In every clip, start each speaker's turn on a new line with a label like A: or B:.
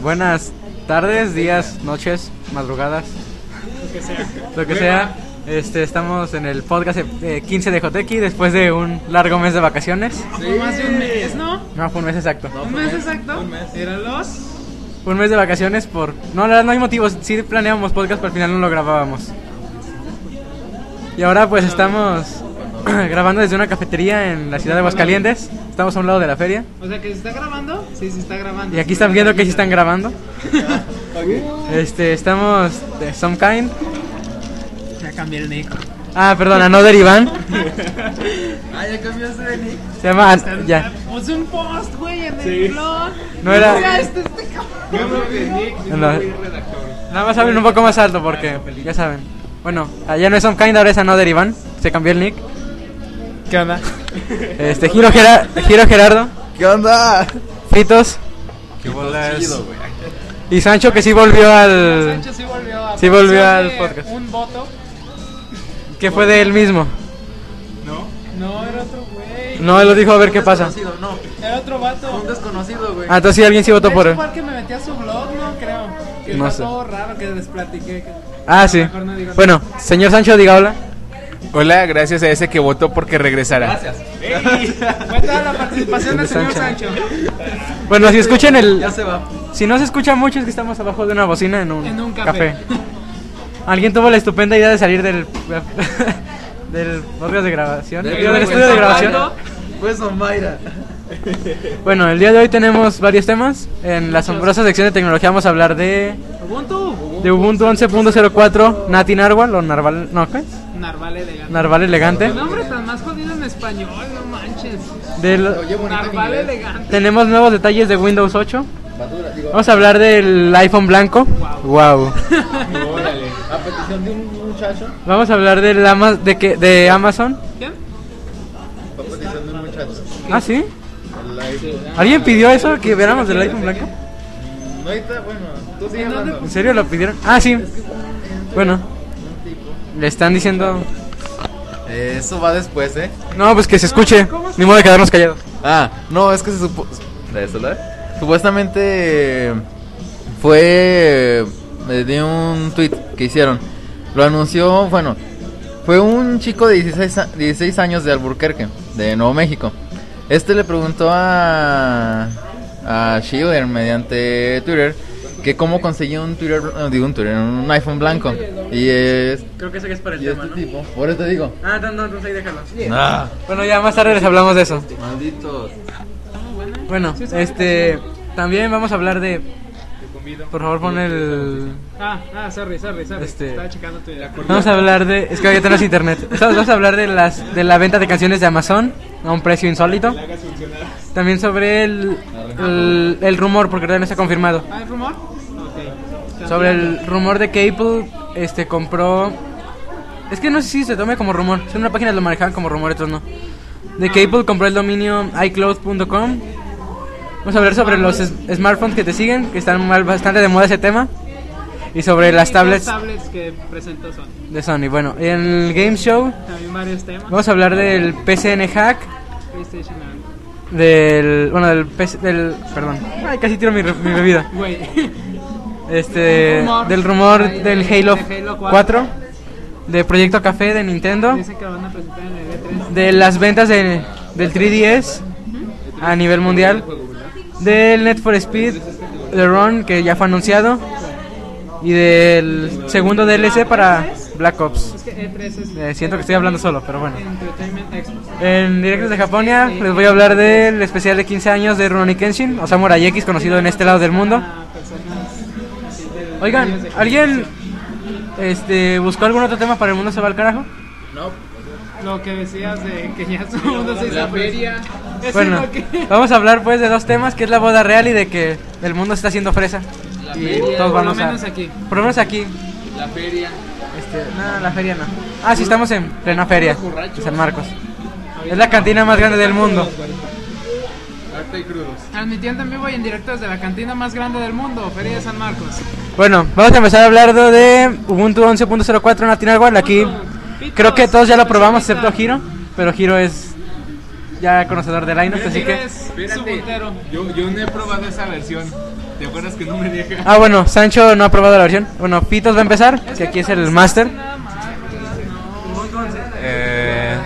A: Buenas tardes, días, noches, madrugadas,
B: Lo que sea.
A: lo que sea. Este, estamos en el podcast eh, 15 de Jotequi después de un largo mes de vacaciones.
B: Fue más de un mes, ¿no?
A: No, fue un mes exacto.
B: un mes exacto. Eran los.
A: Fue un mes de vacaciones por... No, la verdad no hay motivos. Sí planeábamos podcast, pero al final no lo grabábamos. Y ahora pues estamos grabando desde una cafetería en la ciudad de Aguascalientes. Estamos a un lado de la feria.
B: O sea, que se está grabando. Sí, se está grabando.
A: Y aquí están viendo que sí están grabando. Este, estamos de Some Kind.
B: Ya cambié el nick.
A: Ah, perdón, Another Iván.
B: Ah, ya cambiaste de nick.
A: Se llama... An- Ya.
B: Puse un post, güey, en el blog.
A: No era-
B: Mira, este, este cabrón.
A: No. Nada más hablen un poco más alto porque ya saben. Bueno, allá no es Some Kind, ahora es Another Iván. Se cambió el nick.
C: ¿Qué onda?
A: Este, Giro, Gera- Giro Gerardo,
C: ¿Qué onda?
A: Fritos y Sancho que sí volvió al...
B: Sancho sí volvió a.
A: Sí volvió al
B: de
A: podcast.
B: Un voto.
A: que fue de él mismo.
B: No, era otro güey.
A: No, él lo dijo a ver qué pasa.
B: Era otro vato. Un desconocido, güey.
A: Ah, entonces sí, alguien sí votó por
B: Es
A: él.
B: igual que me metí a su blog, no creo. Que
A: No
B: está
A: sé.
B: todo raro que les platiqué. que-
A: Ah, sí.
B: Mejor no digo nada.
A: Bueno, señor Sancho, diga hola.
C: Hola, gracias a ese que votó porque regresará.
B: Fue toda la participación del señor Sancho.
A: Bueno, si escuchan el... Si no se escucha mucho es que estamos abajo de una bocina en un,
B: En un café.
A: Alguien tuvo la estupenda idea de salir del... del barrio de grabación. Digo, del estudio de grabación.
D: Pues no, Mayra.
A: Bueno, el día de hoy tenemos varios temas. En la asombrosa sección de tecnología vamos a hablar de,
B: Ubuntu.
A: de Ubuntu 11.04, Nati Narwhal o Narval, no, ¿qué es?
B: Narval elegante.
A: Narval elegante.
B: El nombre tan más jodido en español, no manches.
A: De lo-
B: Narval elegante.
A: tenemos nuevos detalles de Windows 8. Vamos a hablar del iPhone blanco. Wow.
D: A petición de un muchacho.
A: Vamos a hablar del ama- de que de Amazon.
B: ¿Quién?
D: A petición de un muchacho.
A: Ah, sí.
D: El iPhone.
A: ¿Alguien pidió eso que viéramos del iPhone blanco?
D: No, ahorita, bueno, tú sigue
B: ¿En dónde?
D: hablando.
A: ¿En serio lo pidieron? Ah, sí. Bueno. Le están diciendo
D: Eh, Eso va después, ¿eh?
A: No, pues que se escuche. Ni modo de quedarnos callados.
D: Ah, no, es que se supo. ¿La de solar? Supuestamente eh, fue eh, de un tweet que hicieron. Lo anunció, bueno, fue un chico de 16, a- 16 años de Alburquerque, de Nuevo México. Este le preguntó a, a Schiller mediante Twitter que cómo conseguía un Twitter, eh, digo un Twitter, un iPhone blanco. Y, es,
A: Creo que ese es para el
D: y este tipo, por eso te digo.
A: Ah, no, no, entonces ahí déjalo. Bueno, ya más tarde les hablamos de eso.
D: Malditos.
A: Bueno, este. También vamos a hablar de. Por favor, pon el.
B: Ah, ah, sorry, sorry, sorry.
A: Este-
B: Estaba checando tu idea.
A: Vamos a hablar de. Es que ya tenemos internet. Estamos- Vamos a hablar de las de la venta de canciones de Amazon a un precio insólito. También sobre el, el, el rumor, porque todavía no está confirmado.
B: Ah, ¿Hay rumor? Ok.
A: Sobre el rumor de que Apple este, compró. Es que no sé si se tome como rumor. En una página lo manejaban como rumor, otros no. De que Apple compró el dominio iCloud.com. Vamos a hablar sobre los es- smartphones que te siguen, que están mal- bastante de moda ese tema. Y sobre las
B: Hay dos
A: tablets
B: tablets que presentó Sony.
A: de Sony. Bueno, en el Game Show
B: También varios temas.
A: vamos a hablar del PCN Hack.
B: PlayStation. and-
A: Del. Bueno, del. PC del perdón. Ay, casi tiro mi, re- mi bebida.
B: Güey.
A: Este,
B: Un rumor.
A: del rumor del
B: De
A: Halo,
B: Halo
A: 4,
B: 4.
A: de Proyecto Café de Nintendo,
B: Dicen que lo van a presentar en el E E3.
A: de las ventas de- del 3DS a nivel mundial, del Net for Speed, de Ron, que ya fue anunciado, y del segundo DLC para Black Ops.
B: Es que E3 es.
A: Eh, siento que estoy hablando solo, pero bueno.
B: Entertainment Expo.
A: En directos de Japonia les voy a hablar del especial de 15 años de Rurouni Kenshin, o Samurai X, conocido en este lado del mundo.
B: A Ah, personas.
A: Oigan, ¿alguien este, buscó algún otro tema para el mundo se va al carajo?
D: No,
E: lo que decías de que ya todo el mundo se hizo feria. Eso
A: Bueno,
E: es lo que...
A: vamos a hablar pues de dos temas, que es la boda real y de que el mundo se está haciendo fresa. y todos
E: por
A: van
E: lo
A: a usar.
E: menos aquí.
A: Por lo menos aquí.
F: La feria.
A: Este, no, la feria no. Ah, sí, estamos en plena feria de San Marcos. Es la cantina más grande del mundo.
F: Arte y crudos.
E: Transmitiendo en vivo y en directo desde la cantina más grande del mundo, Feria de San Marcos.
A: Bueno, vamos a empezar a hablar de- de Ubuntu 11.04 National One. Aquí creo que todos ya lo probamos excepto Hiro, pero Hiro es ya conocedor de Linux, así que...
E: Eres su puntero.
G: Yo, yo no he probado esa versión. ¿Te acuerdas que no me deja?
A: Ah, bueno, Sancho no ha probado la versión. Bueno, Pitos va a empezar, que aquí es el master.
C: Eh,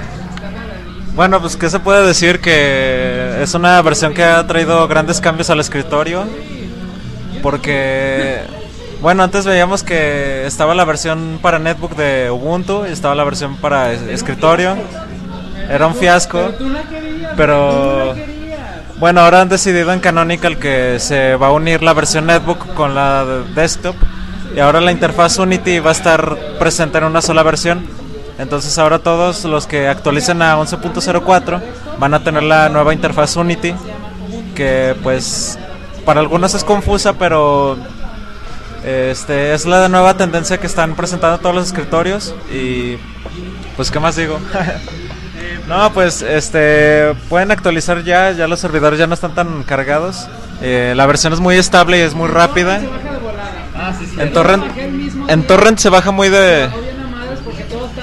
C: bueno, pues qué se puede decir que es una versión que ha traído grandes cambios al escritorio, porque bueno antes veíamos que estaba la versión para netbook de Ubuntu y estaba la versión para es- escritorio, era un fiasco, pero bueno ahora han decidido en Canonical que se va a unir la versión netbook con la de desktop y ahora la interfaz Unity va a estar presente en una sola versión. Entonces ahora todos los que actualicen a 11.04 van a tener la nueva interfaz Unity, que pues para algunos es confusa, pero este es la nueva tendencia que están presentando todos los escritorios y pues qué más digo. No, pues este pueden actualizar ya, ya los servidores ya no están tan cargados. Eh, la versión es muy estable y es muy rápida. En torrent, en torrent se baja muy de,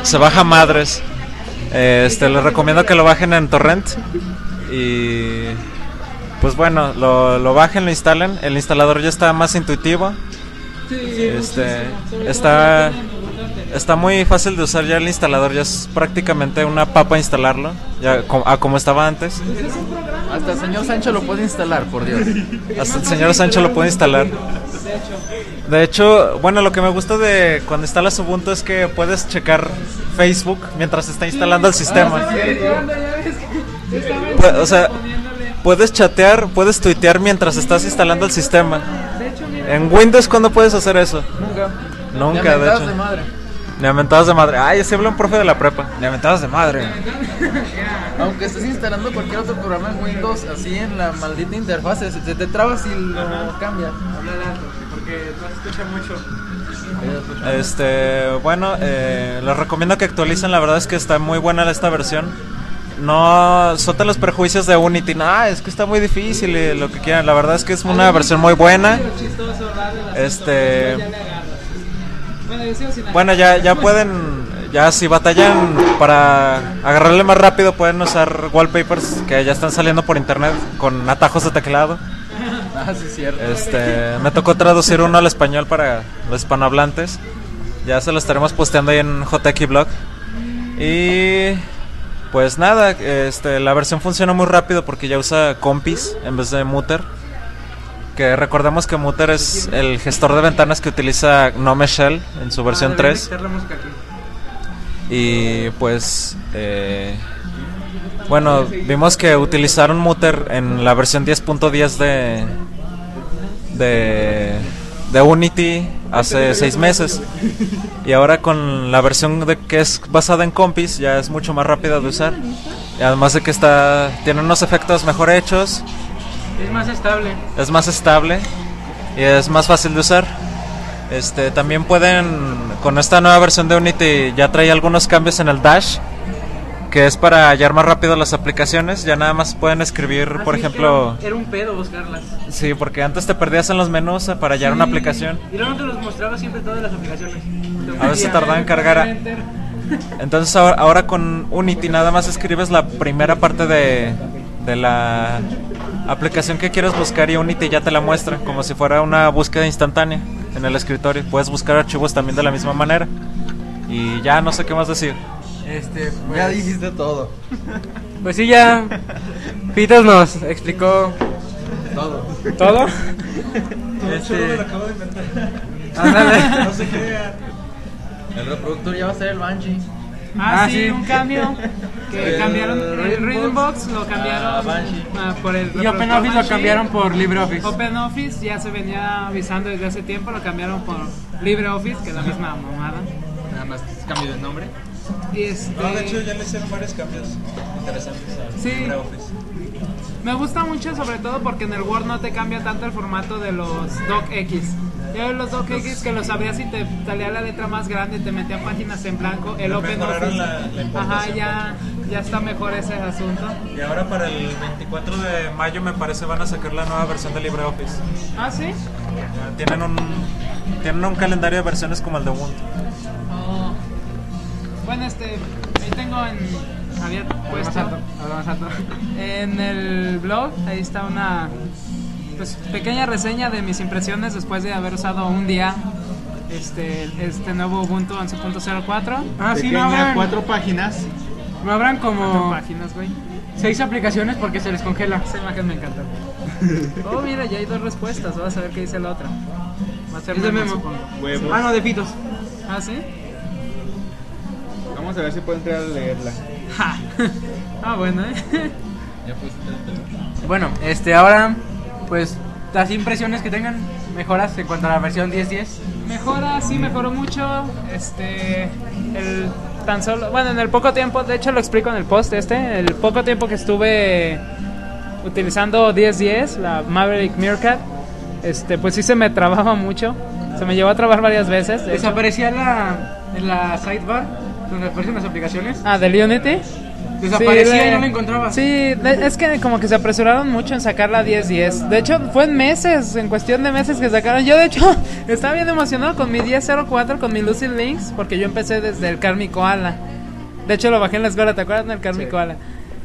C: se baja madres. Eh, Este, les recomiendo que lo bajen en torrent. Y pues bueno, lo, lo bajen, lo instalen. El instalador ya está más intuitivo. Este, está, está muy fácil de usar ya el instalador. Ya es prácticamente una papa instalarlo. Ya co- a como estaba antes.
D: Hasta el señor Sancho lo puede instalar, por Dios.
C: Hasta el señor Sancho lo puede instalar. De hecho, bueno, lo que me gusta de cuando instalas Ubuntu es que puedes checar Facebook mientras se está instalando el sistema. Pu- O sea, puedes chatear, puedes tuitear mientras estás instalando el sistema. En Windows, ¿cuándo puedes hacer eso? Nunca, de hecho.
D: de madre.
C: Ni a mentadas de madre. Ay, así habla un profe de la prepa. Ni a mentadas de madre.
D: Aunque estés instalando cualquier otro programa en Windows, así en la maldita interfaz, se se te trabas y lo cambias.
C: Este, bueno, eh, les recomiendo que actualicen. La verdad es que está muy buena esta versión. No sota los prejuicios de Unity. No, es que está muy difícil y lo que quieran. La verdad es que es una versión muy buena.
A: Eh.
C: Este, bueno, ya, ya pueden, ya si batallan para agarrarle más rápido, pueden usar wallpapers que ya están saliendo por internet con atajos de teclado.
D: Ah, sí, cierto.
C: Este, me tocó traducir uno al español para los hispanohablantes. Ya se lo estaremos posteando ahí en JX Blog. Y pues nada, este, la versión funciona muy rápido porque ya usa Compis en vez de Mutter. Que recordemos que Mutter es el gestor de ventanas que utiliza Gnome Shell en su versión 3. Y pues, eh, bueno, vimos que utilizaron Mutter en la versión 10.10 de, de, de Unity hace seis meses. Y ahora con la versión de que es basada en compis ya es mucho más rápida de usar. Y además de que está tiene unos efectos mejor hechos,
E: Es más estable.
C: es más estable y es más fácil de usar. Este, también pueden, con esta nueva versión de Unity ya trae algunos cambios en el dash, que es para hallar más rápido las aplicaciones. Ya nada más pueden
A: Ah,
C: escribir, por ejemplo,
A: Era un pedo buscarlas.
C: sí, porque antes te perdías en los menús eh, para hallar una aplicación.
A: Y luego te los mostraba siempre todas las aplicaciones.
C: A veces tardaba en cargar. Entonces ahora, ahora con Unity nada más escribes la primera parte de, de la aplicación que quieres buscar y Unity ya te la muestra, como si fuera una búsqueda instantánea en el escritorio. Puedes buscar archivos también de la misma manera. Y ya no sé qué más decir.
A: Este,
D: Ya
A: pues,
D: dijiste todo.
A: pues sí, ya. Pitos nos explicó
D: Todo.
A: todo. Este, ándale.
D: El reproductor ya va a ser el Banshee.
E: Ah,
A: Ah,
E: sí,
A: sí.
E: un cambio. Que cambiaron el Rhythm Box, lo cambiaron
D: Banshee.
E: ah, por el.
A: Y OpenOffice lo cambiaron por LibreOffice.
E: OpenOffice ya se venía avisando desde hace tiempo, lo cambiaron por LibreOffice, que es la misma mamada.
D: Nada más cambio de nombre.
E: Y este,
C: No, de hecho ya le hicieron varios cambios interesantes al
E: Sí.
C: LibreOffice.
E: Me gusta mucho sobre todo porque en el Word no te cambia tanto el formato de los docx. Ya ves los docx que los abrías y te salía la letra más grande y te metían páginas en blanco. El Open
C: mejoraron
E: Office.
C: la- la
E: Ajá,
C: importación.
E: ya, ya está mejor ese asunto.
H: Y ahora para el 24 de mayo me parece van a sacar la nueva versión de LibreOffice.
E: Ah, sí.
H: Ya Tienen un, tienen un calendario de versiones como el de Ubuntu.
E: Oh. Bueno, este, ahí tengo en. Había puesto. En el blog, ahí está una pues, pequeña reseña de mis impresiones después de haber usado un día este, este nuevo Ubuntu 11.04.
A: Ah, sí, no
D: Pequeña,
A: abran,
D: cuatro páginas.
A: no abran
E: Cuatro
A: como
E: páginas, güey.
A: seis aplicaciones porque se les congela.
E: Esa imagen me encanta. Oh, mira, ya hay dos respuestas. Vamos a ver qué dice la otra. Va a ser
A: Es el
E: meme,
A: memo.
E: supongo.
D: Huevos.
A: Ah, no, de fitos.
E: Ah, sí.
D: Vamos a ver si puedo entrar a leerla.
E: Ja. Ah, bueno, eh.
A: Bueno, este, ahora, pues, las impresiones que tengan, mejoras en cuanto a la versión 10.10.
E: Mejora, sí, mejoró mucho. Este, el tan solo, bueno, en el poco tiempo, de hecho lo explico en el post este, el poco tiempo que estuve utilizando 1010, la Maverick Meerkat, este, pues sí se me trababa mucho. Se me llevó a trabar varias veces. de hecho.
A: Desaparecía la, en la sidebar, donde aparecen las aplicaciones.
E: Ah, del Unity.
A: Desaparecía
E: Sí,
A: y
E: le-
A: no la encontraba.
E: Sí, de- es que como que se apresuraron mucho en sacar la 1010. De hecho, fue en meses, en cuestión de meses que sacaron. Yo, de hecho, estaba bien emocionado con mi 1004, con mi Lucid Links, porque yo empecé desde el Karmi Koala. De hecho, lo bajé en la escuela, ¿te acuerdas del Karmi Koala?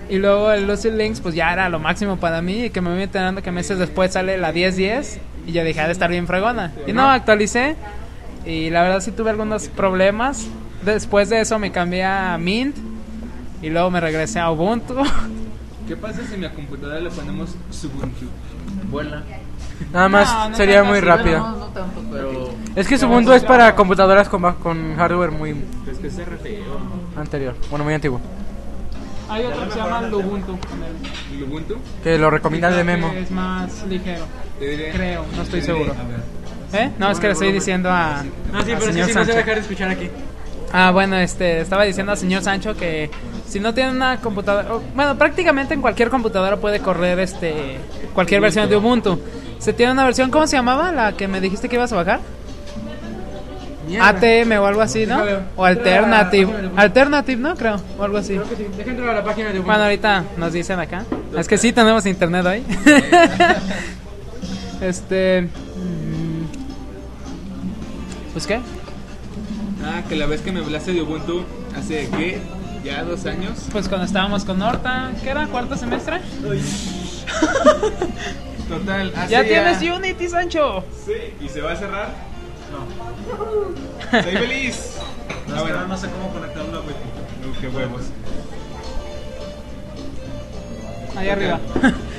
E: Y luego el Lucid Links, pues ya era lo máximo para mí. Y que me voy enterando que meses después sale la 1010. Y yo dije, ha de estar bien fregona. Y no, actualicé. Y la verdad, sí tuve algunos problemas. Después de eso, me cambié a Mint. Y luego me regresé a Ubuntu.
D: ¿Qué pasa si en la computadora le ponemos Ubuntu? Vuela.
A: Nada más sería muy rápido. es que Ubuntu es para computadoras con, ba- con hardware muy
D: Es que se refeo.
A: anterior, bueno, muy antiguo.
E: Hay otro que se llama Ubuntu.
D: ¿El Ubuntu?
A: Que lo recomienda el de Memo.
E: Es más ligero,
D: Te diré.
E: creo, no estoy
D: Te diré,
E: seguro.
D: a ver.
E: ¿Eh? No, es que le estoy diciendo a.
A: Ah, sí, pero es
E: al
A: que
E: señor
A: sí, no se va a
E: Sancho.
A: dejar de escuchar aquí.
E: Ah, bueno, este, estaba diciendo al señor Sancho que si no tiene una computadora, o, bueno, prácticamente en cualquier computadora puede correr este cualquier versión de Ubuntu. Se tiene una versión, ¿cómo se llamaba? La que me dijiste que ibas a bajar. ATM o algo así, ¿no?
A: Déjalo.
E: O Alternative.
A: Déjalo.
E: Alternative, ¿no? Creo. O algo así.
A: Creo que sí. Deja entrar a la página de Ubuntu.
E: Bueno, ahorita nos dicen acá. Es que sí tenemos internet hoy. este. mm, Pues qué?
D: Ah, que la vez que me hablaste de Ubuntu, ¿hace qué? ¿Ya dos años?
E: Pues cuando estábamos con Horta, ¿qué era? ¿Cuarto semestre?
D: Total, hace
E: ya tienes Unity, Sancho.
D: Sí, ¿y se va a cerrar? No. Estoy feliz. Ah, bueno,
C: sé cómo conectarlo a Wi-Fi.
D: Uh, qué huevos.
E: Ahí arriba.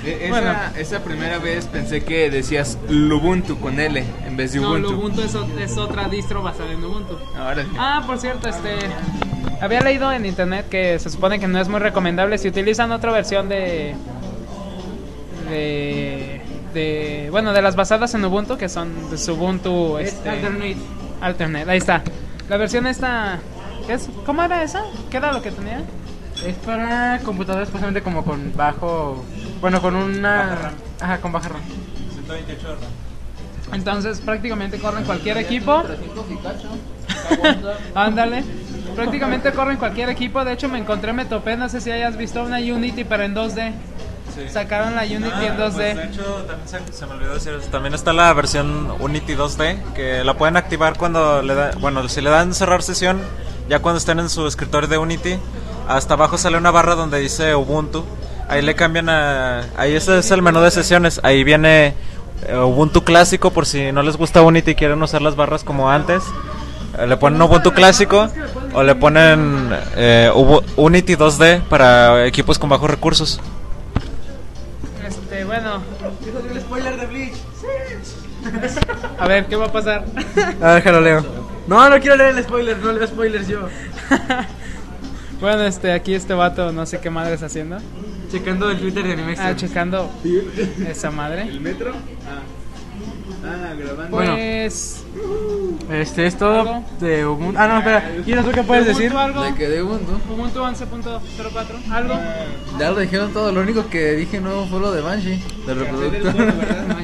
D: Eh, Esa,
E: Bueno.
D: esa primera vez pensé que decías Ubuntu con L en vez de Ubuntu.
E: es, es otra distro basada en Ubuntu.
D: Ahora
E: Ah, por cierto, este. Había leído en internet que se supone que no es muy recomendable si utilizan otra versión de. de. de- bueno, de las basadas en Ubuntu, que son de su Ubuntu.
A: Es
E: Este,
A: alternate.
E: Alternate, ahí está. La versión esta. ¿qué es? ¿Cómo era esa? ¿Qué era lo que tenía?
A: Es para computadoras precisamente como con bajo... Bueno, con una... Ajá, con baja RAM.
C: 128 horas.
E: Entonces prácticamente corren cualquier equipo. Ándale. Prácticamente corren cualquier equipo. De hecho me encontré, me topé, no sé si hayas visto una Unity pero en 2D. Sacaron la Unity en
C: Ah, pues, de
E: 2D.
C: hecho, también se, se me olvidó decir eso. También está la versión Unity 2D, que la pueden activar cuando le da, bueno, si le dan cerrar sesión, ya cuando estén en su escritorio de Unity, hasta abajo sale una barra donde dice Ubuntu. Ahí le cambian a ahí ese es el menú de sesiones. Ahí viene eh, Ubuntu clásico por si no les gusta Unity y quieren usar las barras como antes. Eh, Le ponen Ubuntu clásico o le ponen eh, Ubu- Unity 2D para equipos con bajos recursos.
E: Este, bueno. A ver, ¿qué va a pasar?
A: A ver, déjalo leo. No, no quiero leer el spoiler, no leo spoilers yo.
E: bueno, este, aquí este vato no sé qué madre está haciendo.
A: Ah, Checando el Twitter de Animexter.
E: Ah, checando esa madre.
D: ¿El metro?
I: Ah, grabando.
A: Bueno.
E: Pues.
A: Este es todo de Ubuntu. Ah, no, espera. ¿Y nosotros qué puedes
E: Ubuntu
A: decir?
E: algo?
D: Le quedé Ubuntu.
E: Ubuntu 11.04. ¿Algo?
D: Ya lo dijeron todo, lo único que dije no fue lo de Banshee, del reproductor.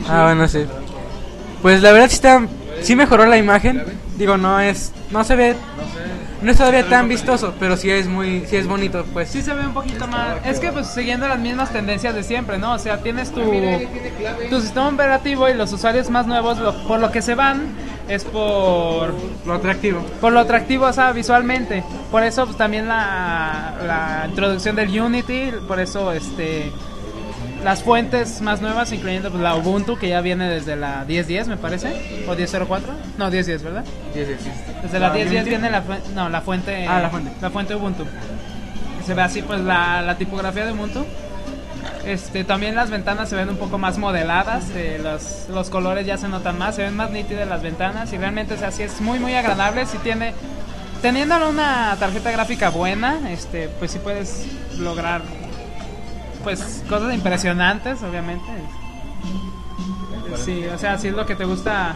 A: Ah, bueno, sí. Pues la verdad sí está sí mejoró la imagen. Digo, no es no se ve no es todavía tan vistoso, pero sí es muy sí es bonito, pues.
E: Sí
A: Sí,
E: se ve un poquito más. Es que pues siguiendo las mismas tendencias de siempre, ¿no? O sea, tienes tu, tu sistema operativo y los usuarios más nuevos lo- por lo que se van es por
A: lo atractivo.
E: por lo atractivo, o sea, visualmente. Por eso pues, también la, la introducción del Unity, por eso este las fuentes más nuevas, incluyendo pues, la Ubuntu, que ya viene desde la 10.10, me parece, o 10.04. No, 10.10, ¿verdad? Desde la 10.10 viene la, fu- no, la fuente...
A: Ah, la fuente.
E: La fuente Ubuntu. Se ve así, pues, la, la tipografía de Ubuntu. Este, también las ventanas se ven un poco más modeladas, eh, los, los colores ya se notan más, se ven más nítidas las ventanas y realmente, o sea, sí es muy, muy agradable. Si tiene, teniendo una tarjeta gráfica buena, este, pues sí puedes lograr, pues, cosas impresionantes, obviamente. Sí, o sea, si es lo que te gusta,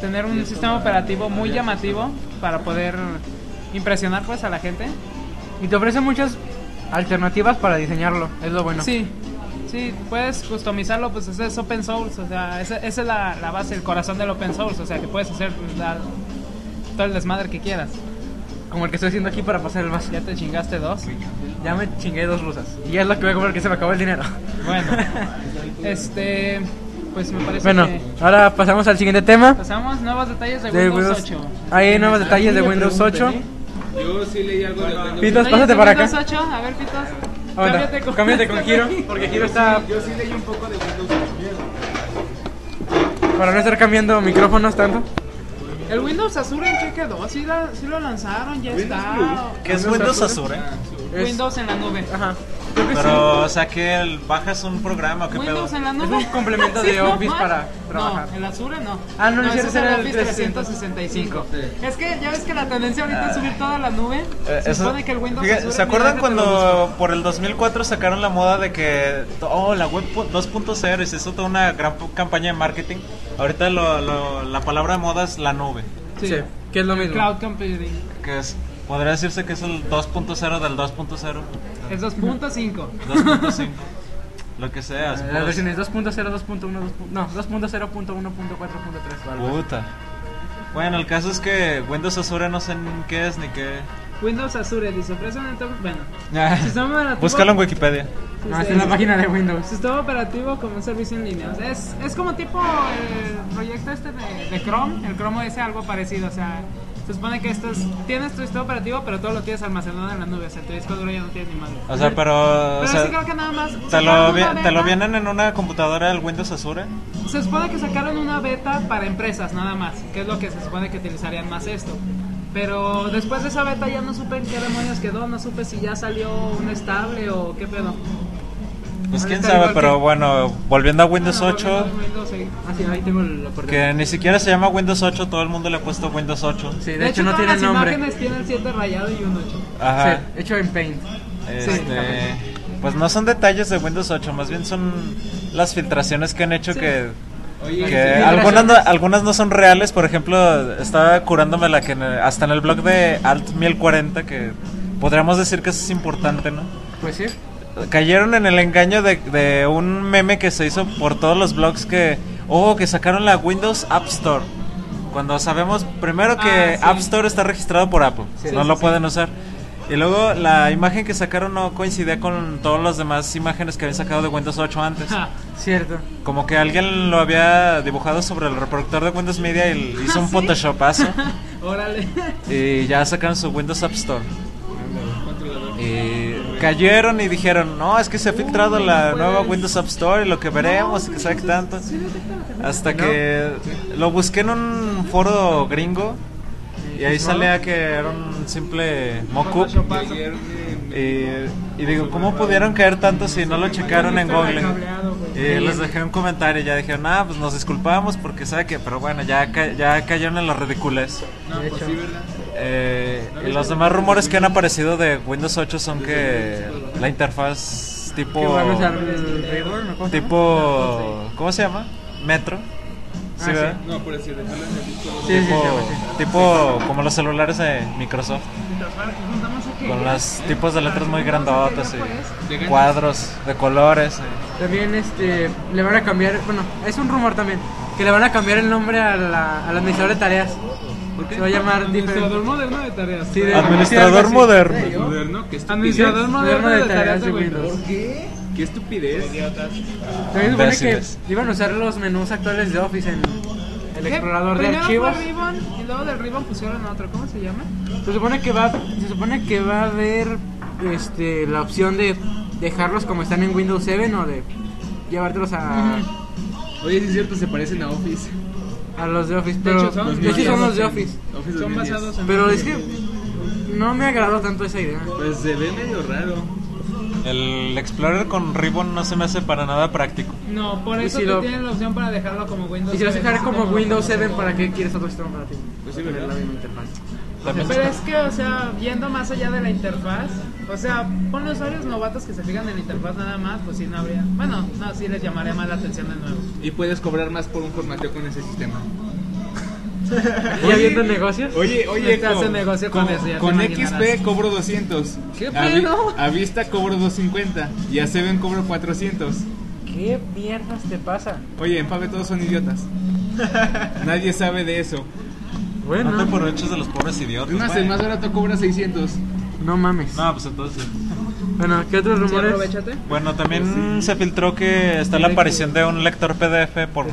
E: tener un sistema operativo muy llamativo para poder impresionar, pues, a la gente.
A: Y te ofrece muchas alternativas para diseñarlo, es lo bueno.
E: Sí, sí, puedes customizarlo, pues ese es open source, o sea, esa, esa es la, la base, el corazón del open source, o sea, que puedes hacer la- todo el desmadre que quieras.
A: Como el que estoy haciendo aquí para pasar el vaso.
E: Ya te chingaste dos.
A: Ya me chingué dos rusas. Y ya es lo que voy a comer que se me acabó el dinero.
E: Bueno, este, pues me parece
A: Bueno,
E: que
A: ahora pasamos al siguiente tema.
E: pasamos nuevos detalles de,
A: De
E: Windows,
A: Windows Ah,
E: 8.
A: Hay nuevos detalles de Windows 8.
I: Yo sí leí algo de Windows.
A: Pitos,
E: Detalles
A: pásate
E: de
A: para
E: Windows
A: acá.
E: 8, a ver, Pitos.
A: Ahora, cámbiate con Giro, porque Giro está
I: Yo sí leí un poco de Windows.
A: para no estar cambiando micrófonos tanto.
E: ¿El Windows Azure en qué quedó? ¿Sí, la- sí lo lanzaron? ¿Ya está?
C: ¿Qué es Windows Azure?
E: Windows en la nube.
A: Ajá.
C: Pero, o sea, que el- bajas un programa, ¿qué pedo?
E: Windows en la
A: Es
E: nube.
A: un complemento
E: Sí,
A: de
E: no
A: Office
E: más.
A: para trabajar.
E: No, el Azure no.
A: Ah, no, no,
E: ese
A: ese
E: es
A: era el
E: Office 365. Es que ya ves que la tendencia ahorita es subir toda la nube.
C: Eh,
E: Se
C: eso-
E: supone que el Windows
C: Fíjate,
E: Azure
C: ¿Se acuerdan
E: mira, déjate lo busco.
C: cuando por el 2004 sacaron la moda de que, oh, la web pu- 2.0 y se hizo toda una gran pu- campaña de marketing? Ahorita lo- lo- la palabra de moda es la nube,
A: Sí, que es lo mismo.
E: Cloud Computing.
C: que es, podría decirse que es el 2.0 del 2.0,
E: Es 2.5.
C: 2.5. Lo que sea, es
A: Eh, Las
C: puros-
A: versiones 2.0, 2.1, 2.0, no, 2.0.1.4.3. o algo así.
C: Puta. Bueno, el caso es que Windows Azure no sé ni qué es ni qué.
E: Windows Azure les ofrece un entorno. Bueno, sistema operativo.
C: Búscalo en Wikipedia.
E: pues,
A: No, esta es la página de Windows.
E: Sistema operativo como un servicio en línea. O sea, es, es como tipo el proyecto este de, de Chrome, el Chrome OS, algo parecido. O sea, se supone que esto es, tienes tu sistema operativo, pero todo lo tienes almacenado en la nube. O sea, tu disco duro ya no tienes ni madre.
C: O sea, pero. o
E: pero
C: sea,
E: sí creo que nada más.
C: te
E: sacaron
C: lo,
E: una
C: vi- te lo
E: beta.
C: vienen en una computadora el Windows Azure.
E: Se supone que sacaron una beta para empresas, nada más, que es lo que se supone que utilizarían más esto. Pero después de esa beta ya no supe en qué demonios quedó, no supe si ya salió un estable o qué pedo.
C: Pues quién
A: Ahorita
C: sabe,
A: igual
C: pero
A: que-
C: bueno, volviendo a Windows
E: Ah, no,
C: 8,
E: Windows, Windows, sí.
A: Ah, sí, ahí tengo la oportunidad.
C: que ni siquiera se llama Windows 8, todo el mundo le ha puesto Windows 8.
A: Sí, de,
E: De
A: hecho,
E: hecho,
A: no
E: todas
A: tiene
E: las
A: nombre.
E: imágenes tienen 7 rayado y un 8.
C: Ajá.
A: Sí, hecho en Paint.
C: Este, pues no son detalles de Windows 8, más bien son las filtraciones que han hecho que, que algunas, no, algunas no son reales. Por ejemplo, estaba curándome la que en el- hasta en el blog de Alt 1040, que podríamos decir que eso es importante, ¿no?
A: Pues sí.
C: Cayeron en el engaño de, de un meme que se hizo por todos los blogs que, oh, que sacaron la Windows App Store. Cuando sabemos primero que
E: Ah, sí.
C: App Store está registrado por Apple, no lo pueden usar. Y luego la imagen que sacaron no coincidía con todas las demás imágenes que habían sacado de Windows 8 antes.
E: Ja.
A: Cierto.
C: Como que alguien lo había dibujado sobre el reproductor de Windows Media y le
E: Ah,
C: hizo un photoshopazo
E: Órale.
C: y Eh, ya sacaron su Windows App Store. Y cayeron y dijeron, no, es que se ha filtrado la nueva Windows App Store y lo que veremos, y que sabe qué tanto. Hasta que lo busqué en un foro gringo y ahí salía que era un simple mockup. Y, y digo, ¿cómo pudieron caer tanto si no lo checaron en Google? Y les dejé un comentario y ya dijeron, ah, pues nos disculpamos porque sabe que, pero bueno, ya, ca- ya cayeron en la ridiculez.
A: De hecho.
C: Eh, y los demás rumores que han aparecido de Windows 8 son que la interfaz tipo
A: Que van a usar el Reborn, ¿no? ¿Cómo se llama?
C: tipo ¿cómo se llama? Metro
A: Ah,
C: ¿Sí, verdad?
J: No, por decir, dejarlo en el disco.
A: Sí, sí, pues, sí,
C: tipo,
A: sí, sí.
C: tipo como los celulares de Microsoft. Con los tipos de letras muy grandotas y cuadros de colores. y-
A: También este, le van a cambiar, bueno, es un rumor también, que le van a cambiar el nombre a la- al administrador de tareas.
J: ¿Por qué?
A: Se va a llamar
J: Administrador
A: diferente.
J: moderno de tareas.
A: Sí, de-
C: Administrador
A: sí, algo así.
C: moderno.
J: Moderno, qué
A: Administrador
J: estupidez.
A: moderno de tareas de Windows.
J: ¿Qué? ¿Qué estupidez?
A: También supone que
C: Imbéciles.
A: iban a usar los menús actuales de Office en el explorador de
E: Primero
A: archivos.
E: Fue Ribbon, y luego del Ribbon pusieron otro, ¿cómo se llama?
A: Se supone que va, se supone que va a haber este, la opción de dejarlos como están en Windows 7 o de llevártelos a,
J: Oye, sí es cierto, se parecen a Office.
A: a los de Office. Pero
J: son
A: de hecho son los de
J: 2010.
A: Office.
J: Office
E: Son
J: 2010.
E: basados en...
A: Pero es que no me agradó tanto esa idea.
J: Pues se ve medio raro.
C: El Explorer con Ribbon no se me hace para nada práctico.
E: No, por
A: ¿Y
E: eso
A: si
E: tú
A: lo-
E: tienes la opción para dejarlo como Windows
A: Y si vas a
E: 7,
A: dejar
E: así
A: como Windows 7, ¿para
E: Pero
A: qué quieres otro sistema para ti?
J: Pues sí, ¿verdad?
A: Tener la misma interfaz.
C: También
E: es que, o sea, viendo más allá de la interfaz, o sea, ponle usuarios novatos que se fijan en la interfaz nada más, pues sí, no habría... Bueno, no, sí les llamaría más la atención de nuevo.
J: Y puedes cobrar más por un formateo con ese sistema.
A: ¿Y habiendo negocios?
J: Oye, oye,
E: Estás en Este negocio con eso, ya te
J: con
E: imaginarás.
J: XP cobro 200.
E: ¿Qué
J: A vi-
E: pedo?
J: A, Vista cobro 250. Y a Seven cobro 400.
A: ¿Qué mierdas te pasa?
J: Oye, en Fave todos son idiotas. Nadie sabe de eso.
A: Bueno,
C: No te
A: no,
C: aproveches de los pobres idiotas.
J: Es más,
C: güey.
J: el más barato cobra 600.
A: mames.
C: No, pues entonces.
A: Bueno, ¿qué otros
E: Sí,
A: rumores?
E: aprovechate.
C: Bueno, también se filtró que está la aparición de un lector PDF por,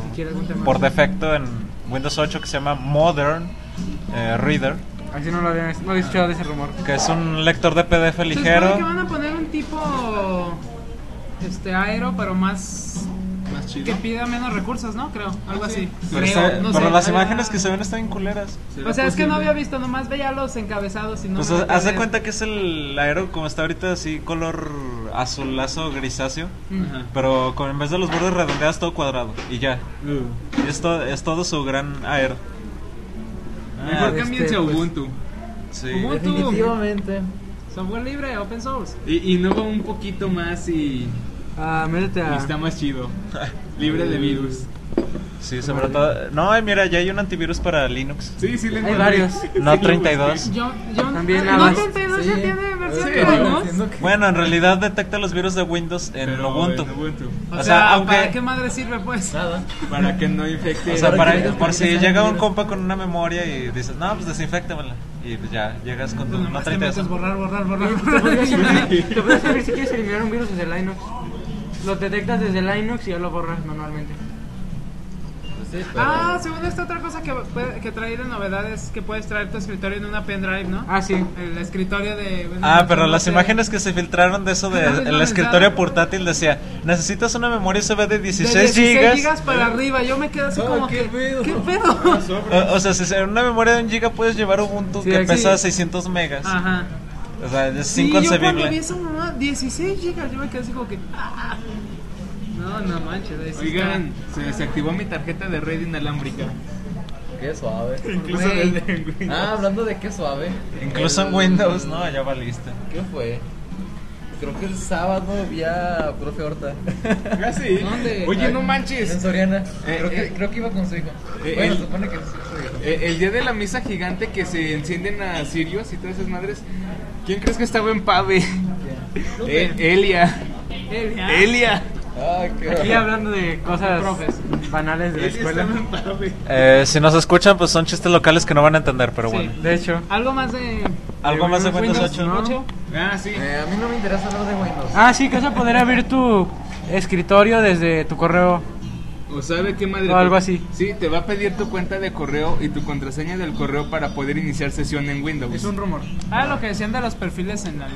C: por defecto en Windows 8 que se llama Modern eh, Reader,
A: Así no lo había no había escuchado de ese rumor.
C: que es un lector de PDF
E: Se supone que
C: ligero.
E: Pues, van a poner un tipo este aero, pero más
J: Más
E: que
J: chido.
E: pida menos recursos, ¿no? Creo, algo así.
C: Pero,
E: Creo,
C: está-
E: no
C: pero
E: sé.
C: las
E: Ah,
C: imágenes que se ven están bien culeras.
J: ¿Será
E: O sea, es que
J: posible?
E: no había visto, nomás veía los encabezados y no.
C: Pues
E: me
C: haz haz de
E: acordé.
C: cuenta que es el aero como está ahorita, así color azulazo grisáceo,
J: Ajá.
C: pero con, en vez de los bordes redondeados todo cuadrado y ya.
A: Este,
C: Y esto es todo su gran aero.
J: Mejor
A: este,
J: cámbiense a
A: pues.
J: Ubuntu.
C: Sí.
E: Ubuntu,
D: Definitivamente.
E: Software libre, open source.
J: Y innova un poquito más y,
A: Ah, métete
J: y está
A: a.
J: más chido. Libre de virus.
C: Sí, sobre todo. No, y mira, ya hay un antivirus para Linux.
J: Sí, sí, le
A: Hay
J: encontré.
A: varios.
C: No
J: Sí, lo
C: 32.
E: Yo, yo
A: También
E: no,
A: nada.
E: 32 ya
D: Sí.
E: tiene versión
J: Sí,
E: Linux.
J: ¿no?
C: Bueno, en realidad detecta los virus de Windows en
J: Pero
C: Ubuntu.
J: en Ubuntu.
E: O,
C: O sea,
E: sea,
C: aunque-
E: ¿para qué madre sirve pues?
D: Nada.
J: Para que no infecte.
C: O
D: Para
C: sea,
D: que
C: para,
D: ellos
C: por
D: también
C: si
D: sean
C: llega un
D: virus.
C: compa con una memoria y dices, no, pues desinfectamela. Y pues ya, llegas con tu no
E: Nomás te
C: 32.
E: metes borrar, borrar, borrar.
A: Te podría servir-
J: Sí.
A: te podría servir si quieres eliminar un virus desde Linux. Lo detectas desde Linux y ya lo borras manualmente.
E: ah, según esta otra cosa que, puede- que trae de novedad es que puedes traer tu escritorio en una pendrive, ¿no?
A: Ah, sí.
E: El escritorio de...
C: Ah, pero
E: no
C: las
E: sé.
C: imágenes que se filtraron de eso
E: Ajá,
C: del
E: es lo que
C: escritorio
E: pensaba.
C: portátil decía, necesitas una memoria USB de
E: De
C: 16
E: gigas.
C: gigas.
E: para arriba, yo me quedo así
J: Ah,
E: como que...
J: qué pedo.
E: ¿Qué pedo?
C: O, o sea, si en una memoria de un giga puedes llevar Ubuntu
A: Sí,
C: que
A: aquí-
C: pesa 600 megas.
E: Ajá.
C: O sea, es
E: Sí, yo cuando vi
C: inconcebible.
E: esa mamá, 16 gigas, yo me quedé así como que... ah. No, no manches. ahí sí
J: Oigan, se desactivó mi tarjeta de red inalámbrica.
D: Qué suave.
J: Incluso
E: Güey.
J: el de Windows.
D: Ah, hablando de qué suave.
C: Incluso en
D: El-
C: Windows, no, ya valiste.
D: ¿Qué fue? Creo que el sábado vi a profe Horta.
J: Ah, sí.
D: ¿Dónde?
J: Oye,
D: Ay.
J: no
D: En
J: manches.
D: Soriana.
J: Eh,
D: creo, que,
J: eh.
D: creo que iba con su hijo.
J: Eh,
D: bueno,
J: el-
D: supone que es su hijo.
J: Eh, El día de la misa gigante que se encienden a Sirius y todas esas madres. ¿Quién crees que estaba en Pave? Eh, Elia.
E: está. Él,
J: Elia.
D: Ah, qué
A: Aquí
D: horror.
A: hablando de cosas
E: Profes.
A: banales de la
J: Elia
A: escuela.
J: estaba en Pave.
C: Eh, si nos escuchan, pues son chistes locales que no van a entender, pero
E: Sí.
C: bueno.
A: De hecho.
E: Algo más de...
C: Algo más de Windows 8, ¿no?
E: 8.
J: Ah, sí.
D: Eh, a mí no me interesa hablar de Windows.
A: Ah, sí, que vas a poder abrir tu escritorio desde tu correo.
J: O sabe qué madre.
A: O algo así.
J: Sí, te va a pedir tu cuenta de correo y tu contraseña del correo para poder iniciar sesión en Windows.
A: Es un rumor.
E: Ah, lo que decían de los perfiles en la...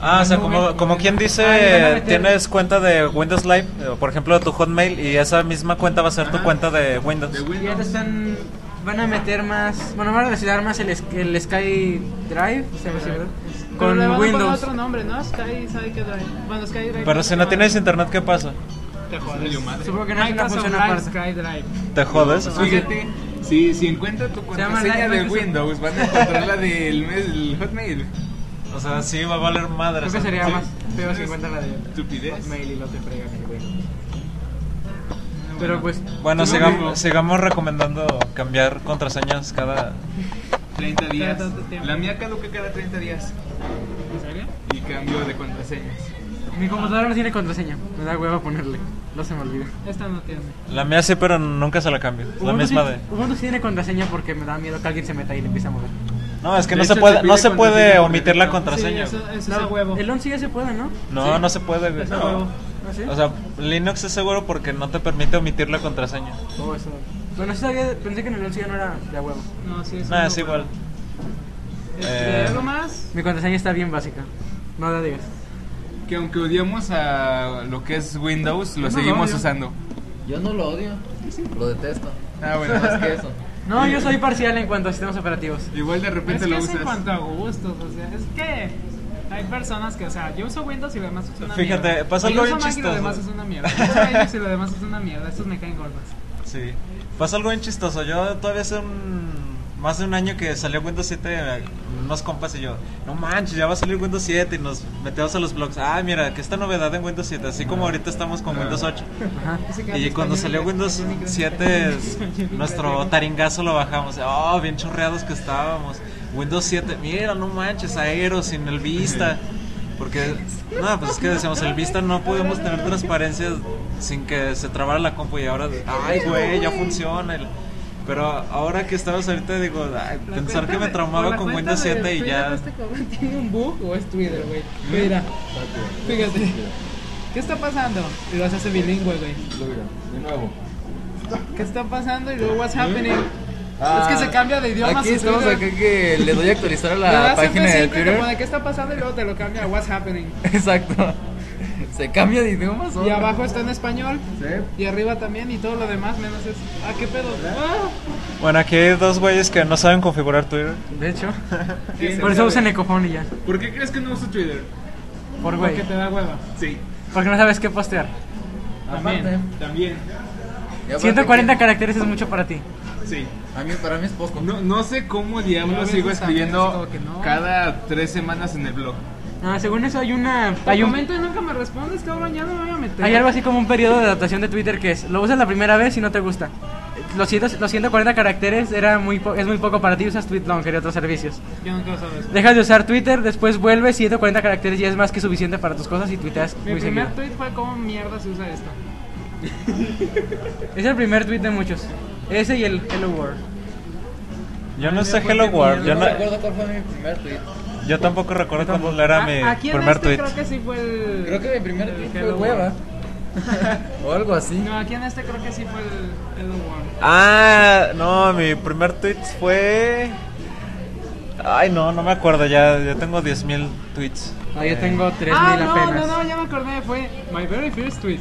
C: Ah, o sea, como, como quien
E: Ah, le van a
C: dice,
E: meter-
C: tienes cuenta de Windows Live, eh, por ejemplo, tu Hotmail, y esa misma cuenta va a ser tu
J: Ajá.
C: cuenta de Windows.
J: De
A: Y ahora
J: Windows.
A: están. Van a meter más. Bueno, van a relacionar más el, es- el Sky Drive. se llama así, ¿verdad?
E: Pero le van
A: Con
E: a poner
A: Windows.
E: otro nombre, ¿no? Sky, ¿sabe qué drive? Bueno, Sky Drive.
C: Pero si no tienes internet, ¿qué pasa?
E: Te jodes.
J: Valió madre.
A: Supongo que no es una
E: Microsoft
A: función
E: Live
A: aparte.
E: Sky Drive.
C: ¿Te jodes?
J: Fíjate, si, si encuentra tu
A: llama
J: contraseña
A: Live
J: de
A: Microsoft.
J: Windows, van a encontrar la del mes- el Hotmail.
C: O sea, sí, va a valer madre.
A: Creo que sería
J: Sí.
A: más feo si encuentran la de
J: Estupidez.
A: Mail y no te fregan el Windows.
J: Pero
E: Pero pues.
C: Bueno,
J: Tú no
C: sigam-
J: digo.
C: sigamos recomendando cambiar contraseñas cada...
J: 30 días.
E: Cada tanto tiempo.
J: La mía caduca cada 30 días.
E: ¿En serio?
J: Y cambio de contraseñas.
A: Mi computadora no tiene contraseña. Me da hueva ponerle. No se me olvida.
E: Esta no tiene.
C: La mía sí, pero nunca se la cambio. Es La
A: Ubuntu
C: misma
A: sí-
C: de...
A: Ubuntu sí tiene contraseña porque me da miedo que alguien se meta y le empiece a mover.
C: No, es que
J: De
C: no
J: hecho,
C: se
J: te
C: puede,
J: pide
C: no se puede
J: contraseña por
C: omitir la
J: defecto.
C: contraseña.
E: Sí, eso,
C: güey.
E: eso es a huevo.
A: El 11 ya se puede, ¿no?
C: No, no se puede. güey.
E: Es a huevo.
A: ¿Ah, sí?
C: O sea, Linux es seguro porque no te permite omitir la contraseña.
A: Oh, eso. Bueno, sí sabía, pensé que en el 11 ya no era de a huevo.
E: No, sí, es
C: Nada,
E: una
C: Ah, es
E: hueva.
C: igual.
E: Este,
C: Eh.
E: ¿Algo más?
A: Mi contraseña está bien básica. No la digas.
J: Que aunque odiamos a lo que es Windows, lo
A: no lo
J: seguimos
A: odio.
J: usando.
D: Yo no lo odio, lo detesto.
J: Ah, bueno, más que eso.
A: No, yo soy parcial en cuanto a sistemas operativos.
J: Igual de
E: Es
J: repente
E: que
J: lo
E: es en
J: usas.
E: cuanto a gustos, o sea, es que hay personas que, o sea, yo uso Windows y lo demás es una
C: Fíjate,
E: mierda.
C: pasa
E: yo uso
C: algo bien
E: Mac y lo
C: chistoso.
E: demás es una mierda. Yo uso Linux y lo demás es una mierda. Estos me caen gordos.
C: Sí. Pasa algo bien chistoso. Yo todavía hace un- más de un año que salió Windows 7, eh, unos compas y yo, no manches, ya va a salir Windows 7 y nos metemos a los blogs. Ah, mira, que esta novedad en Windows 7, así como ahorita estamos
E: Ah.
C: con Windows 8.
A: Ajá.
C: Y cuando salió Windows 7, es- nuestro taringazo lo bajamos. Oh, bien chorreados que estábamos. Windows 7, mira, no manches, aero sin el Vista. Porque, no, pues es que decíamos, el Vista no podemos tener transparencias sin que se trabara la compu. Y ahora, ay, güey, ya funciona. el- Pero ahora que estamos ahorita, digo, ay, pensar que me traumaba con Windows 7 y ya. ¿Mm?
E: ¿Este cabrón tiene un bug o es Twitter, güey? Mira, fíjate. ¿Qué está pasando? Y los hace bilingüe, güey.
D: De nuevo.
E: ¿Qué está pasando? Y luego, what's happening? es que se cambia de idioma.
D: Ah, Aquí
E: su
D: estamos
E: Twitter.
D: acá que le doy a actualizar a
E: Le das
D: la
E: F5
D: página
E: y
D: de
E: te pone,
D: Twitter.
E: ¿Qué está pasando? Y luego te lo cambia a what's happening.
D: Exacto. Se cambia de idioma
E: Y
D: solo.
E: abajo está en español. Y arriba también. Y todo lo demás menos eso. Ah, qué pedo. Ah,
C: Bueno, aquí hay dos güeyes que no saben configurar Twitter.
A: De hecho,
J: Sí,
A: por
J: sí,
A: eso
J: sí.
A: usan ecofón y ya.
J: ¿Por qué crees que no uso Twitter?
A: Por güey.
E: porque te da hueva.
J: Sí,
A: Porque no sabes qué postear.
D: Aparte.
J: también.
D: Y aparte
A: 140 caracteres es mucho para ti.
J: Sí.
D: que- A mí, para mí es poco.
J: No, no sé cómo
E: Yo a
J: diablos
E: veces
J: sigo
E: también,
J: escribiendo
E: así como que no.
J: cada tres semanas en el blog.
A: Ah, según eso hay una...
E: Te
A: Hay un,
E: comento y nunca me respondes, cabrón. Ya no me voy a meter.
A: Hay algo así como un periodo de adaptación de Twitter que es, lo usas la primera vez y no te gusta. Los, 100 los 140 caracteres era muy po- es muy poco para ti, usas TweetLonger y otros servicios.
E: Yo nunca lo sabes.
A: Dejas de usar Twitter, después vuelves, 140 caracteres ya es más que suficiente para tus cosas y tuiteas
E: Mi
A: muy seguido.
E: primer tweet fue cómo mierda se usa esto.
A: Es el primer tweet de muchos. Ese y el Hello World.
C: Yo no sé Hello World, yo,
D: Yo no
C: no,
D: recuerdo cuál fue mi primer tweet.
C: yo tampoco recuerdo cuándo era
E: Ah,
C: mi
E: aquí en
C: primer
E: este
C: tweet.
E: creo que sí fue el.
D: Creo que mi primer
E: el
D: tweet fue
E: Hello
D: hueva.
E: World.
D: o algo así.
E: No, aquí en este creo que sí fue el Hello World.
C: Ah, no, mi primer tweet fue. Ay, no, no me acuerdo ya. Yo tengo 10.000 tweets.
A: Ah, yo tengo 3000
E: Ah, no,
A: apenas.
E: no, no, ya me acordé. Fue my very first tweet.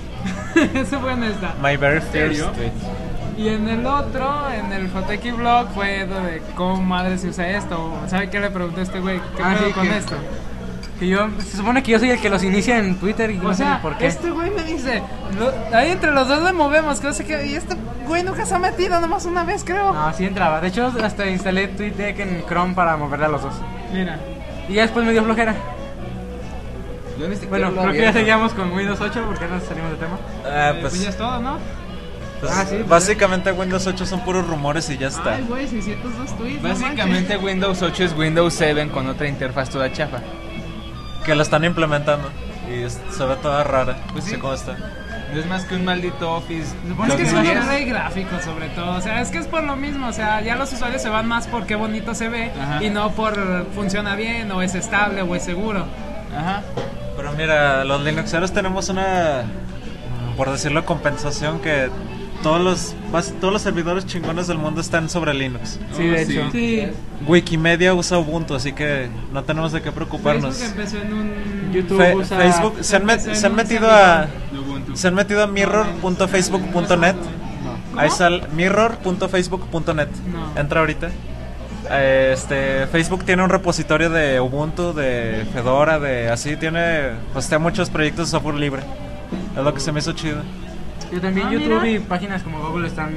E: Ese fue en esta.
C: My very first
J: serio?
C: tweet.
E: Y en el otro, en el Foteki Blog, fue lo de cómo madre se usa esto. o, ¿Sabe qué le pregunté a este güey? ¿Qué
A: Ah,
E: pedo
A: sí,
E: con
A: que-
E: esto?
A: Que yo, se supone que yo soy el que los inicia en Twitter y no
E: O
A: sé
E: sea,
A: ni por qué.
E: este güey me dice, "Lo- ahí entre los dos le movemos, que no sé qué, y este güey nunca se ha metido, nomás una vez creo.
A: No, sí entraba. De hecho, hasta instalé TweetDeck en Chrome para moverle a los dos.
E: Mira,
A: Y ya después me dio flojera.
D: Yo ni siquiera
A: Bueno,
D: lo
A: creo que ya
D: abierto.
A: seguíamos con Windows 8 porque ya nos salimos de tema.
C: Ah,
E: eh, pues, ya
C: pues.
E: es todo, ¿no?
C: pues,
A: ah, sí, pues-
C: básicamente Windows 8 son puros rumores
E: Ah,
C: y ya está.
E: Ay, güey, 602 tweets. no
J: Básicamente Windows 8 es Windows 7 con otra interfaz toda chafa.
C: Que la están implementando. Y es- se ve toda rara.
J: Pues
C: no
J: sí.
C: sé cómo está.
J: No es más que un maldito Office.
E: manches. Es que es una
J: 2010.
E: mierda de gráficos, sobre todo. O sea, es que es por lo mismo. O sea, ya los usuarios se van más por qué bonito se ve
J: Ajá.
E: y no por eh, funciona bien o es estable o es seguro.
J: Ajá.
C: Pero mira, los Linuxeros tenemos una, mm, por decirlo, compensación que todos los, bas- todos los servidores chingones del mundo están sobre Linux.
A: Sí, de hecho.
E: Sí,
C: Wikimedia usa Ubuntu, así que no tenemos de qué preocuparnos.
E: Facebook empezó en un.
A: YouTube
C: Fe-
A: usa-
C: Facebook se han, met-
E: empezó
C: se han
E: en un
C: metido a
J: De Ubuntu.
C: se han metido a mirror.facebook.net. Ahí está el mirror.facebook.net.
E: No.
C: Entra ahorita. Eh, Este Facebook tiene un repositorio de Ubuntu, de Fedora, de así tiene pues tiene muchos proyectos de software libre. Es lo que se me hizo chido.
A: Yo también
E: Ah,
A: YouTube
E: mira.
A: y páginas como Google están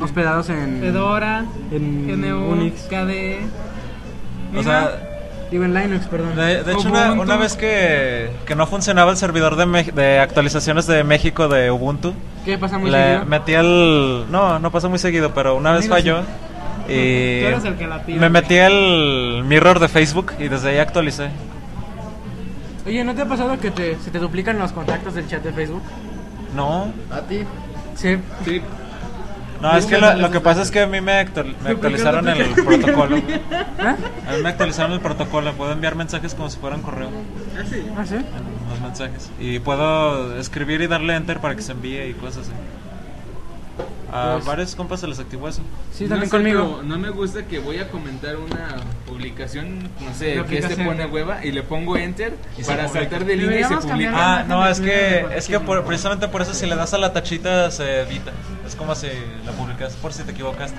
A: hospedados en
E: Fedora,
A: en
E: GNU,
A: Unix.
E: KDE.
C: O
E: Mira,
C: sea,
A: Digo, en Linux, perdón.
C: De, de hecho, una, una vez que, que no funcionaba el servidor de, Mex- de actualizaciones de México de Ubuntu,
A: ¿Qué pasa muy
C: le
A: seguido?
C: metí el... No, no pasó muy seguido, pero una vez falló. Y
K: Tú eres el que la pide.
C: me metí el mirror de Facebook y desde ahí actualicé.
A: Oye, ¿no te ha pasado que te, se te duplican los contactos del chat de Facebook?
C: No,
D: A ti.
A: Sí.
J: Sí.
C: no, es que lo, lo que pasa es que a mí me, actu- me actualizaron el protocolo. ¿Ah? A mí me actualizaron el protocolo, puedo enviar mensajes como si fueran correo.
A: ¿Ah, sí?
C: los mensajes. Y puedo escribir y darle enter para que se envíe y cosas así. A
A: Pues-
C: varios compas se les activó eso.
A: Sí,
J: No
A: también
J: sé,
A: conmigo.
J: pero No me gusta que voy a comentar una publicación, no sé,
A: Una
J: que este
A: aplicación.
J: pone hueva y le pongo enter
C: Y se
J: para
C: publica.
J: saltar de línea y se
K: Deberíamos cambiar
J: publica.
C: Ah, no, es que
A: Porque
C: es que por- precisamente por eso si le das a la tachita se edita. Es como si la publicas por si te equivocaste.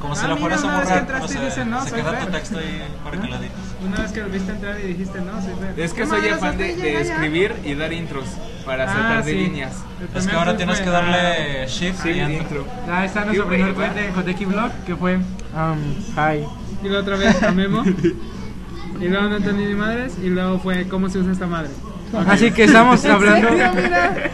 C: Como si
E: Ah,
C: la
E: mira,
C: fueras
E: una
C: a
E: vez que
C: borrar,
E: entraste
C: no
E: y
C: sé,
E: dice, no,
C: se
E: soy
C: queda tu
E: Fer.
C: texto ahí para que la edites.
E: Una vez que lo viste entrar y dijiste, no, soy Fer.
J: Es que
E: ¿Qué
J: soy
E: madres,
J: afán de,
E: hasta
J: de
E: ahí llega ya? Ah,
J: escribir y dar intros para
A: Ah,
J: saltar de
E: sí.
J: líneas.
E: El
C: Es que
E: primer
C: ahora
E: tweet
C: tienes
E: fue- Ah,
C: que darle shift
J: Sí,
C: y enter.
J: intro.
A: Ah, Ahí está nuestro
J: Sí,
A: primer
J: güey,
A: tweet de Joteki Blog, que fue... Um, hi.
E: Ah, Y luego otra vez a Memo. y luego no entendí ni madres. Y luego fue, ¿cómo se usa esta madre?
A: Así que estamos hablando...
K: mira.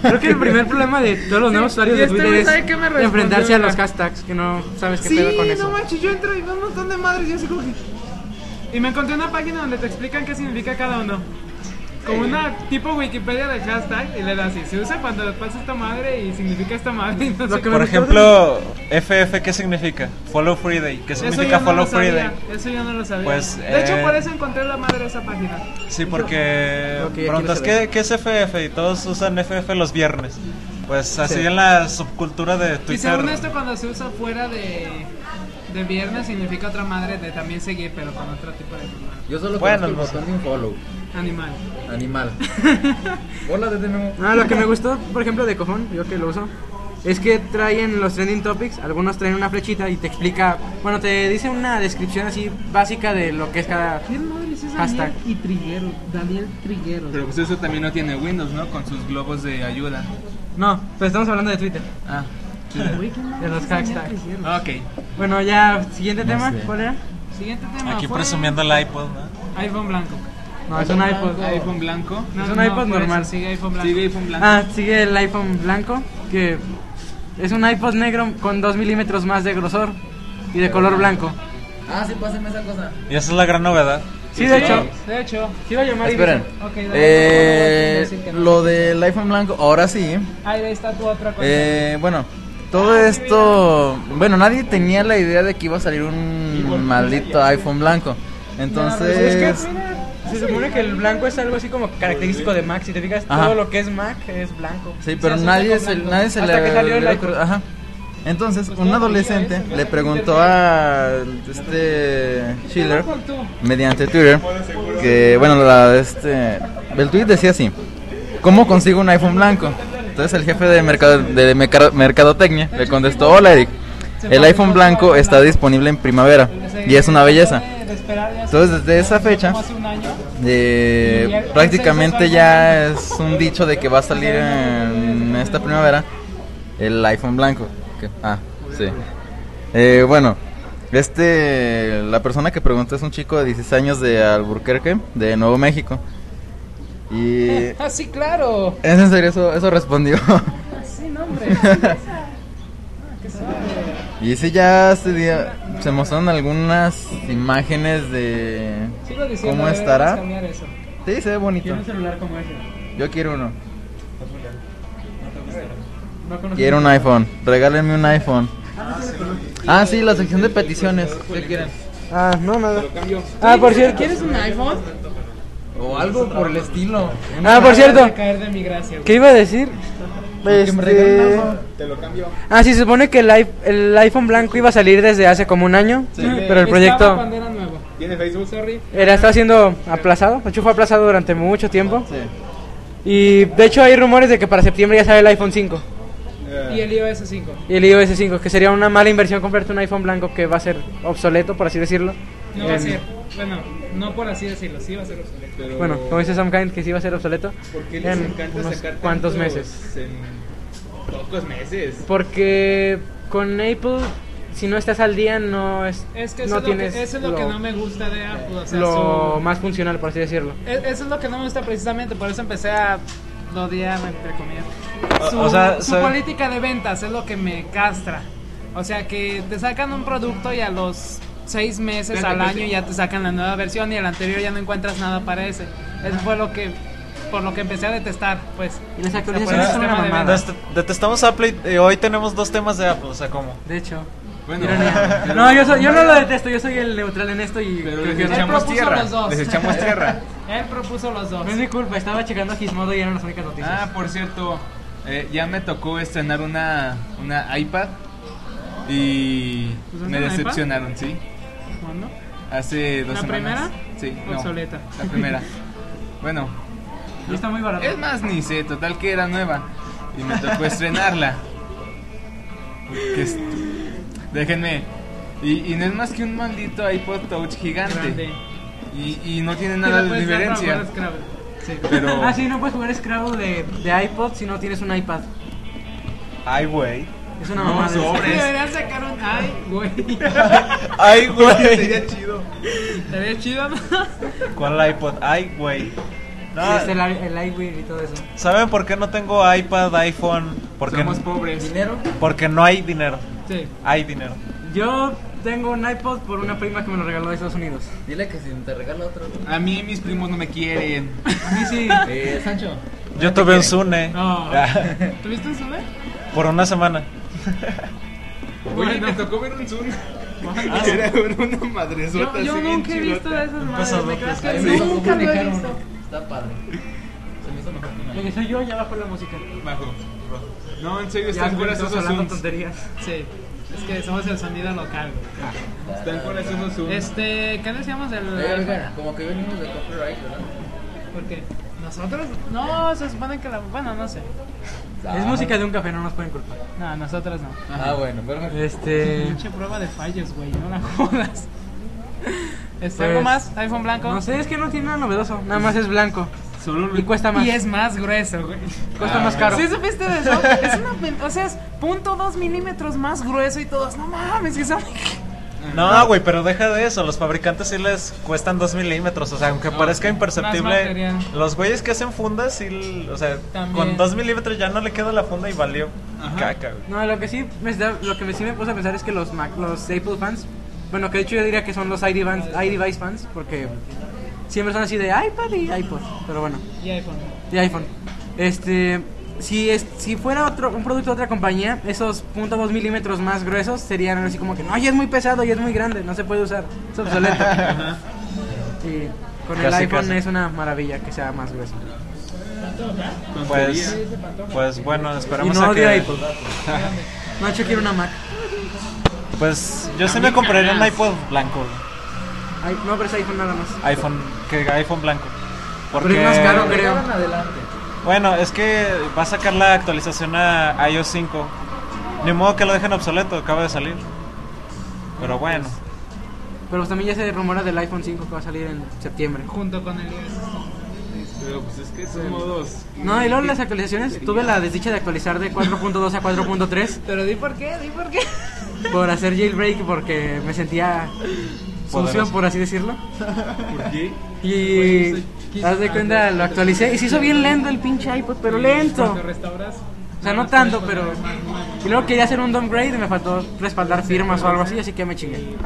A: Creo que el primer problema de todos los nuevos usuarios
E: y
A: de
E: este
A: Twitter
E: güey
A: es
E: sabe qué me respondió,
A: enfrentarse a los
E: mira.
A: hashtags, que no sabes qué
E: Sí,
A: pedo con eso.
E: no manches, yo entro y veo un montón de madres. Yo así como que- Y me encontré una página donde te explican qué significa cada uno. Como una tipo Wikipedia de hashtag y le das así, se usa cuando pasa esta madre y significa esta madre. y no sé
A: que
E: qué.
C: Por ejemplo, FF ¿qué significa? Follow Free Day. ¿Qué
E: Eso
C: significa
E: yo, no
C: Follow
E: lo
C: Free Day?
E: sabía, eso yo no lo sabía.
C: Pues,
E: de hecho,
C: eh,
E: por eso encontré la madre de esa página.
C: Sí, porque
A: Ok, aquí
C: preguntas
A: no se ve.
C: ¿qué, qué es FF y todos usan FF los viernes. Pues así en la subcultura de
E: Y según
C: Twitter.
E: esto, cuando se usa fuera de, de viernes, significa otra madre de también seguir, pero con otro tipo de animal.
D: Yo solo
C: Bueno,
D: conozco el
C: no sé.
D: botón de un follow.
E: Animal.
D: Animal. Hola, desde Memo.
A: No, Ah, lo que me gustó, por ejemplo, de cojón, yo que lo uso, es que traen los trending topics, algunos traen una flechita y te explica, bueno, te dice una descripción así básica de lo que es cada...
E: ¿Quién madre es
A: Hashtag.
E: Daniel y Triguero? Daniel Triguero.
J: Pero pues eso también no tiene Windows, ¿no? Con sus globos de ayuda.
A: No, pero estamos hablando de Twitter,
J: Ah,
E: Uy, ¿quién madre
A: de los
E: es Daniel
A: hashtags.
E: Triguero?
J: ok.
A: Bueno, ya, siguiente tema,
D: sé.
A: ¿cuál era?
E: Siguiente tema.
C: Aquí
E: fue
C: presumiendo el iPod, ¿no?
E: iPhone blanco.
A: No, es un iPod.
J: iPhone blanco.
A: Es un iPod
E: por eso,
A: normal.
E: Sigue iPhone blanco.
J: Sigue iPhone blanco.
A: Ah, sigue el iPhone blanco, que es un iPod negro con 2 milímetros más de grosor y de color blanco.
D: Ah, sí, pásenme esa cosa.
C: Y esa es la gran novedad.
A: Sí, de hecho,
E: De hecho,
A: sí lo llamar y
D: Esperen.
A: dice-
E: Ok, dale.
D: Eh,
E: Decir que no.
D: lo del iPhone blanco, ahora sí.
E: ahí está tu otra cosa.
D: Eh, bueno, todo esto. Bueno, nadie tenía la idea de que iba a salir un maldito iPhone blanco. Entonces.
A: Se supone que el blanco es algo así como característico de Mac. Si te fijas,
D: Ajá.
A: todo lo que es Mac es blanco.
D: Sí, pero nadie se, nadie se
A: Hasta
D: le.
A: que salió el
D: le-
A: iPhone. Pues
D: Ajá. Entonces, un adolescente le preguntó a este Schiller mediante Twitter que, bueno, la, este, el tweet decía así: ¿Cómo consigo un iPhone blanco? Entonces, el jefe de, mercado, de merca- mercadotecnia le contestó: Hola, Eric. El iPhone blanco está disponible en primavera y es una belleza. Entonces, desde esa fecha, eh, prácticamente ya es un dicho de que va a salir en esta primavera el iPhone blanco. ¿Qué? Ah, sí. Eh, bueno, este, la persona que preguntó es un chico de 16 años de Alburquerque, de Nuevo México. Y es
E: Ah, sí, claro.
D: en serio, eso, eso respondió.
E: Sí, no, hombre.
D: y sí, ya se, di- se mostraron algunas imágenes de
E: Sigo diciendo,
D: cómo
E: deberíamos
D: estará.
E: cambiar eso.
D: Sí, se ve bonito.
A: celular como ese.
D: Yo quiero uno. Quiero un iPhone. Regálenme un iPhone. Ah, sí, la sección de peticiones. ¿Qué quieren?
A: Ah, no, nada. Ah, por cierto.
E: ¿Quieres un iPhone?
D: O algo por el estilo.
A: Ah, por cierto.
E: Para caer de mi gracia. güey.
A: ¿Qué iba a decir?
D: Ah,
E: pues,
D: Que
E: eh,
D: me regalen un iPhone.
A: Ah, sí, se supone que el, iP- el iPhone blanco iba a salir desde hace como un año. Pero el
E: Estaba
A: proyecto
E: cuando era nuevo.
A: era, estaba siendo aplazado. De hecho, fue aplazado durante mucho tiempo.
D: Sí.
A: Y de hecho, hay rumores de que para septiembre ya sale el iPhone 5
J: Eh,
E: Y el iOS 5.
A: y el iOS 5, que sería una mala inversión comprarte un iPhone blanco que va a ser obsoleto, por así decirlo.
E: No va a
A: En-
E: ser. Bueno, no por así decirlo, sí va a ser obsoleto.
A: Bueno, como dice Sam Kind, que sí va a ser obsoleto.
J: ¿Por qué les
A: en
J: encanta
A: unos
J: sacar
A: cuantos
J: tantos
A: meses.
J: En pocos meses.
A: Porque con Apple si no estás al día, no, es,
E: Es que eso,
A: no
E: es, lo que,
A: tienes
E: eso es lo, que no me gusta de Apple. O sea,
A: lo
E: su-
A: más funcional, por así decirlo.
E: e- Eso es lo que no me gusta precisamente, por eso empecé a odiar, entre comillas.
C: O-
E: Su,
C: o sea,
E: su
C: soy-
E: política de ventas es lo que me castra. O sea, que te sacan un producto y a los seis meses al año ya te sacan la nueva versión y el anterior ya no encuentras nada para ese. Eso fue lo que, por lo que empecé a detestar, pues.
A: Y las
E: O sea, por
A: actualizaciones
E: el
A: son una
E: sistema de
A: mamada.
E: ventas.
C: este Dest- Detestamos Apple y, y eh, hoy tenemos dos temas de Apple, o sea, ¿cómo?
A: De hecho.
J: Bueno,
A: ironía. No, yo, soy- yo no lo detesto, yo soy el neutral en esto y...
J: pero
A: creo
J: les
A: que-
J: echamos
E: propuso
J: tierra.
E: los dos.
J: Les echamos tierra.
E: Él propuso los dos.
A: No
C: Pues
A: es mi culpa, estaba checando a Gizmodo y eran las únicas noticias.
J: Ah, por cierto, eh, ya me tocó estrenar una, una iPad y
E: ¿Usaste
J: me
E: una iPad?
J: decepcionaron, ¿sí?
E: ¿Cuándo?
J: Hace dos
E: ¿La primera?
J: semanas. Sí, no,
E: Obsoleta.
J: La primera. Bueno,
E: Y está muy barato.
J: es más, ni sé, total que era nueva y me tocó estrenarla. Qué estu- Déjenme. Y, y no es más que un maldito iPod Touch
E: Grande.
J: gigante. Y, y no tiene
E: Y
J: nada
E: lo
J: de
E: puedes dar para
J: diferencia.
E: jugar Scrabble. Sí.
J: Pero.
A: Ah, sí, no puedes jugar Scrabble de, de iPod si no tienes un iPad.
C: Ay, güey.
A: Es una mamada. de
E: Sí,
J: sobre.
E: Deberían sacar un. Ay, güey.
C: Ay, güey.
J: Sería chido.
E: Estaría chido, ¿no?
C: ¿Cuál iPod? Ay, güey. No,
A: Sí, este es el, el iWheel y todo eso.
C: ¿Saben por qué no tengo iPad, iPhone? Porque,
J: Somos pobres.
A: Dinero.
C: porque no hay dinero.
E: Sí.
C: Hay dinero.
A: Yo tengo un iPod por una prima que me lo regaló de Estados Unidos.
D: Dile que si te regala otro.
J: A mí mis primos no me quieren.
A: A mí sí.
D: Eh, Sancho.
C: Yo tuve un Zune.
E: No. ¿Tuviste un sube?
C: por una semana.
J: Oye, me tocó ver un Zoom. Era una
E: Yo,
J: madresota
E: yo
J: así bien
E: nunca he visto
J: chilota.
E: de esas madres. ¿me crees que
D: Ahí me tocó
E: nunca lo he
D: manejar
E: visto?
D: uno. Está padre. Se me hizo mejor que
A: Lo
D: nada.
A: que soy yo, ya bajo la música.
J: Bajo. No, en serio,
A: Ya
J: están
A: güey,
J: buenas
A: estamos
J: esos
A: hablando
J: Zooms.
A: tonterías.
E: Sí. Es que somos el sonido local.
J: Ah. Están buenas esos Zooms.
E: Este, ¿qué decíamos del.?
D: Eh, oigan, como que venimos de copyright, ¿verdad?
E: ¿Por qué? ¿Nosotros? No, se supone que la. Bueno, no sé.
A: Es música de un café, no nos pueden culpar.
E: No, nosotros no.
D: Ah, bueno, pero.
A: Este.
E: Pinche prueba de fallos, güey. No la jodas. Este, ¿Algo
A: Pues,
E: más? ¿iPhone blanco?
A: No sé, es que no tiene nada novedoso. Nada más es blanco.
J: Solo
A: Y cuesta más.
E: Y es más grueso, güey.
A: Cuesta más caro.
E: ¿Sí supiste de eso? Es una, pen- o sea, es punto dos milímetros más grueso y todos. No mames, que son.
C: No, güey, pero deja de eso. Los fabricantes sí les cuestan 2 milímetros. O sea, aunque parezca
E: más
C: imperceptible,
E: material.
C: los güeyes que hacen fundas, sí, l- o sea,
E: También.
C: con 2 milímetros ya no le queda la funda y valió
J: Ajá.
C: caca, güey.
A: No, lo que sí me, da- lo que me- sí me puse a pensar es que los Mac, los Apple fans, bueno, que de hecho yo diría que son los ID fans, iDevice fans, porque siempre son así de iPad y iPod, pero bueno,
E: Y iPhone.
A: y iPhone. Este, si es, si fuera otro un producto de otra compañía, esos .2 milímetros más gruesos serían así como que no, ya es muy pesado, ya es muy grande, no se puede usar, es obsoleto. y con el
C: Casi,
A: iPhone
C: casi.
A: es una maravilla que sea más grueso.
C: Pues, pues bueno,
A: Y
C: esperamos
A: no
C: a
A: odio
C: que.
A: iPod. Nacho quiere una Mac.
C: Pues yo sí me compraría un iPod blanco, güey.
A: Ay, no, pero es iPhone nada más.
C: iPhone, que iPhone blanco. Porque,
A: Pero es más caro, creo.
C: Bueno, es que va a sacar la actualización a iOS 5. Ni modo que lo dejen obsoleto, acaba de salir. Pero bueno.
A: Pero pues también ya se rumora del iPhone 5 que va a salir en septiembre.
E: Junto con el iOS.
J: Pero pues es que son modos.
A: No, y luego las actualizaciones, tuve la desdicha de actualizar de 4.2 a 4.3
E: Pero di por qué, di por qué.
A: por hacer jailbreak porque me sentía sucio,
C: Poderoso.
A: por así decirlo.
J: ¿Por qué?
E: Pues,
A: Y haz de cuenta, lo actualicé y se hizo bien lento el pinche iPod, pero lento.
E: Lo restauras.
A: O sea, no tanto, pero... Y luego quería hacer un downgrade y me faltó respaldar firmas o algo así, así que me chingué.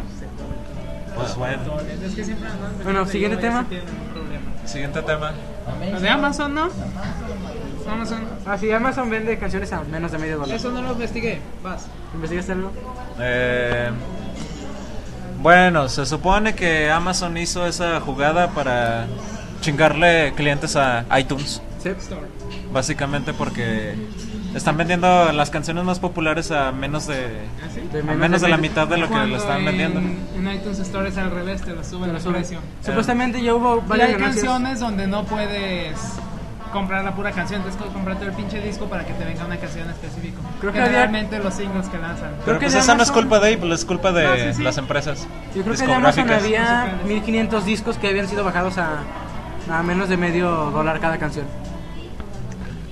C: Pues bueno.
E: Es que siempre andamos
A: Bueno,
E: metiendo
A: siguiente
E: y
A: tema.
E: ese tiene un problema.
C: Siguiente tema.
E: Los de Amazon, ¿no? Amazon.
A: Así Ah, Amazon vende canciones a menos de medio dólar.
E: Eso no lo investigué. Vas.
A: ¿Investigaste algo?
C: Eh, bueno, se supone que Amazon hizo esa jugada para chingarle clientes a iTunes.
A: Sí.
C: Básicamente porque están vendiendo las canciones más populares a menos de,
A: De
C: a
A: menos
C: menos
A: de
C: de la
A: medio-
C: mitad de lo que
E: Cuando
C: le están
E: en-
C: vendiendo.
E: En, iTunes Store es al revés, te lo suben el precio.
A: Supuestamente ya hubo
E: Y
A: varias
E: hay
A: ganancias.
E: canciones donde no puedes comprar la pura canción, tienes que comprarte el pinche disco para que te venga una canción específica.
A: Creo que había-
E: Generalmente los singles que lanzan.
C: Pero
A: que
C: pues
A: de
C: esa no es
A: Amazon-
C: culpa de Apple, es culpa de
E: No, sí, sí.
C: las empresas
A: Yo creo que de Amazon
C: discográficas.
A: había 1500 discos que habían sido bajados a, a menos de medio dólar cada canción.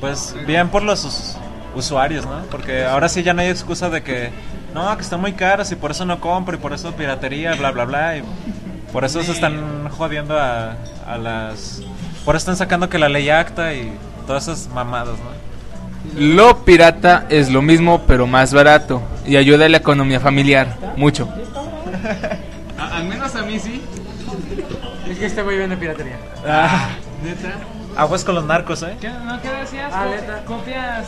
C: Pues bien por los us- usuarios, ¿no? Porque ahora sí ya no hay excusa de que no, que están muy caros y por eso no compro y por eso piratería, bla, bla, bla. Y por eso se están jodiendo a, a las... Por eso están sacando que la ley acta y todas esas mamadas, ¿no?
J: Lo pirata es lo mismo, pero más barato. Y ayuda a la economía familiar. Mucho.
E: A- al menos a mí sí.
A: Es que este güey vende piratería.
E: Neta.
C: Aguas con los narcos, ¿eh?
E: ¿Qué, ¿No qué decías?
A: Ah,
E: Co-
A: neta.
E: copias.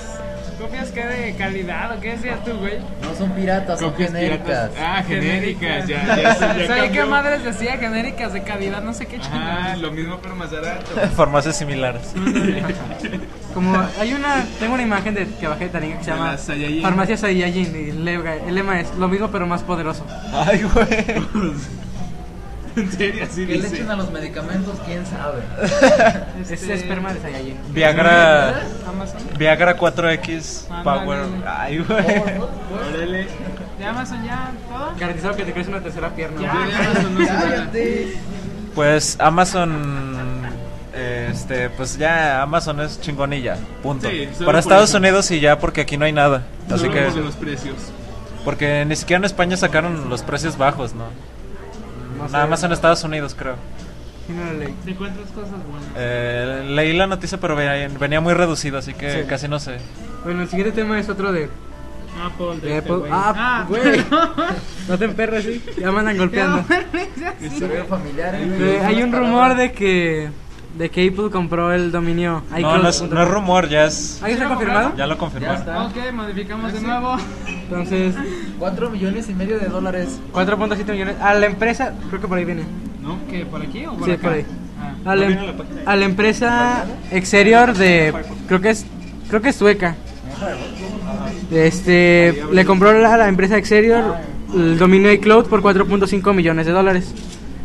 E: ¿Copias qué de calidad o qué decías tú, güey?
D: No son piratas, son
J: Copias
D: genéricas.
J: piratas. Ah, genéricas. Ya, ya,
E: O
J: ya
E: sea, ¿y qué
J: cambió.
E: madres decía? Genéricas de calidad, no sé qué chingados.
J: Ah, lo mismo, pero más barato.
C: Farmacias similares.
A: Como hay una, tengo una imagen de que bajé de Taringa que se
J: De
A: llama
J: la Saiyajin.
A: Farmacia Saiyajin y el lema, el lema es lo mismo pero más poderoso.
C: Ay, güey.
J: En serio, así
D: ¿Qué le
J: dice.
D: echan a los medicamentos? ¿Quién sabe?
E: Este-
A: Es esperma de Saiyajin.
C: Viagra...
E: Amazon.
C: Viagra 4X Power.
E: Ándale.
C: Ay, güey.
J: Órale.
E: De Amazon ya, todo.
A: Garantizado que te crees una tercera pierna.
E: Ya.
A: güey.
J: Ya, ya, eso no se usa.
D: Cállate.
C: Pues Amazon. eh, Este, pues ya Amazon es chingonilla. Punto.
J: Sí, solo
C: Para
J: por
C: Estados
J: eso.
C: Unidos y ya, porque aquí no hay nada. Así
J: Solo
C: que.
J: por los precios.
C: Porque ni siquiera en España sacaron los precios bajos, ¿no? Nada más en Estados Unidos, creo.
E: Te encuentras cosas buenas.
C: Eh, leí la noticia, pero ve- venía muy reducido, así que casi no sé.
A: Bueno, el siguiente tema es otro de
E: Apple,
A: de
E: de este
A: Apple.
E: güey.
A: Ah, güey. No te emperres, sí. Ya me andan golpeando.
D: Historia familiar.
A: Eh, hay un rumor de que de que Apple compró el dominio
C: No, no es, no es rumor, ya es.
A: ¿Ahí está confirmado?
C: Ya lo
D: Ya
C: confirmaron.
D: está.
E: Ok, modificamos de nuevo.
A: Entonces,
D: 4 millones y medio de dólares.
A: 4.7 millones. A la empresa, creo que por ahí viene.
E: ¿No? ¿Qué? ¿Por aquí o por
A: Sí,
E: acá?
A: por ahí.
E: Ah.
A: A la, em- a la empresa exterior de creo que es creo que es sueca. Este le compró a la empresa exterior el dominio iCloud por 4.5 millones de dólares.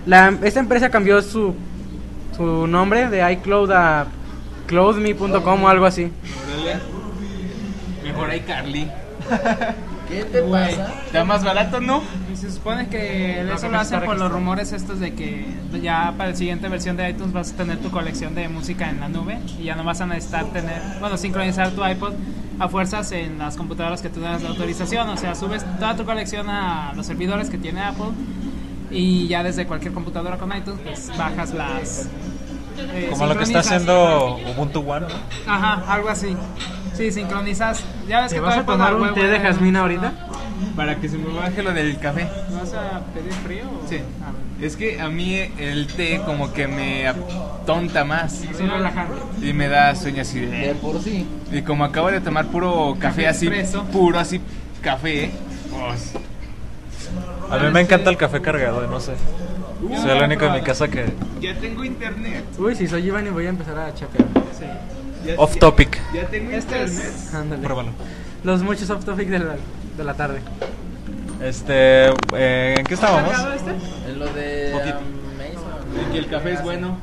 A: La, esta empresa cambió su su nombre de iCloud a cloudme.com o algo así.
J: Mejor hay Carly.
D: ¿Qué te
J: Güey,
D: pasa?
J: está más barato, ¿no?
E: Y se supone que
A: No,
E: eso
A: creo que
E: lo
A: está
E: hacen por los
A: registrado.
E: rumores estos de que ya para la siguiente versión de iTunes vas a tener tu colección de música en la nube y ya no vas a necesitar tener, bueno, sincronizar tu iPod a fuerzas en las computadoras que tú das la autorización, o sea, subes toda tu colección a los servidores que tiene Apple y ya desde cualquier computadora con iTunes pues bajas las... eh,
C: Como lo que está
E: sincronizas.
C: haciendo Ubuntu One. ¿no?
E: Ajá, algo así. Sí, sincronizas. Ya ves
A: ¿Te
E: que
A: vas a
E: todo el
A: tomar
E: mundo
A: un
E: al
A: té
E: huevo
A: de
E: en-
A: jazmín ahorita?
J: Para que se me baje lo del café.
E: ¿Me ¿Vas a pedir frío? o-
J: Sí.
E: Ah,
J: Es que a mí el té como que me tonta más.
E: Es un relajante.
J: Y me da sueño así
D: De
J: de...
D: por sí.
J: Y como acabo de tomar puro café
E: Café
J: así,
E: expreso.
J: puro así café, pues,
C: A mí me encanta el café cargado, no sé. Soy el único en mi casa que.
J: Ya tengo internet.
A: Uy, si soy Iván y voy a empezar a chapear.
J: Ya,
C: Off topic.
J: ya tengo
E: Este
J: internet.
E: es...
A: Ándale.
C: Pruébalo.
A: Los muchos off topic de la, de la tarde.
E: Eh,
C: Este, eh, ¿en qué estábamos?
E: ¿Cargado este?
D: En lo de. um, Mason.
J: Y que el café es bueno.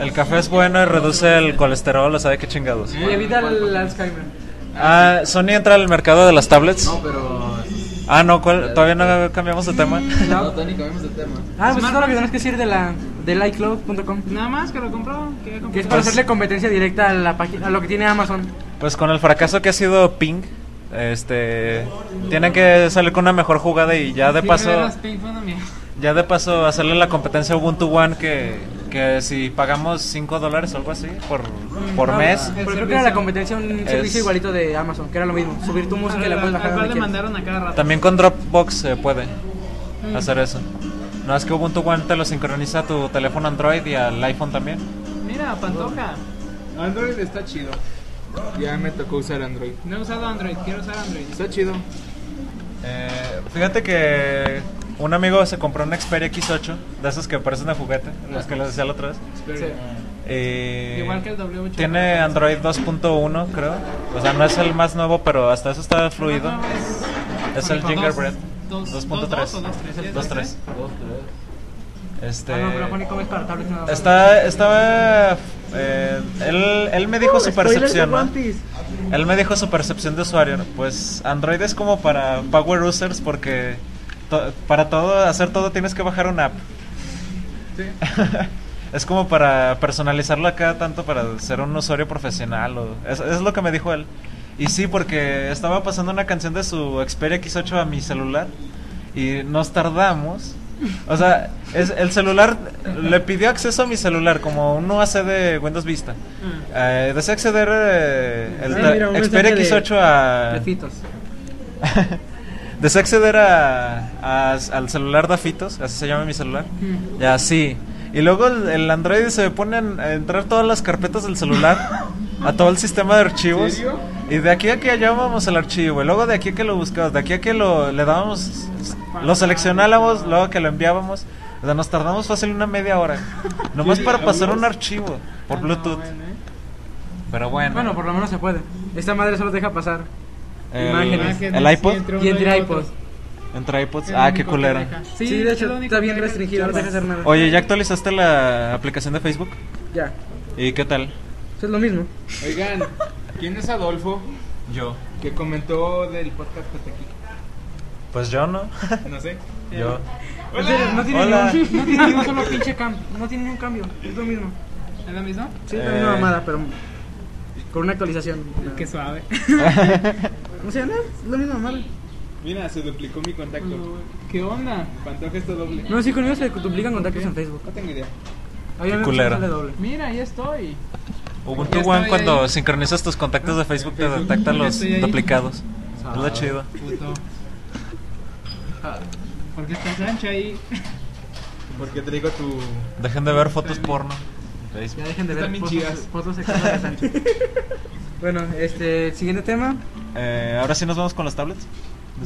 C: El café es bueno y reduce el colesterol, o sea, qué chingados.
A: Y evita el Alzheimer.
C: Ah, Sony entra al mercado de las tablets.
D: No, pero.
C: Ah, no, ¿cuál? todavía no cambiamos de tema.
D: No, Tony, cambiamos de tema.
A: Ah, pues eso es todo lo que tenemos que decir de la del iCloud.com.
E: Nada más que lo compró. Que,
A: Que
E: compró.
A: es para hacerle competencia directa a la página a lo que tiene Amazon.
C: Pues con el fracaso que ha sido Ping, este, tienen que salir con una mejor jugada y ya de paso, ya de paso hacerle la competencia a Ubuntu One que, que si pagamos 5 dólares o algo así por, por
A: Ah,
C: mes.
A: Pero
E: El
A: creo que era la
E: servicio.
A: competencia un servicio igualito de Amazon, Pues que era lo mismo, subir tu música y la puedes bajar
E: Al cual
A: donde
E: le
A: quieras.
E: mandaron a cada rato.
C: También con Dropbox se puede hacer eso. No es que Ubuntu One te lo sincroniza a tu teléfono Android y al iPhone también.
E: Mira, Pantoja.
J: Android está chido. Ya me tocó usar Android.
E: No he usado Android, quiero usar Android.
J: Está chido.
C: Eh, fíjate que un amigo se compró una Xperia X8, de esos que parecen de juguete, los que les decía la otra vez. Eh,
E: Igual que el W8.
C: Tiene Android 2.1, creo. O sea, no es el más nuevo, pero hasta eso está fluido.
E: No,
A: Este-
E: es-
C: Es el
E: dos-
C: Gingerbread
E: dos-
C: 2.3.
E: dos- dos o dos tres, ¿sí es
C: 2.3.
A: Ah, no, pero
C: Este.
A: Pony, ¿cómo es para tablets? No,
C: Está, estaba. eh, él, él me dijo su percepción, ¿no? Él me dijo su percepción de usuario. ¿no? Pues Android es como para power users porque to- para todo hacer todo tienes que bajar una app. es como para personalizarlo acá tanto para ser un usuario profesional. O, es, es lo que me dijo él. Y sí, porque estaba pasando una canción de su Xperia X8 a mi celular y nos tardamos. O sea, es, el celular le pidió acceso a mi celular como un UAC de Windows Vista. Eh, desea acceder eh, el
A: Mm. Ah,
C: ta-
A: mira, un
C: Xperia
A: mensaje de-
C: X8 a...
A: Prefitos.
C: Desea acceder a, a- al celular Dafitos, así se llama mi celular.
A: Mm.
C: Ya, sí. Y luego el, el Android se pone en- a entrar todas las carpetas del celular, a todo el sistema de archivos. Y de aquí a que hallábamos el archivo, y luego de aquí a que lo buscábamos, de aquí a que lo le dábamos, lo seleccionábamos, luego que lo enviábamos. O sea, nos tardamos fácil una media hora. Nomás para pasar un archivo
A: Ah,
C: por Bluetooth. Pero bueno,
A: ¿eh? Bueno, por lo menos se puede. Esta madre solo deja pasar. imágenes.
C: el, el iPod
A: Y entre iPod.
C: entre iPods. Ah, qué culera.
A: Sí, de hecho, está bien restringido, no deja hacer nada.
C: Oye, ¿ya actualizaste la aplicación de Facebook?
A: Ya.
C: ¿Y qué tal?
A: Eso es lo mismo.
J: Oigan, ¿quién es Adolfo?
C: Yo.
J: Que comentó del podcast Pataki.
C: Pues yo no.
J: No sé.
C: Yo.
A: En serio, no tiene
C: Hola.
A: ningún, no tiene ningún solo pinche cambio. No tiene ningún cambio. Es lo mismo.
E: ¿Es lo mismo?
A: Sí, es
C: Eh.
A: la misma mamada, pero con una actualización.
E: Qué suave.
A: O sea, no, es la misma mamada.
J: Mira, se duplicó mi contacto.
E: ¿Qué onda?
J: Pantoja está doble.
A: No, sí, conmigo se duplican contactos en Facebook.
J: No tengo idea.
A: Había amigos que
C: culero.
A: sale doble.
E: Mira, ahí estoy.
C: Ubuntu
J: Ya
C: One,
J: estoy
C: cuando
J: ahí.
C: sincronizas tus contactos de Facebook, te detecta
J: Ya
C: los
J: estoy ahí.
C: duplicados. Es lo chido.
J: Puto.
E: ¿Por qué estás ancha ahí?
J: Porque traigo tu.
C: Dejen de ver fotos porno.
A: Ya dejen de ver
J: Están bien chidas.
A: fotos, fotos sexuales de Sancho. Bueno, este, siguiente tema.
C: Eh, Ahora sí nos vamos con las tablets.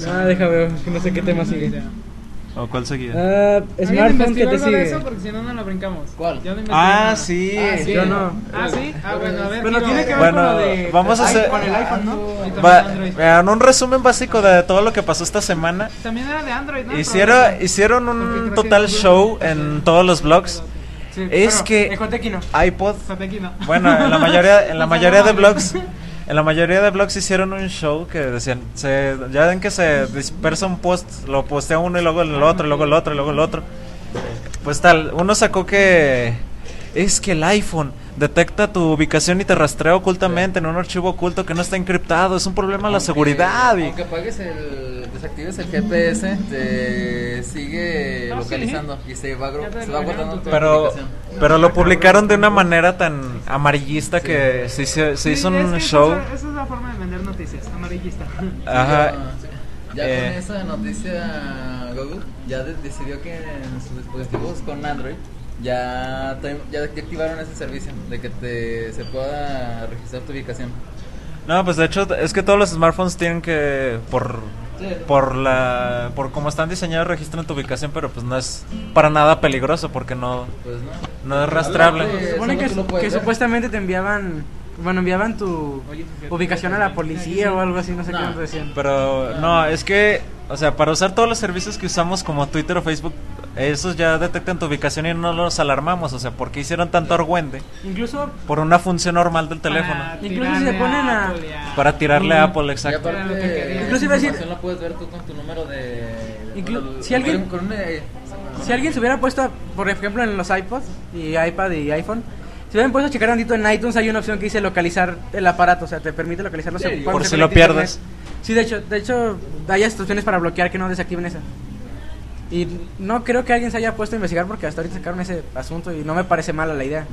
A: Ah, deja ver, que no sé qué tema sigue.
C: ¿O cuál seguía?
E: Eh,
A: Ah,
E: ¿Alguien
A: smartphone que
E: investigó
A: te
E: algo de
A: sigue.
E: eso? Porque si no, no lo brincamos.
D: ¿Cuál?
E: Yo no investigué
C: Ah,
E: nada.
C: sí.
A: Yo no.
E: Ah, sí. Ah, bueno, a ver.
A: Bueno,
E: tío,
A: tiene que ver
C: Bueno,
A: con lo de.
C: vamos a
A: Ay,
C: hacer-
A: Con el iPhone, ¿no?
E: Y también
C: Va,
E: Android.
C: vean, un resumen básico de todo lo que pasó esta semana.
E: También era de Android, ¿no?
C: Hicieron, hicieron
E: Porque
C: un
E: creo que
C: total
E: no-
C: show en todos los blogs.
A: Sí,
C: Es
A: Ah, bueno,
C: que-
A: El Jotequi no.
C: iPod,
E: Hasta aquí no.
C: Bueno, en la mayoría, en la
E: No
C: mayoría de
E: mames.
C: blogs, en la mayoría de blogs hicieron un show que decían, se, ya ven que se dispersa un post, lo postea uno y luego el otro, y luego el otro, y luego el otro. Pues tal, uno sacó que es que el iPhone detecta tu ubicación y te rastrea ocultamente en un archivo oculto que no está encriptado, es un problema a la seguridad. y-
D: Aunque apagues el. Desactives el GPS, te sigue
E: Ah, sí.
D: localizando y se va,
E: Ya te
D: gro- se va guardando
E: lograron tu
D: tu
C: pero,
D: ubicación.
C: pero lo publicaron de una manera tan amarillista que se, hizo- se
E: Sí,
C: hizo
E: es
C: un
E: que esa-
C: show.
E: Esa es la forma de vender noticias, amarillista.
C: Ajá.
D: Ya
C: Eh.
D: con esa noticia, Google ya de- decidió que en sus dispositivos con Android ya, te- ya activaron ese servicio de que te, se pueda registrar tu ubicación.
C: No, pues de hecho es que todos los smartphones tienen que por por la por cómo están diseñados registran tu ubicación, pero pues no es para nada peligroso porque no
D: Pues no.
C: no es
D: Eh,
A: Se
C: rastreable.
A: supone
D: solo
A: que,
D: tú lo puedes
A: que
D: ver.
A: supuestamente te enviaban. Bueno, enviaban tu ubicación a la policía o algo así, no sé qué
D: No.
A: nos decían.
C: Pero no, es que o sea, para usar todos los servicios que usamos como Twitter o Facebook, esos ya detectan tu ubicación y no los alarmamos, o sea, porque hicieron tanto argüende
A: Incluso,
C: por una función normal del teléfono
E: Para
A: Incluso si se
E: tirarle
A: ponen a-
E: Apple, ya.
C: para tirarle a Apple,
D: Y
C: exacto.
D: aparte,
E: Era lo que quería.
D: esa
A: Incluso iba a decir-
D: información la puedes ver tú con tu número de...
A: Inclu-
D: con el-
A: si alguien-
D: con un, eh,
A: si alguien se hubiera puesto, por ejemplo, en los iPods, y iPad y iPhone, se hubieran puesto a checar tantito en iTunes, hay una opción que dice localizar el aparato, o sea, te permite localizarlo se- cuando
C: por
A: se
C: si lo
A: conecte a
C: pierdes.
A: internet. Sí, de hecho, de hecho, hay instrucciones para bloquear que no desactiven esa. Y no creo que alguien se haya puesto a investigar porque hasta ahorita sacaron ese asunto y no me parece mala la idea.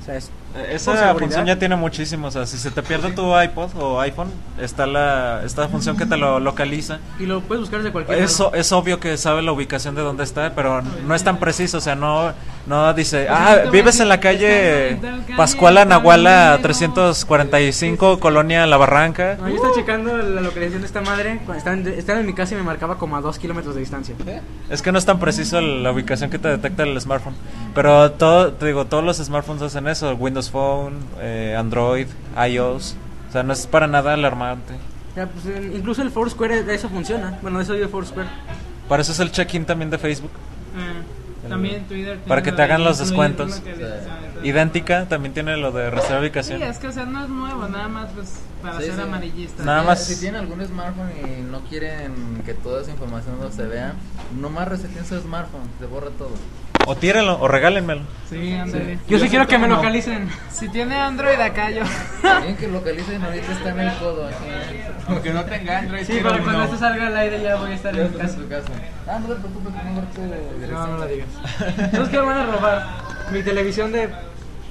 A: O sea, es
C: Eh,
A: Por
C: Esa
A: seguridad.
C: función ya tiene muchísimo, o sea, si se te pierde tu iPod o iPhone, está la esta función que te lo localiza.
A: Y lo puedes buscar desde cualquier
C: Eso
A: lado.
C: es obvio que sabe la ubicación de dónde está, pero no es tan preciso, o sea, no no dice, ah, vives en la calle Pascuala Nahuala 345, Colonia La Barranca.
A: No, yo estaba checando la localización de esta madre cuando estaba en, estaba en mi casa y me marcaba como a dos kilómetros de distancia.
C: Es que no es tan preciso la ubicación que te detecta el smartphone, pero todo te digo, todos los smartphones hacen eso, Windows Phone, eh, Android, iOS. O sea, no es para nada alarmante.
A: Ya, pues, en- incluso el Foursquare, eh, de eso funciona. Bueno, de eso yo Foursquare.
C: Para eso es el check-in también de Facebook.
E: Ah, También Twitter. tiene
C: Para que
E: lo
C: te hagan
E: de
C: los
E: incluir
C: descuentos.
E: localizaciones.
C: idéntica, también tiene lo de reserva de ubicación.
E: Sí, es que o sea, no es nuevo, nada más pues para
D: Sí,
E: ser
D: sí.
E: amarillista.
C: Nada más.
D: Si tienen algún smartphone y no quieren que toda esa información no se vea, nomás reseten su smartphone, se borra todo.
C: O tírenlo, o regálenmelo.
E: Sí, ándale.
A: Yo sí quiero que me localicen.
E: Si tiene Android acá yo.
D: Bien que localicen, ahorita está en el codo. ¿eh? Aquí,
J: Aunque no tenga Android,
A: Sí,
J: quiero
A: para cuando
J: uno.
A: esto salga al aire ya voy a estar
D: Ya
A: en
D: está en
A: casa.
D: su casa. Ah, no te preocupes, que no te
A: No, no lo digas. Entonces, ¿qué me van a robar? Mi televisión de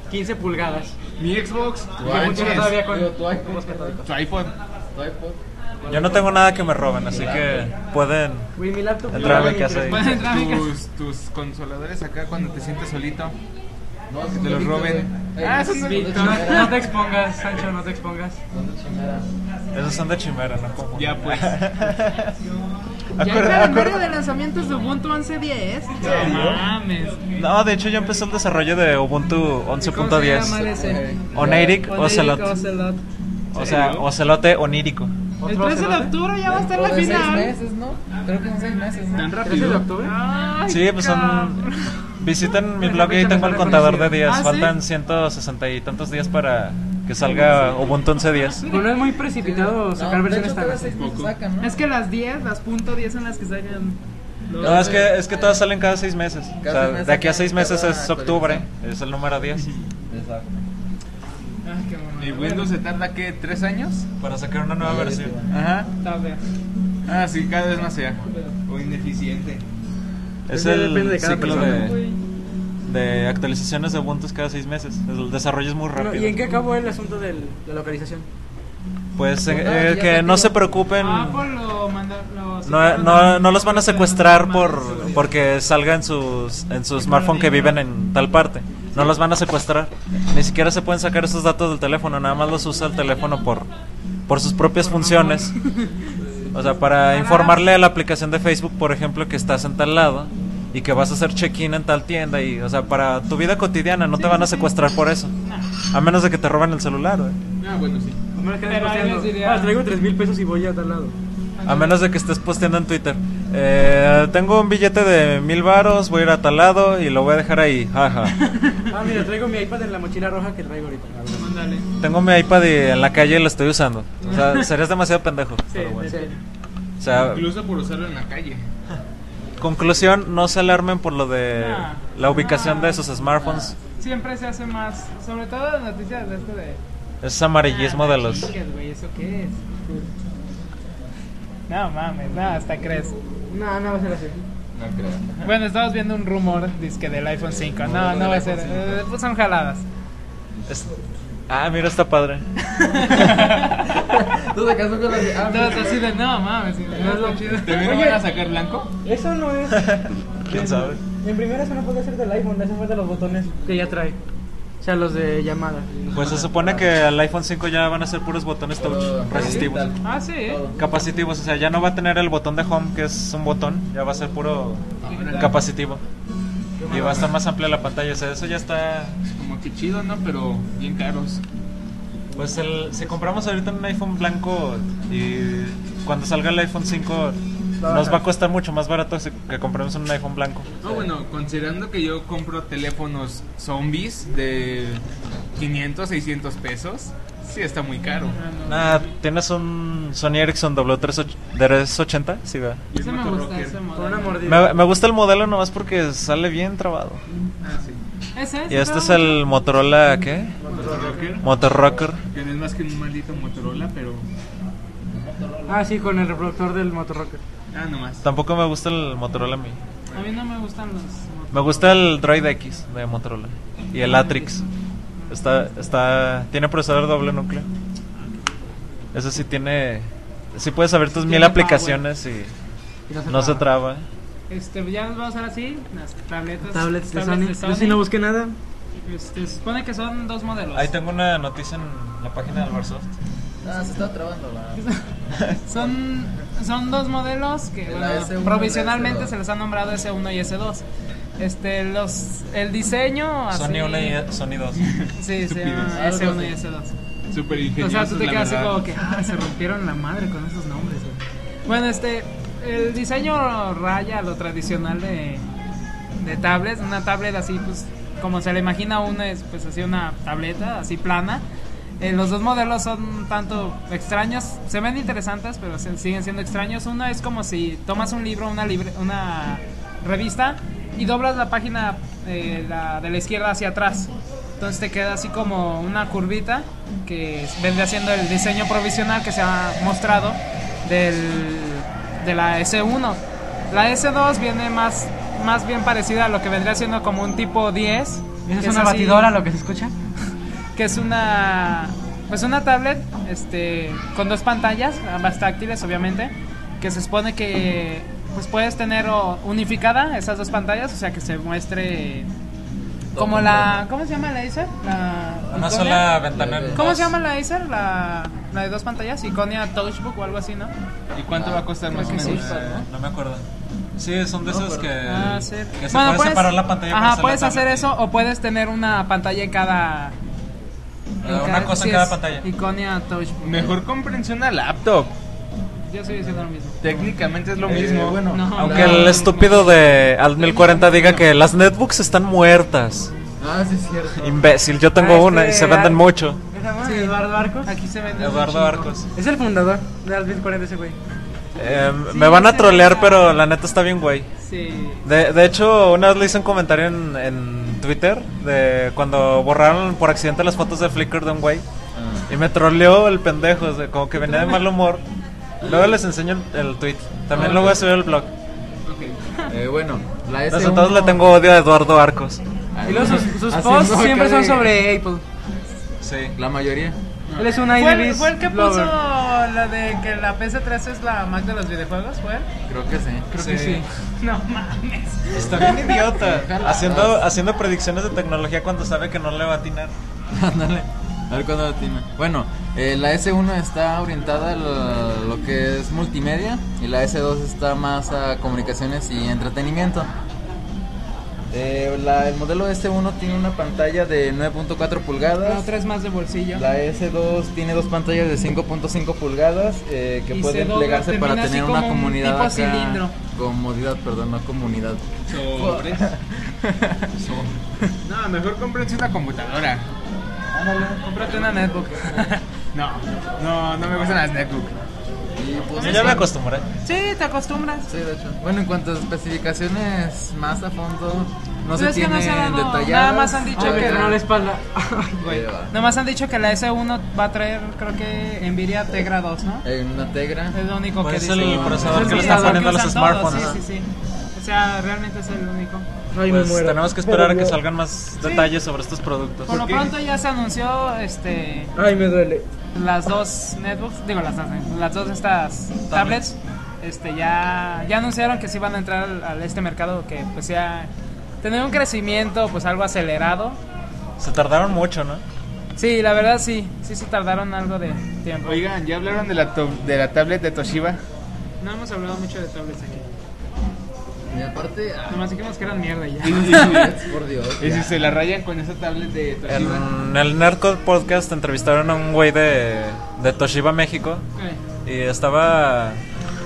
A: 15 pulgadas.
J: Mi Xbox,
D: Tu
A: Que funciona
D: iPhone,
A: todavía con
D: digo, tu iPhone,
A: los católicos.
E: Pues
J: tu iPhone.
D: tu iPod.
C: Yo no tengo nada que me roben, así que pueden.
A: Güey, mi laptop.
C: Entrar a mi
A: Güey,
C: casa
A: tres-
C: y-
E: Pueden entrar a mi casa.
J: Tus, tus consoladores acá cuando te sientes solito.
D: No,
J: Que
D: son
J: te los
D: bonitos,
J: roben.
D: güey. Ey,
E: Ah, son
D: son de
E: bonitos.
A: No,
D: chimera,
A: no te expongas, Sancho, no te expongas.
D: son de chimera.
C: Esos son de chimera, no como.
J: Ya pues.
E: Ya el calendario de lanzamientos de Ubuntu 11.10. No mames.
C: No, de hecho ya empezó el desarrollo de Ubuntu
E: ¿Cómo se llama
C: 11.10.
E: ese?
C: Oniric
E: Oniric
C: Ocelot.
E: Ocelot.
C: O sea, Ocelote onírico.
E: El 13 de octubre ya va a estar la
D: Como de seis
E: final.
D: meses, ¿no? Creo que son seis meses, ¿no?
J: Tan rápido.
E: Ay,
C: Sí, pues son.
E: cabrón.
C: Visiten mi blog y ahí tengo el contador de días.
E: ¿Ah, sí?
C: Faltan 160 y tantos días para que salga Ubuntu 11.10.
A: Pero no es muy precipitado sacar
D: No, de
A: versiones
D: hecho,
A: tan
D: cada
A: así.
D: seis meses sacan, ¿no?
E: Es que las 10, las punto 10 son las que sacan. los-
C: No, es que, es que todas salen cada 6 meses. O
D: Cada
C: sea,
D: seis meses,
C: de aquí a 6 meses
D: cada
C: es octubre, es el número 10.
D: Exacto.
E: Ay, qué mamada.
J: ¿Y Windows se tarda qué? ¿Tres años?
C: Para sacar una nueva versión.
J: Ajá.
E: Tarde.
J: Ah, sí, cada vez más sea. O ineficiente.
C: Es
A: Eso ya depende
C: el
A: de cada
C: ciclo
A: persona.
C: de, de actualizaciones de Ubuntu es cada 6 meses. El desarrollo es muy
A: Bueno,
C: rápido.
A: ¿Y en qué acabó el asunto de la localización?
C: Pues eh,
D: nada,
C: eh,
D: ya se
C: que
D: quedó.
C: no se preocupen.
E: Ah, por lo mandar. Lo
C: No, eh,
E: sacaron
C: no,
E: a-
C: no los van a secuestrar por
E: Seguridad.
C: porque salga en sus en su smartphone que viven en tal parte. No los van a secuestrar. Ni siquiera se pueden sacar esos datos del teléfono, nada más los usa el teléfono por por sus propias funciones. O sea, para informarle a la aplicación de Facebook, por ejemplo, que estás en tal lado y que vas a hacer check-in en tal tienda y o sea, para tu vida cotidiana no te van a secuestrar por eso. A menos de que te roben el celular. güey.
J: Ah, bueno, sí.
E: Pero ahí les diría-
A: pues, Ah, traigo 3 mil pesos y voy a tal lado.
C: A menos de que estés posteando en Twitter. Eh, tengo un billete de mil varos, voy a ir a tal lado y lo voy a dejar ahí. Jaja.
A: Ah, mira, traigo mi iPad en la mochila roja que traigo ahorita. la verdad.
E: Ándale.
C: Tengo mi iPad y en la calle y lo estoy usando. O sea, serías demasiado pendejo. pero bueno. O sea,
J: Incluso por usarlo en la calle.
C: conclusión, no se alarmen por lo de
E: Nah.
C: la ubicación
E: Nah.
C: de sus smartphones.
E: Siempre se hace más. Sobre todo las noticias de esto de.
C: Es amarillismo de los...
E: Chicas, güey, ¿eso qué es? No mames, no, hasta crees.
A: No, no va a ser así.
D: No creo.
E: Bueno, estamos viendo un rumor dizque del iPhone 5. No, no va a ser. eh, pues son jaladas.
C: es- Ah, mira, está padre.
D: Tú te casas con la de- ah,
E: Todos pues así de no mames, no es lo chido.
J: ¿También lo van a sacar blanco?
A: Eso no es.
C: ¿Quién sabe?
A: En primera, eso no puede ser del iPhone, le hacen falta los botones que ya trae. O sea, los de llamada.
C: Pues se supone que al iPhone 5 ya van a ser puros botones touch resistivos.
E: Ah, sí, ¿eh?
C: Capacitivos, o sea, ya no va a tener el botón de home, que es un botón, ya va a ser puro capacitivo. Y va a estar más amplia la pantalla, o sea, eso ya está...
J: Como que chido, ¿no? Pero bien caros.
C: Pues el, si compramos ahorita un iPhone blanco y cuando salga el iPhone 5 nos va a costar mucho más barato si- que compremos un iPhone blanco.
J: No, bueno, considerando que yo compro teléfonos zombies de 500, 600 pesos, sí está muy caro.
C: Nah, Ah, ¿Tienes un Sony Ericsson W380? Sí, va.
J: Y es
E: Ese me gusta,
J: Motorocker.
E: este, ese
A: Con una
E: modelo.
A: mordida.
C: Me, me gusta el modelo nomás porque sale bien trabado.
J: Ah, sí.
E: Ese
C: Y este es el Motorola, ¿qué?
J: Motorocker.
C: Motorrocker.
J: Que no es más que un maldito Motorola, pero.
A: Ah, sí, con el reproductor del Motorrocker.
J: Ah, nomás.
C: Tampoco me gusta el Motorola a mí.
E: A mí no me gustan los.
C: Me gusta el Droid X de Motorola. Y el Atrix. Está, está, tiene procesador doble núcleo. Eso sí tiene... Sí puedes abrir tus mil
E: Tiene power.
C: aplicaciones y no se traba.
E: Este, ya los va a usar así, las tabletas.
A: Tablets de Sony. Yo sí no busqué nada.
E: Este, se supone que son dos modelos.
C: Ahí tengo una noticia en la página del Barsoft.
D: Ah, se está trabando la.
E: Son, son dos modelos que
D: El
E: bueno,
D: AS1 y el
E: provisionalmente
D: AS2.
E: se les ha nombrado S1 y S2. Este, los, el diseño así,
C: Sony 1 y Sony 2.
E: Sí, se llama
D: Estupidez.
E: S1 y S2.
J: Súper
E: O
J: ingenioso.
E: sea, tú te
J: la
E: quedas así
J: verdad.
E: como que, ah, se rompieron la madre con esos nombres. güey. Bueno, este, el diseño raya lo tradicional de, de tablets, una tablet así, pues, como se le imagina uno, es pues así una tableta, así plana. Eh, los dos modelos son un tanto extraños, se ven interesantes, pero se- siguen siendo extraños. Uno es como si tomas un libro, una, libre- una revista, y doblas la página eh, la de la izquierda hacia atrás. Entonces te queda así como una curvita que es- vendría siendo el diseño provisional que se ha mostrado del- de la S1. La S2 viene más, más bien parecida a lo que vendría siendo como un tipo 10.
A: ¿Esa
E: que
A: es una
E: así-
A: batidora lo que se escucha?
E: que es una pues una tablet este con dos pantallas ambas táctiles obviamente que se supone que pues puedes tener o, unificada esas dos pantallas o sea que se muestre como la cómo se llama la Acer la
C: Una
E: Iconia?
C: sola ventana. en
E: cómo
C: dos.
E: se llama la Acer la, la de dos pantallas Iconia Touchbook o algo así no
J: ¿Y cuánto va a costar más o
E: Creo que
J: menos?
E: sí.
C: No me acuerdo. Sí, son de esos que,
E: Ah, sí.
C: que se
E: Bueno,
C: puede
E: puedes-
C: separar la pantalla. para
E: ajá
C: la
E: puedes
C: tablet.
E: hacer eso o puedes tener una pantalla en cada
C: Eh, Una cosa en cada pantalla.
E: Iconia Touchbook
J: Mejor cómprense una laptop.
E: yo estoy diciendo lo mismo
J: Técnicamente es lo
C: Eh,
J: mismo. Bueno,
E: No,
C: Aunque
E: no.
C: el estúpido de Alt 1040 diga que las netbooks están muertas.
D: Ah, sí, es cierto.
C: Imbécil, yo tengo
A: Ah,
C: una y
A: este,
C: se venden
A: Al-
C: mucho.
A: Sí, Eduardo Arcos.
E: Aquí se vende.
C: Eduardo Arcos.
A: Es el fundador de Alvin 40 ese güey.
C: Eh, me van a trolear, pero la neta está bien, güey.
E: Sí.
C: De, de hecho, una vez le hice un comentario en, en Twitter de cuando borraron por accidente las fotos de Flickr de un güey. Y me troleó el pendejo, o sea, como que venía de mal humor. Luego les enseño el, el tweet. También lo voy a subir al blog.
D: Eh, bueno, la S1.
C: Entonces, entonces le tengo odio a Eduardo Arcos.
D: Ah,
A: Y luego sus, sus
D: haciendo
A: posts siempre
D: cara
A: son
D: de-
A: sobre Apple.
C: Sí.
D: La mayoría.
A: Él es un
E: ¿Fue, el-
A: IDBs
E: fue el que puso
A: lover.
E: la de que la PS3 es la Mac de los videojuegos? ¿Fue él?
D: Creo que sí.
E: Creo que sí. No mames.
C: Está bien idiota. Haciendo, haciendo predicciones de tecnología cuando sabe que no le va a atinar.
E: Pues
D: Ándale. A ver cuándo tiene. Bueno, eh, la S1 está orientada a lo, lo que es multimedia y la S2 está más a comunicaciones y entretenimiento. Eh, la- el modelo S1 tiene una pantalla de 9.4
E: La
D: pulgadas.
E: otra es más de bolsillo.
D: Pues La S2 tiene dos pantallas de 5.5 pulgadas eh, que
E: Y se
D: pueden
E: dobla,
D: plegarse para
E: termina así
D: tener
E: como
D: una
E: un
D: comunidad.
E: tipo
D: acá-
E: cilindro.
D: Comodidad, perdón, no comunidad.
J: Sobres. No, mejor cómprense una computadora.
E: Cómprate una netbook.
J: No, no, no me gustan las netbook.
D: Y pues,
C: Yo ya me acostumbré.
E: sí, te acostumbras.
D: Sí, de hecho. Bueno, en cuanto a especificaciones más a fondo, no
E: Pues
D: se
E: es que
D: tienen
E: no se ha dado-
D: detalladas.
E: nada más han dicho
D: Ah,
E: que
D: eh,
E: no
A: la espalda.
E: Güey.
D: eh, va.
E: Nomás han dicho que la S1 va a traer, creo que Nvidia Tegra 2, ¿no?
D: Hay una Tegra.
E: Es lo único
C: Pues
E: que
C: es
E: dice.
C: el procesador
E: Es
C: que
E: el
C: le están
E: procesador
C: poniendo a
E: que
C: los
E: usan todos,
C: smartphones.
E: Sí, sí, sí. O sea, realmente es el único.
C: Pues tenemos que esperar a que salgan más detalles sobre estos productos.
E: Por lo pronto ya se anunció este
A: Ay, me duele.
E: las dos netbooks, digo las dos, netbooks, las dos estas tablets, este ya ya anunciaron que sí van a entrar al, al este mercado que pues ya tener un crecimiento pues algo acelerado.
C: Se tardaron mucho, ¿no?
E: Sí, la verdad sí, sí se tardaron algo de tiempo.
J: Oigan, ¿ya hablaron de la, to- de la tablet de Toshiba?
E: No hemos hablado mucho de tablets aquí.
D: Y aparte, ah,
E: Nomás dijimos que eran mierda y ya.
J: Y, y-
D: por Dios.
J: y si se la rayan con esa tablet de
E: pues
J: Toshiba.
C: En el Nerdcore Podcast entrevistaron a un güey de, de Toshiba México
E: Eh,
C: y estaba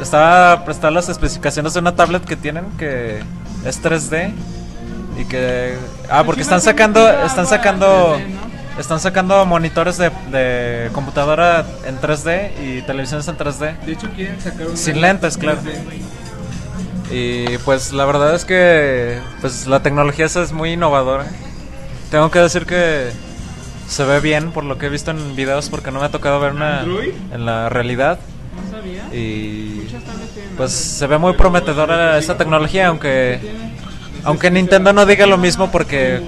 C: estaba prestar las especificaciones de una tablet que tienen que es 3D y que ah porque
E: Toshiba
C: están
E: siempre
C: sacando
E: tira
C: están
E: algo a
C: sacando
E: 3D, ¿no?
C: están sacando monitores de, de computadora en 3D y televisiones en 3D
J: De hecho, quieren sacar una.
C: Sin lentes, claro. y pues la verdad es que pues la tecnología esa es muy innovadora tengo que decir que se ve bien por lo que he visto en videos porque no me ha tocado ver una
J: ¿Android?
C: en la realidad
E: no sabía.
C: y
E: Muchas tablets tienen
C: pues se ve muy prometedora esa tecnología, aunque aunque Nintendo no diga lo mismo porque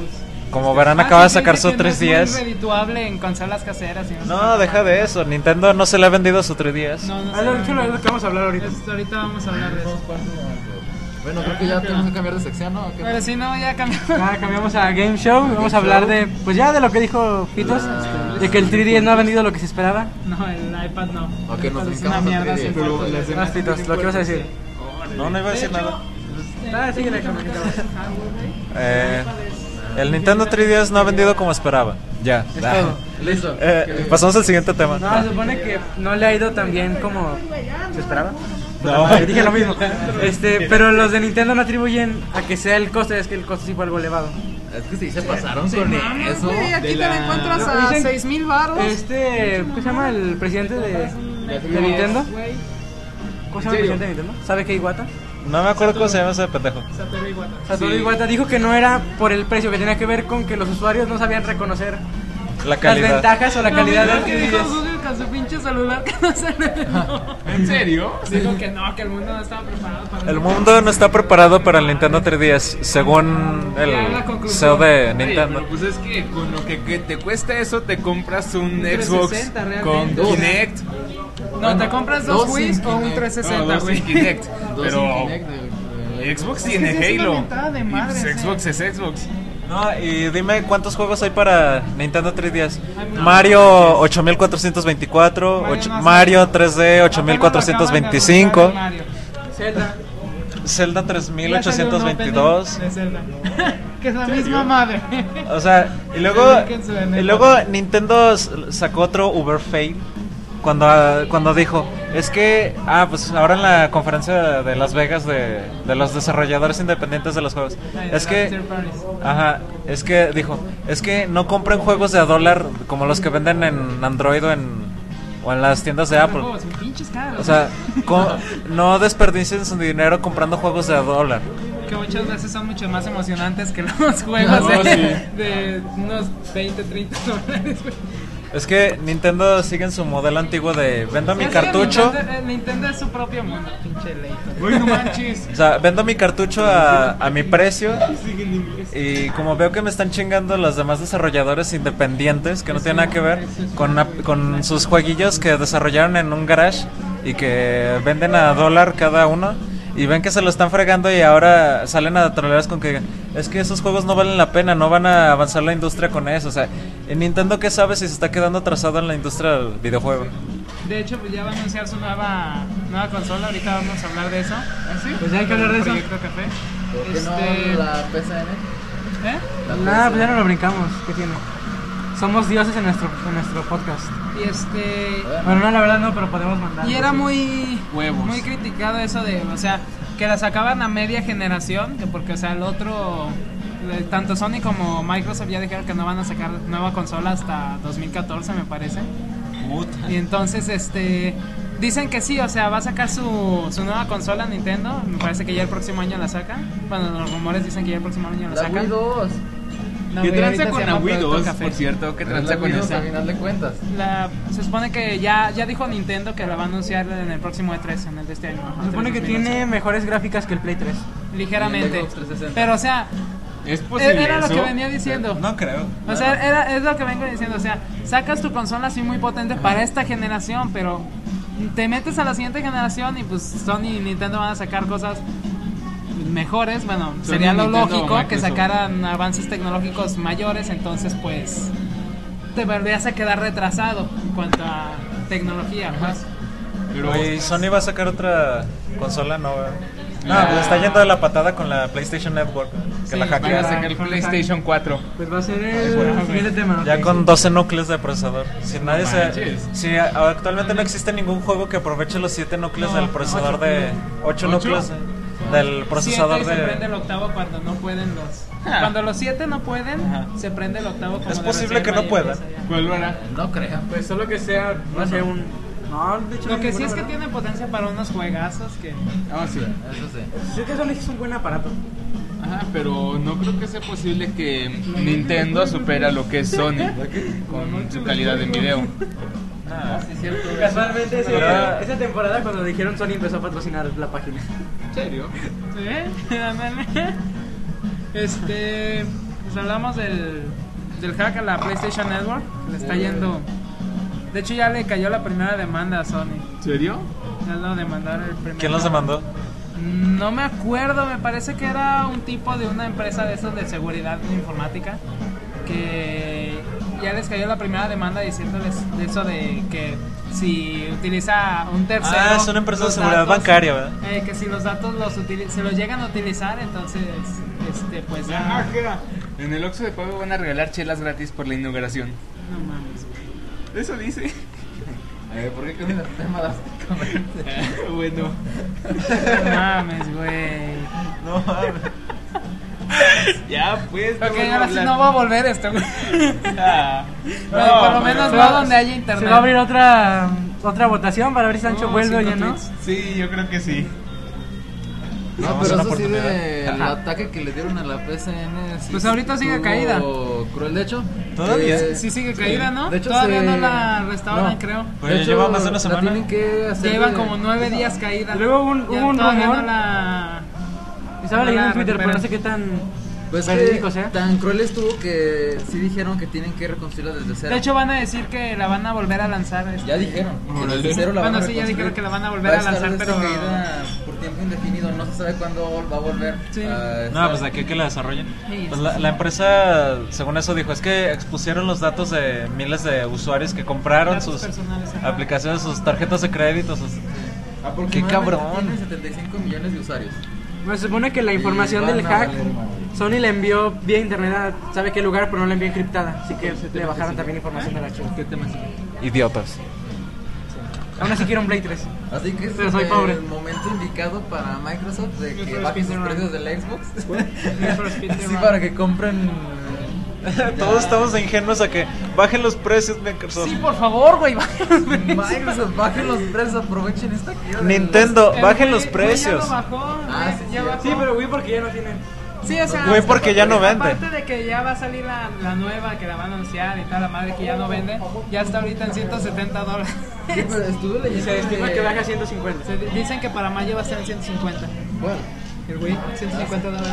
C: como verán
E: Ah,
C: acaba de
E: sí,
C: sacar
E: dice
C: su
E: que no es muy
C: 3DS.
E: redituable en consolas caseras y
C: No, deja de eso, Nintento no se le ha vendido su 3DS.
E: No, no
A: Ah,
E: sé.
A: lo- de hecho, lo- lo que vamos a hablar ahorita.
E: Es- ahorita vamos a hablar de eso.
D: Bueno, creo que ya tenemos que cambiar de sección, ¿no? ¿O qué?
E: Pero si no, ya cambiamos.
A: Ah, cambiamos a Game Show. Vamos a hablar de, pues ya de lo que dijo Fitos, de que el 3DS no ha vendido lo que se esperaba.
E: No, el iPad no.
D: Ok,
E: El iPad
D: nos
E: es
D: brincamos
E: una
D: a
E: mierda
D: 3D.
E: sin
D: Pero
E: puerto.
J: las
A: Más Fitos, lo que vas a decir.
C: No, no iba a decir nada.
A: Ah, síguele con lo que te vas.
C: Eh, el Nintendo 3DS no ha vendido como esperaba. Ya.
A: Es todo.
D: Listo.
C: Eh, pasamos al siguiente tema.
A: No, se supone que no le ha ido tan bien como se esperaba.
C: No.
A: Yo dije lo mismo. Este, pero los de Nintendo no atribuyen a que sea el coste, es que el coste sí fue algo elevado.
D: Es que sí se pasaron con eso.
L: Güey, aquí
J: de
L: te
J: la-
L: la encuentras a
A: Dicen-
L: 6 mil baros.
A: Este, ¿cómo se llama el presidente de, de Nintendo? ¿Cómo se llama el presidente de Nintendo? ¿Sabe qué Iwata?
C: No me acuerdo cómo se llama ese pendejo.
A: Satoru Iwata dijo que no era por el precio, que tenía que ver con que los usuarios no sabían reconocer
C: La
A: las
C: calidad.
A: ventajas o la calidad de los
E: que dijo
A: DVDs.
E: Google con su pinche celular que no se reveló.
J: ¿En serio?
E: Dijo que no, que el mundo no estaba preparado para
C: El mundo no está preparado para el Nintendo 3DS, según
E: Ya, la
C: el
E: conclusión.
C: CEO de
J: Oye,
C: Nintendo.
J: pero pues es que con lo que, que te cuesta eso, te compras un
E: 360
J: Xbox con
E: realmente.
J: Kinect.
E: No, te compras dos,
D: Dos
E: Wii
D: sin
E: o un
D: Kinect.
J: No,
E: 360,
J: Ah, dos
E: güey.
J: sin Kinect.
D: Dos sin
J: Pero
D: Kinect, güey.
J: Xbox
E: que
J: tiene
E: sí es una
J: Halo.
E: mentada de
J: Y, pues,
E: madres, eh.
J: Xbox es Xbox.
C: No, y dime cuántos juegos hay para Nintendo 3DS. Mario 8424,
E: Mario
C: ocho-
E: no hace-
C: Mario 3D
E: Apenas lo acaban de
C: 8425,
E: anunciar Mario. Zelda.
C: Zelda
E: Ya salió un opening
C: 3822.
E: de Zelda. que es la misma madre.
C: O sea, y luego,
E: Ubíquense en el-
C: y luego Nintendo s- sacó otro Uber fail cuando, ah, cuando dijo, es que, ah, pues ahora en la conferencia de Las Vegas de, de los desarrolladores independientes de los juegos, es que, ajá, es que dijo, es que no compren juegos de a dólar como los que venden en Android o en, o en las tiendas de Apple.
E: Oh, Son pinches caros.
C: O sea, co- no desperdicien su dinero comprando juegos de a dólar.
E: que muchas veces son mucho más emocionantes que los juegos de, de unos 20, 30 dólares. güey.
C: Es que Nintendo sigue en su modelo antiguo de vendo mi
E: Es que
C: cartucho.
E: Nintendo, eh, Nintendo es su propio mundo, pinche leito.
J: Uy, no manches.
C: O sea, vendo mi cartucho a, a mi precio y como veo que me están chingando los demás desarrolladores independientes que no tienen nada que ver con, una- con sus jueguillos que desarrollaron en un garage y que venden a dólar cada uno y ven que se lo están fregando y ahora salen a troleras con que es que esos juegos no valen la pena, no van a avanzar la industria con eso. O sea, ¿en Nintendo qué sabe si se está quedando atrasado en la industria del videojuego?
E: De hecho, pues ya va a anunciar su nueva, nueva consola. Ahorita vamos a hablar de eso.
A: Pues ya hay que hablar de eso.
E: Proyecto Café.
D: ¿Por qué
E: Este-
D: no la PSN?
E: ¿Eh?
A: Nada, pues ya no lo brincamos. ¿Qué tiene? Somos dioses en nuestro, en nuestro podcast.
E: Y este.
A: Bueno, no, la verdad no, pero podemos mandar.
E: Y era muy
J: Huevos.
E: muy criticado eso de, o sea, que la sacaban a media generación, que porque o sea, el otro el- tanto Sony como Microsoft ya dijeron que no van a sacar nueva consola hasta 2014, me parece. Y entonces este dicen que sí, o sea, va a sacar su, su nueva consola Nintendo, me parece que ya el próximo año la sacan. Bueno, los rumores dicen que ya el próximo año la,
D: La
E: sacan.
D: Wii 2.
E: No,
J: ¿Qué
E: güey, ahorita
J: tranza
E: se
J: con
E: llama
J: la Wii
E: Producto
J: 2,
E: Café.
J: por cierto? ¿Qué
D: Pero es
J: tranza
D: la
J: con
D: Wii 2 a
J: esa?
D: final de cuentas.
E: La- se supone que ya, ya dijo Nintendo que la va a anunciar en el próximo E3, en el de este año.
A: Se supone que
E: 2011.
A: tiene mejores gráficas que el Play 3.
D: Y
E: Ligeramente.
D: el Xbox 360.
E: Pero, o sea,
J: ¿Es
E: e-
J: posible
E: era lo
J: eso?
E: que venía diciendo.
C: No creo.
E: O sea, era, es lo que vengo diciendo. O sea, sacas tu consola así muy potente para esta generación, pero te metes a la siguiente generación y pues Sony y Nintendo van a sacar cosas mejores. Bueno,
J: Sony,
E: sería lo
J: Nintendo o
E: lógico que
J: Microsoft.
E: sacaran avances tecnológicos mayores, entonces pues te volvías a quedar retrasado en cuanto a tecnología. Pues.
J: Pero
C: Oye, ¿y Sony va a sacar otra consola, no, ¿verdad? No, pues está yendo de la patada con la PlayStation Network, que la
J: van a
C: hackea.
J: sacar el PlayStation 4.
A: Pues va a ser el siguiente tema, ¿no?
C: Ya con 12 núcleos de procesador. Si nadie se,
J: manches.
C: si a- actualmente no existe ningún juego que aproveche los 7 núcleos del procesador de 8 núcleos de- del procesador
E: Siete y se prende el
C: de Ah.
E: octavo cuando no pueden los. Cuando los siete no pueden, se prende el octavo. Como
C: Es
E: de
C: posible que
E: reserva
C: no
E: y
C: pueda.
E: empieza ya.
J: ¿Cuál lo hará?
D: No creo.
A: Pues solo que sea, no sé, un. No, de hecho,
E: Lo que sí es que
A: tiene.
E: tiene potencia para unos juegazos que.
J: Ah, sí.
D: Eso sí.
A: Sé que solo es un buen aparato.
J: Ajá, pero no creo que sea posible que Nintendo supera lo que es Sony con su calidad en video.
C: Ah.
A: Casualmente, ese-
C: Pero-
A: esa temporada cuando dijeron Sony empezó a patrocinar la página.
J: ¿En serio?
E: ¿Eh? Ándale. este. Pues hablamos del. Del hack a la PlayStation Network. que Le está yendo. De hecho, ya le cayó la primera demanda a Sony.
J: ¿En serio?
E: Ya lo demandaron el primer.
C: ¿Quién los demandó?
E: No me acuerdo, me parece que era un tipo de una empresa de esas de seguridad informática que ya les cayó la primera demanda diciéndoles de eso de que si utiliza un tercero.
C: Ah, es una empresa de
E: los
C: seguridad
E: datos,
C: bancaria, ¿verdad?
E: eh, que si los datos los utili- se los llegan a utilizar, entonces, este, pues. ah,
J: En el Oxxo de Pueblo van a regalar chelas gratis por la inauguración.
E: no mames.
J: Eso dice.
D: Eh, ¿Por qué cambias el tema drásticamente?
J: bueno.
E: No mames, güey.
C: No mames.
J: Ya, pues.
E: Ok,
J: vamos a
E: ahora sí
J: hablar.
E: no va a volver esto, güey.
J: Ah.
E: Pero
J: No,
E: por lo
J: pero-
E: menos
J: se
E: no
J: va-
E: donde haya
A: Se
E: internet.
A: va a abrir otra otra votación para ver si Sancho
J: No,
A: vuelve o
J: cinco
A: ya no.
J: tweets. Sí, yo creo que sí.
D: No,
C: Vamos a
D: pero eso
C: una
D: sí
C: oportunidad.
D: del ataque que le dieron a la PCN. sí
E: Pues ahorita sigue
D: estuvo
E: caída.
D: Cruel, de hecho.
C: Todavía.
D: eh,
E: Sí sigue caída, ¿no?
D: De hecho,
E: Todavía
D: se-
E: no la restauran,
D: no.
E: creo.
C: Pues ya lleva más de una
D: la
C: semana.
D: tienen que hacer
E: Llevan
D: de-
E: como nueve días caída.
A: Luego hubo un-
E: Ya
A: hubo un
E: todavía
A: rumor.
E: no la...
A: Estaba
E: No
A: leyendo
E: la
A: en Twitter, pero no sé qué
E: recuperan.
A: tan
D: Pues
A: verídico
D: que
A: sea.
D: tan cruel estuvo que sí dijeron que tienen que reconstruirla desde cero.
E: De hecho van a decir que la van a volver a lanzar. este-
D: ya dijeron. Que desde cero la
E: Bueno,
D: van a
E: sí, ya
D: reconstruir.
E: dijeron que la van a volver
D: Va
E: a
D: estar
E: lanzar,
D: desde
E: pero-
D: caída por tiempo indefinido, no se sabe cuándo va a volver.
E: Sí.
D: a
C: No,
D: estar-
C: pues de aquí a que la desarrollen.
E: Sí,
C: Pues
E: sí,
C: la, la empresa, según eso, dijo: es que expusieron los datos de miles de usuarios que compraron
E: Datos
C: sus
E: personales, ajá.
C: aplicaciones, sus tarjetas de crédito. sus-
D: Aproximadamente
C: Qué cabrón.
D: Tienen 75 millones de usuarios.
A: Bueno, se supone que la información
D: Y van
A: del
D: a
A: hack
D: valer madre.
A: Sony la envió vía internet a sabe qué lugar, pero no la envió encriptada, así que le bajaron también información del archivo.
M: Idiotas.
A: Aún así quiero un Play 3.
D: Así que este es
A: Pero soy
D: el
A: pobre.
D: momento indicado para Microsoft de que
E: Need for
D: bajen
E: Speed
D: sus
E: Run.
D: precios del Xbox.
E: Need for Speed
D: sí,
E: Run.
D: para que compren.
C: Todos estamos ingenuos a que bajen los precios, Microsoft.
E: Sí, por favor, güey. bajen los precios.
D: Microsoft, bajen los precios, aprovechen esta quiebra.
C: Nintendo,
E: El
C: bajen
E: güey-
C: los
E: güey
C: precios.
E: Ya lo bajó,
D: Ah,
E: güey,
D: sí,
E: ya
D: sí.
E: bajó.
A: Sí, pero Wii porque ya no tienen.
E: Sí, o sea,
C: Güey, porque ya no vende.
E: Aparte de que ya va a salir la, la nueva que la van a anunciar y tal, la madre que ya no vende, ya está ahorita en 170 dólares.
D: Sí, pero estuve
A: Y
D: leyendo.
A: se estima
D: que-
A: que baja a 150.
E: Se di- Dicen que para mayo va a estar en 150.
D: Bueno,
E: El güey, 150 dólares.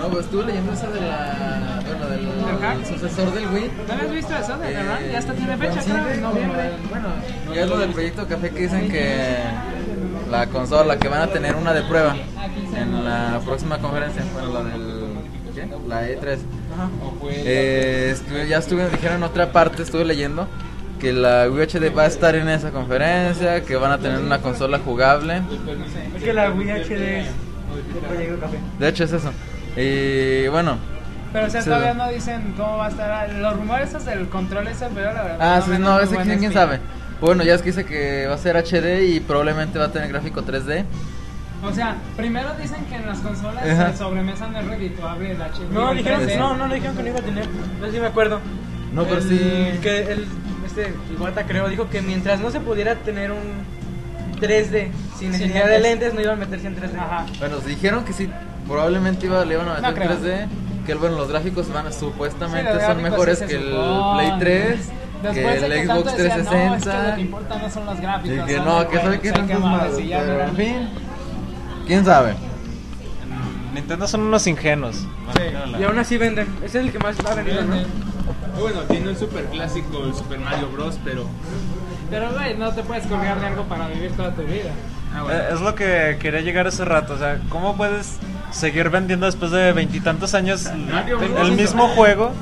D: no, pues estuve leyendo esa de la. Bueno, del,
E: ¿Del hack?
D: sucesor del Wii.
E: ¿No habías visto eso de verdad?
D: Eh,
E: Ya hasta tiene fecha,
D: coincide
E: creo, en
D: con
E: noviembre.
D: el- Bueno, ya es lo del proyecto Café que dicen que la consola, que van a tener una de prueba en la próxima conferencia, bueno, la del. ¿qué? La E3. Eh, estuve- ya estuve, dijeron en otra parte, estuve leyendo que la UHD va a estar en esa conferencia, que van a tener una consola jugable.
A: Es que la Wii HD es proyecto café.
D: De hecho, es eso. Y bueno,
E: Pero o sea,
D: Sí.
E: todavía no dicen cómo va a estar. Ah, Los rumores esos del control ese, pero la verdad.
D: Ah,
E: me
D: sí,
E: dan
D: no,
E: muy
D: ese
E: buena
D: quién, quién
E: espina.
D: sabe. Bueno, ya es que dice que va a ser HD y probablemente va a tener gráfico 3D.
E: O sea, primero dicen que en las consolas
D: Ajá.
E: de sobremesa no es redituable el HD.
A: No,
E: el
A: dijeron,
E: 3D.
A: no, no, no dijeron que no iba a tener. No sé si me acuerdo.
D: No, pero
A: El-
D: sí.
A: Que el, este, el Guata creo, dijo que mientras no se pudiera tener un 3D sin necesidad de
E: lentes.
A: lentes, no iban a meterse en 3D.
E: Ajá.
D: Bueno, dijeron que sí, probablemente iba, le iban a
E: No
D: meter
E: creo.
D: 3D. Que bueno, los gráficos van supuestamente
E: Sí, los
D: son
E: gráficos
D: mejores
E: sí se
D: que el
E: supone.
D: Play 3,
E: Después
D: que
E: de
D: el
E: tanto
D: Xbox
E: decían, no, es que
D: 360.
E: lo que importa no son los
D: y
E: gráficos.
D: que
E: son
D: no,
E: los
D: que sabe
E: juegos,
D: que
E: o
D: son
E: sea,
D: estos
E: mames,
D: malos,
E: y ya
D: pero en
E: verán.
D: fin. ¿Quién sabe?
C: Nintendo son unos ingenuos.
A: Y aún así venden. Ese es el que más va a venir, ¿no?
J: Bueno, tiene un super clásico, el Super Mario Bros. Pero.
E: Pero, güey, no te puedes colgar de algo para vivir toda tu vida.
J: Ah, bueno.
C: Eh, Es lo que quería llegar hace rato. O sea, ¿cómo puedes seguir vendiendo después de veintitantos años
J: Mario Bros.
C: el mismo juego?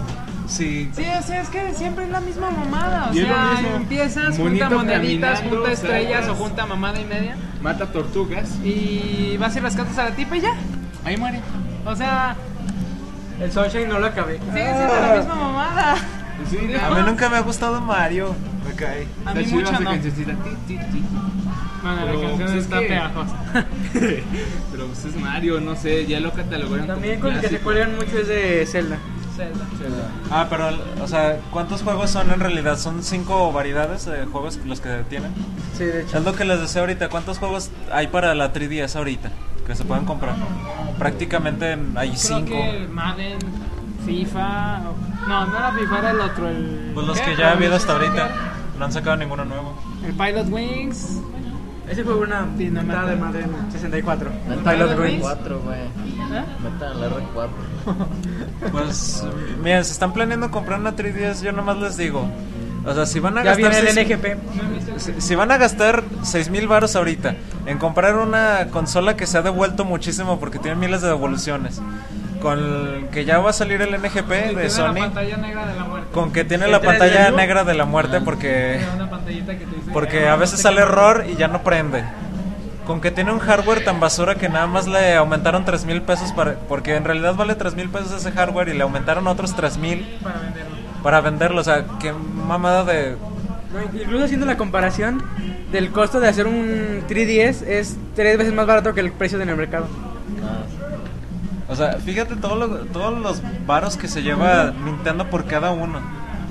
C: Si
E: Sí, o sea, es que siempre es la misma mamada. O
J: Y es lo
E: sea,
J: mismo.
E: empiezas,
J: Monito
E: junta moneditas,
J: caminando,
E: junta estrellas o
J: sacas.
E: junta mamada y media.
J: Mata tortugas.
E: Y vas y rescatas a la tipa y ya.
J: Ahí muere.
E: O sea,
A: El Sunshine no lo acabé. Ah,
E: sigue siendo la misma mamada.
J: Sí,
C: a mí nunca me ha gustado Mario. Me cae.
E: A mí mucho no. Bueno,
J: Pero,
E: la
A: Oh,
E: canción
J: pues, es
E: está
J: que-
E: pegajosa.
J: Pero pues es Mario, no sé, ya lo catalogaron. como
A: También con el que se
J: clásico.
A: cuelgan mucho es de Zelda.
E: Zelda.
C: Ah, pero, o sea, ¿cuántos juegos son en realidad? ¿Son cinco variedades de juegos los que tienen?
A: Sí, de hecho.
C: Es lo que les decía ahorita. ¿Cuántos juegos hay para la 3DS ahorita que se pueden comprar? Prácticamente hay
E: Creo
C: cinco.
E: que Madden, FIFA. o- No, no era FIFA, era el otro. El...
C: Pues los
E: ¿qué?
C: que ya ha habido hasta
E: Revolution
C: ahorita. No han sacado ninguno nuevo.
E: Soccer, El Pilot Wings.
A: Ese fue una pintada de madre en 64.
E: Pilot Wings.
D: güey.
E: ¿eh?
D: Metan la R4.
C: Pues, miren, se están planeando comprar una 3DS, yo nomás les digo. O sea, si van a
A: Ya
C: gastar.
A: viene el
C: seis-
A: NGP.
C: si- Si van a gastar 6 mil baros ahorita en comprar una consola que se ha devuelto muchísimo porque tiene miles de devoluciones, con el que ya va a salir el NGP de
E: Tiene la
C: Sony,
E: pantalla negra de la muerte.
C: con que tiene
A: ¿El
C: la
A: 3D
C: pantalla
A: Blue?
C: negra de la muerte porque
E: Ah. Tiene Una pantallita que te dice.
C: porque a veces sale error y ya no prende. Con que tiene un hardware tan basura que nada más le aumentaron 3 mil pesos, para, porque en realidad vale 3 mil pesos ese hardware y le aumentaron otros 3 mil
E: Para venderlo.
C: para venderlo. O sea, qué mamada de...
A: No, incluso haciendo la comparación del costo de hacer un 3DS es tres veces más barato que el precio en el mercado.
C: O sea, fíjate todo lo- todos los varos que se lleva Nintendo por cada uno.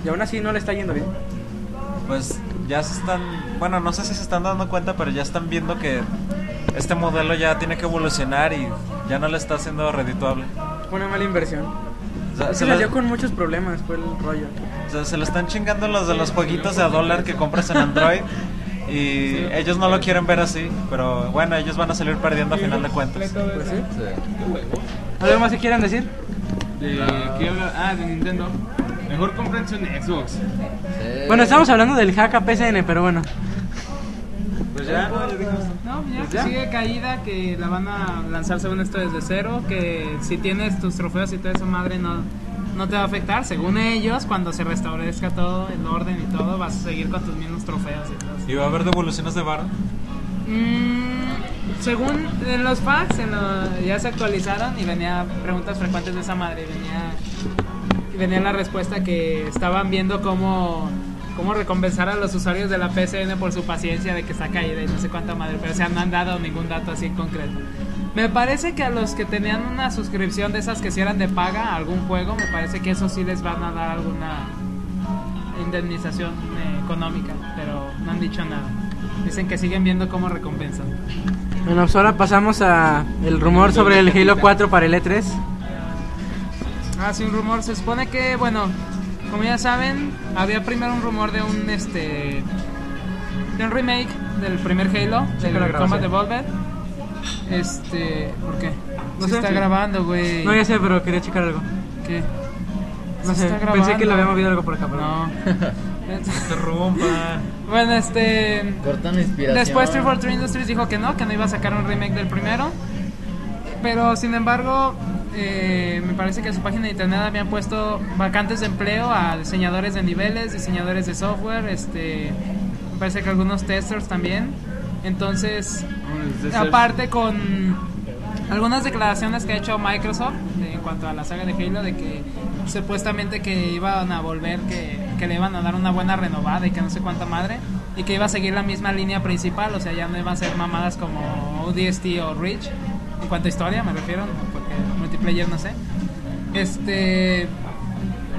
A: Y aún así no le está yendo bien.
C: Pues ya se están, bueno, no sé si se están dando cuenta, pero ya están viendo que este modelo ya tiene que evolucionar y ya no le está haciendo redituable.
A: Fue una mala inversión.
C: O sea,
A: Es que
C: se,
A: la
C: lo,
A: dio con muchos problemas, fue el rollo.
C: o sea, se lo están chingando los de los jueguitos de a dólar que compras en Android y ellos no lo quieren ver así, pero bueno, ellos van a salir perdiendo a final de cuentas.
A: Pues sí. ¿Algo más que quieran decir?
J: ¿De qué habla? Ah, de Nintendo. Mejor cómprense un Xbox.
D: Sí.
A: Bueno, estamos hablando del hack a PCN, pero bueno.
C: Pues ya,
E: No, ya, sigue caída, que la van a lanzar según esto desde cero, que si tienes tus trofeos y toda esa madre no, no te va a afectar. Según ellos, cuando se restablezca todo, el orden y todo, vas a seguir con tus mismos trofeos y todo. eso.
C: y va a haber devoluciones de varo.
E: Mm, según en los packs, en lo- ya se actualizaron y venía preguntas frecuentes de esa madre. Venía, y venía la respuesta que estaban viendo cómo, cómo recompensar a los usuarios de la PSN por su paciencia de que está caída y no sé cuánta madre. Pero o sea, no han dado ningún dato así en concreto. Me parece que a los que tenían una suscripción de esas que si eran de paga a algún juego, me parece que eso sí les van a dar alguna indemnización eh, económica, pero no han dicho nada. Dicen que siguen viendo cómo recompensan.
A: Bueno, pues ahora pasamos a el rumor sobre el Halo 4 para el E E3.
E: Ah, sí, un rumor. Se supone que, bueno, como ya saben, había primero un rumor de un este. de un remake del primer Halo, del
A: la grabación.
E: Combat Devolver. Este. ¿Por qué?
A: No
E: No se
A: sé,
E: está
A: sí.
E: grabando, güey.
A: No, ya sé, pero quería checar algo.
E: ¿Qué?
A: No
E: Se
A: sé,
E: está
A: pensé que
E: grabando.
A: le había movido algo por acá, pero
E: No.
C: Interrumpa.
E: bueno, este.
D: Cortan inspiración.
E: Después 343 Industries dijo que no, que no iba a sacar un remake del primero. Pero sin embargo, eh, me parece que en su página de internet habían puesto vacantes de empleo a diseñadores de niveles, diseñadores de software, este, me parece que algunos testers también. Entonces, aparte con algunas declaraciones que ha hecho Microsoft de- en cuanto a la saga de Halo, de que supuestamente que iban a volver, que, que le iban a dar una buena renovada y que no sé cuánta madre, y que iba a seguir la misma línea principal, o sea, ya no iban a ser mamadas como ODST o Reach, en cuanto a historia me refiero, ¿no? porque multiplayer no sé. Este,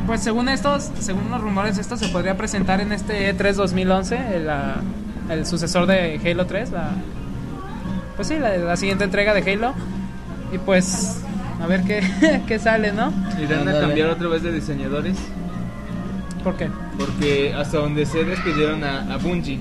E: pues según estos, según los rumores, esto se podría presentar en este E3 2011, el, ah, el sucesor de Halo 3, la, pues sí, la, la siguiente entrega de Halo. Y pues, a ver qué, qué sale, ¿no?
J: Irán a
D: Ándale.
J: cambiar otra vez de diseñadores.
E: ¿Por qué?
J: Porque hasta donde sé despidieron a, a Bungie. Y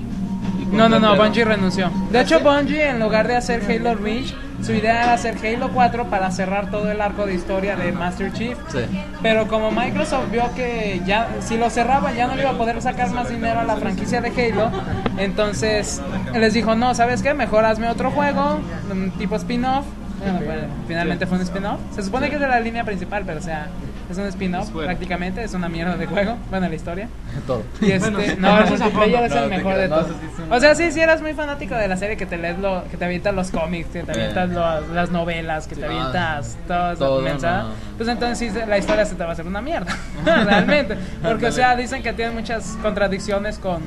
E: No, no, no,
J: contrataron-
E: Bungie renunció. De hecho, Bungie, en lugar de hacer Halo Reach, su idea era hacer Halo 4 para cerrar todo el arco de historia de Master Chief.
D: Sí.
E: Pero como Microsoft vio que ya si lo cerraba ya no le iba a poder sacar más dinero a la franquicia de Halo, entonces les dijo, no, ¿sabes qué? Mejor hazme otro juego, un tipo spin-off. Bueno, bueno, finalmente fue un spin-off. Se supone que es de la línea principal, pero o sea, es un spin-off
J: fuera.
E: prácticamente, es una mierda de juego, bueno, la historia.
D: Todo.
E: Y este, no, el multiplayer es
D: No,
E: el
D: te
E: mejor de
D: creas, no,
E: todos.
D: eso sí es un-
E: O sea, sí, si eras muy fanático de la serie, que te lees lo, que te avientas los cómics, que te avientas los- las novelas, que te
D: Ah,
E: avientas todas
D: todo,
E: las mensadas,
D: no.
E: pues entonces sí, la historia se te va a hacer una mierda, realmente. Porque, o sea, dicen que tienen muchas contradicciones con,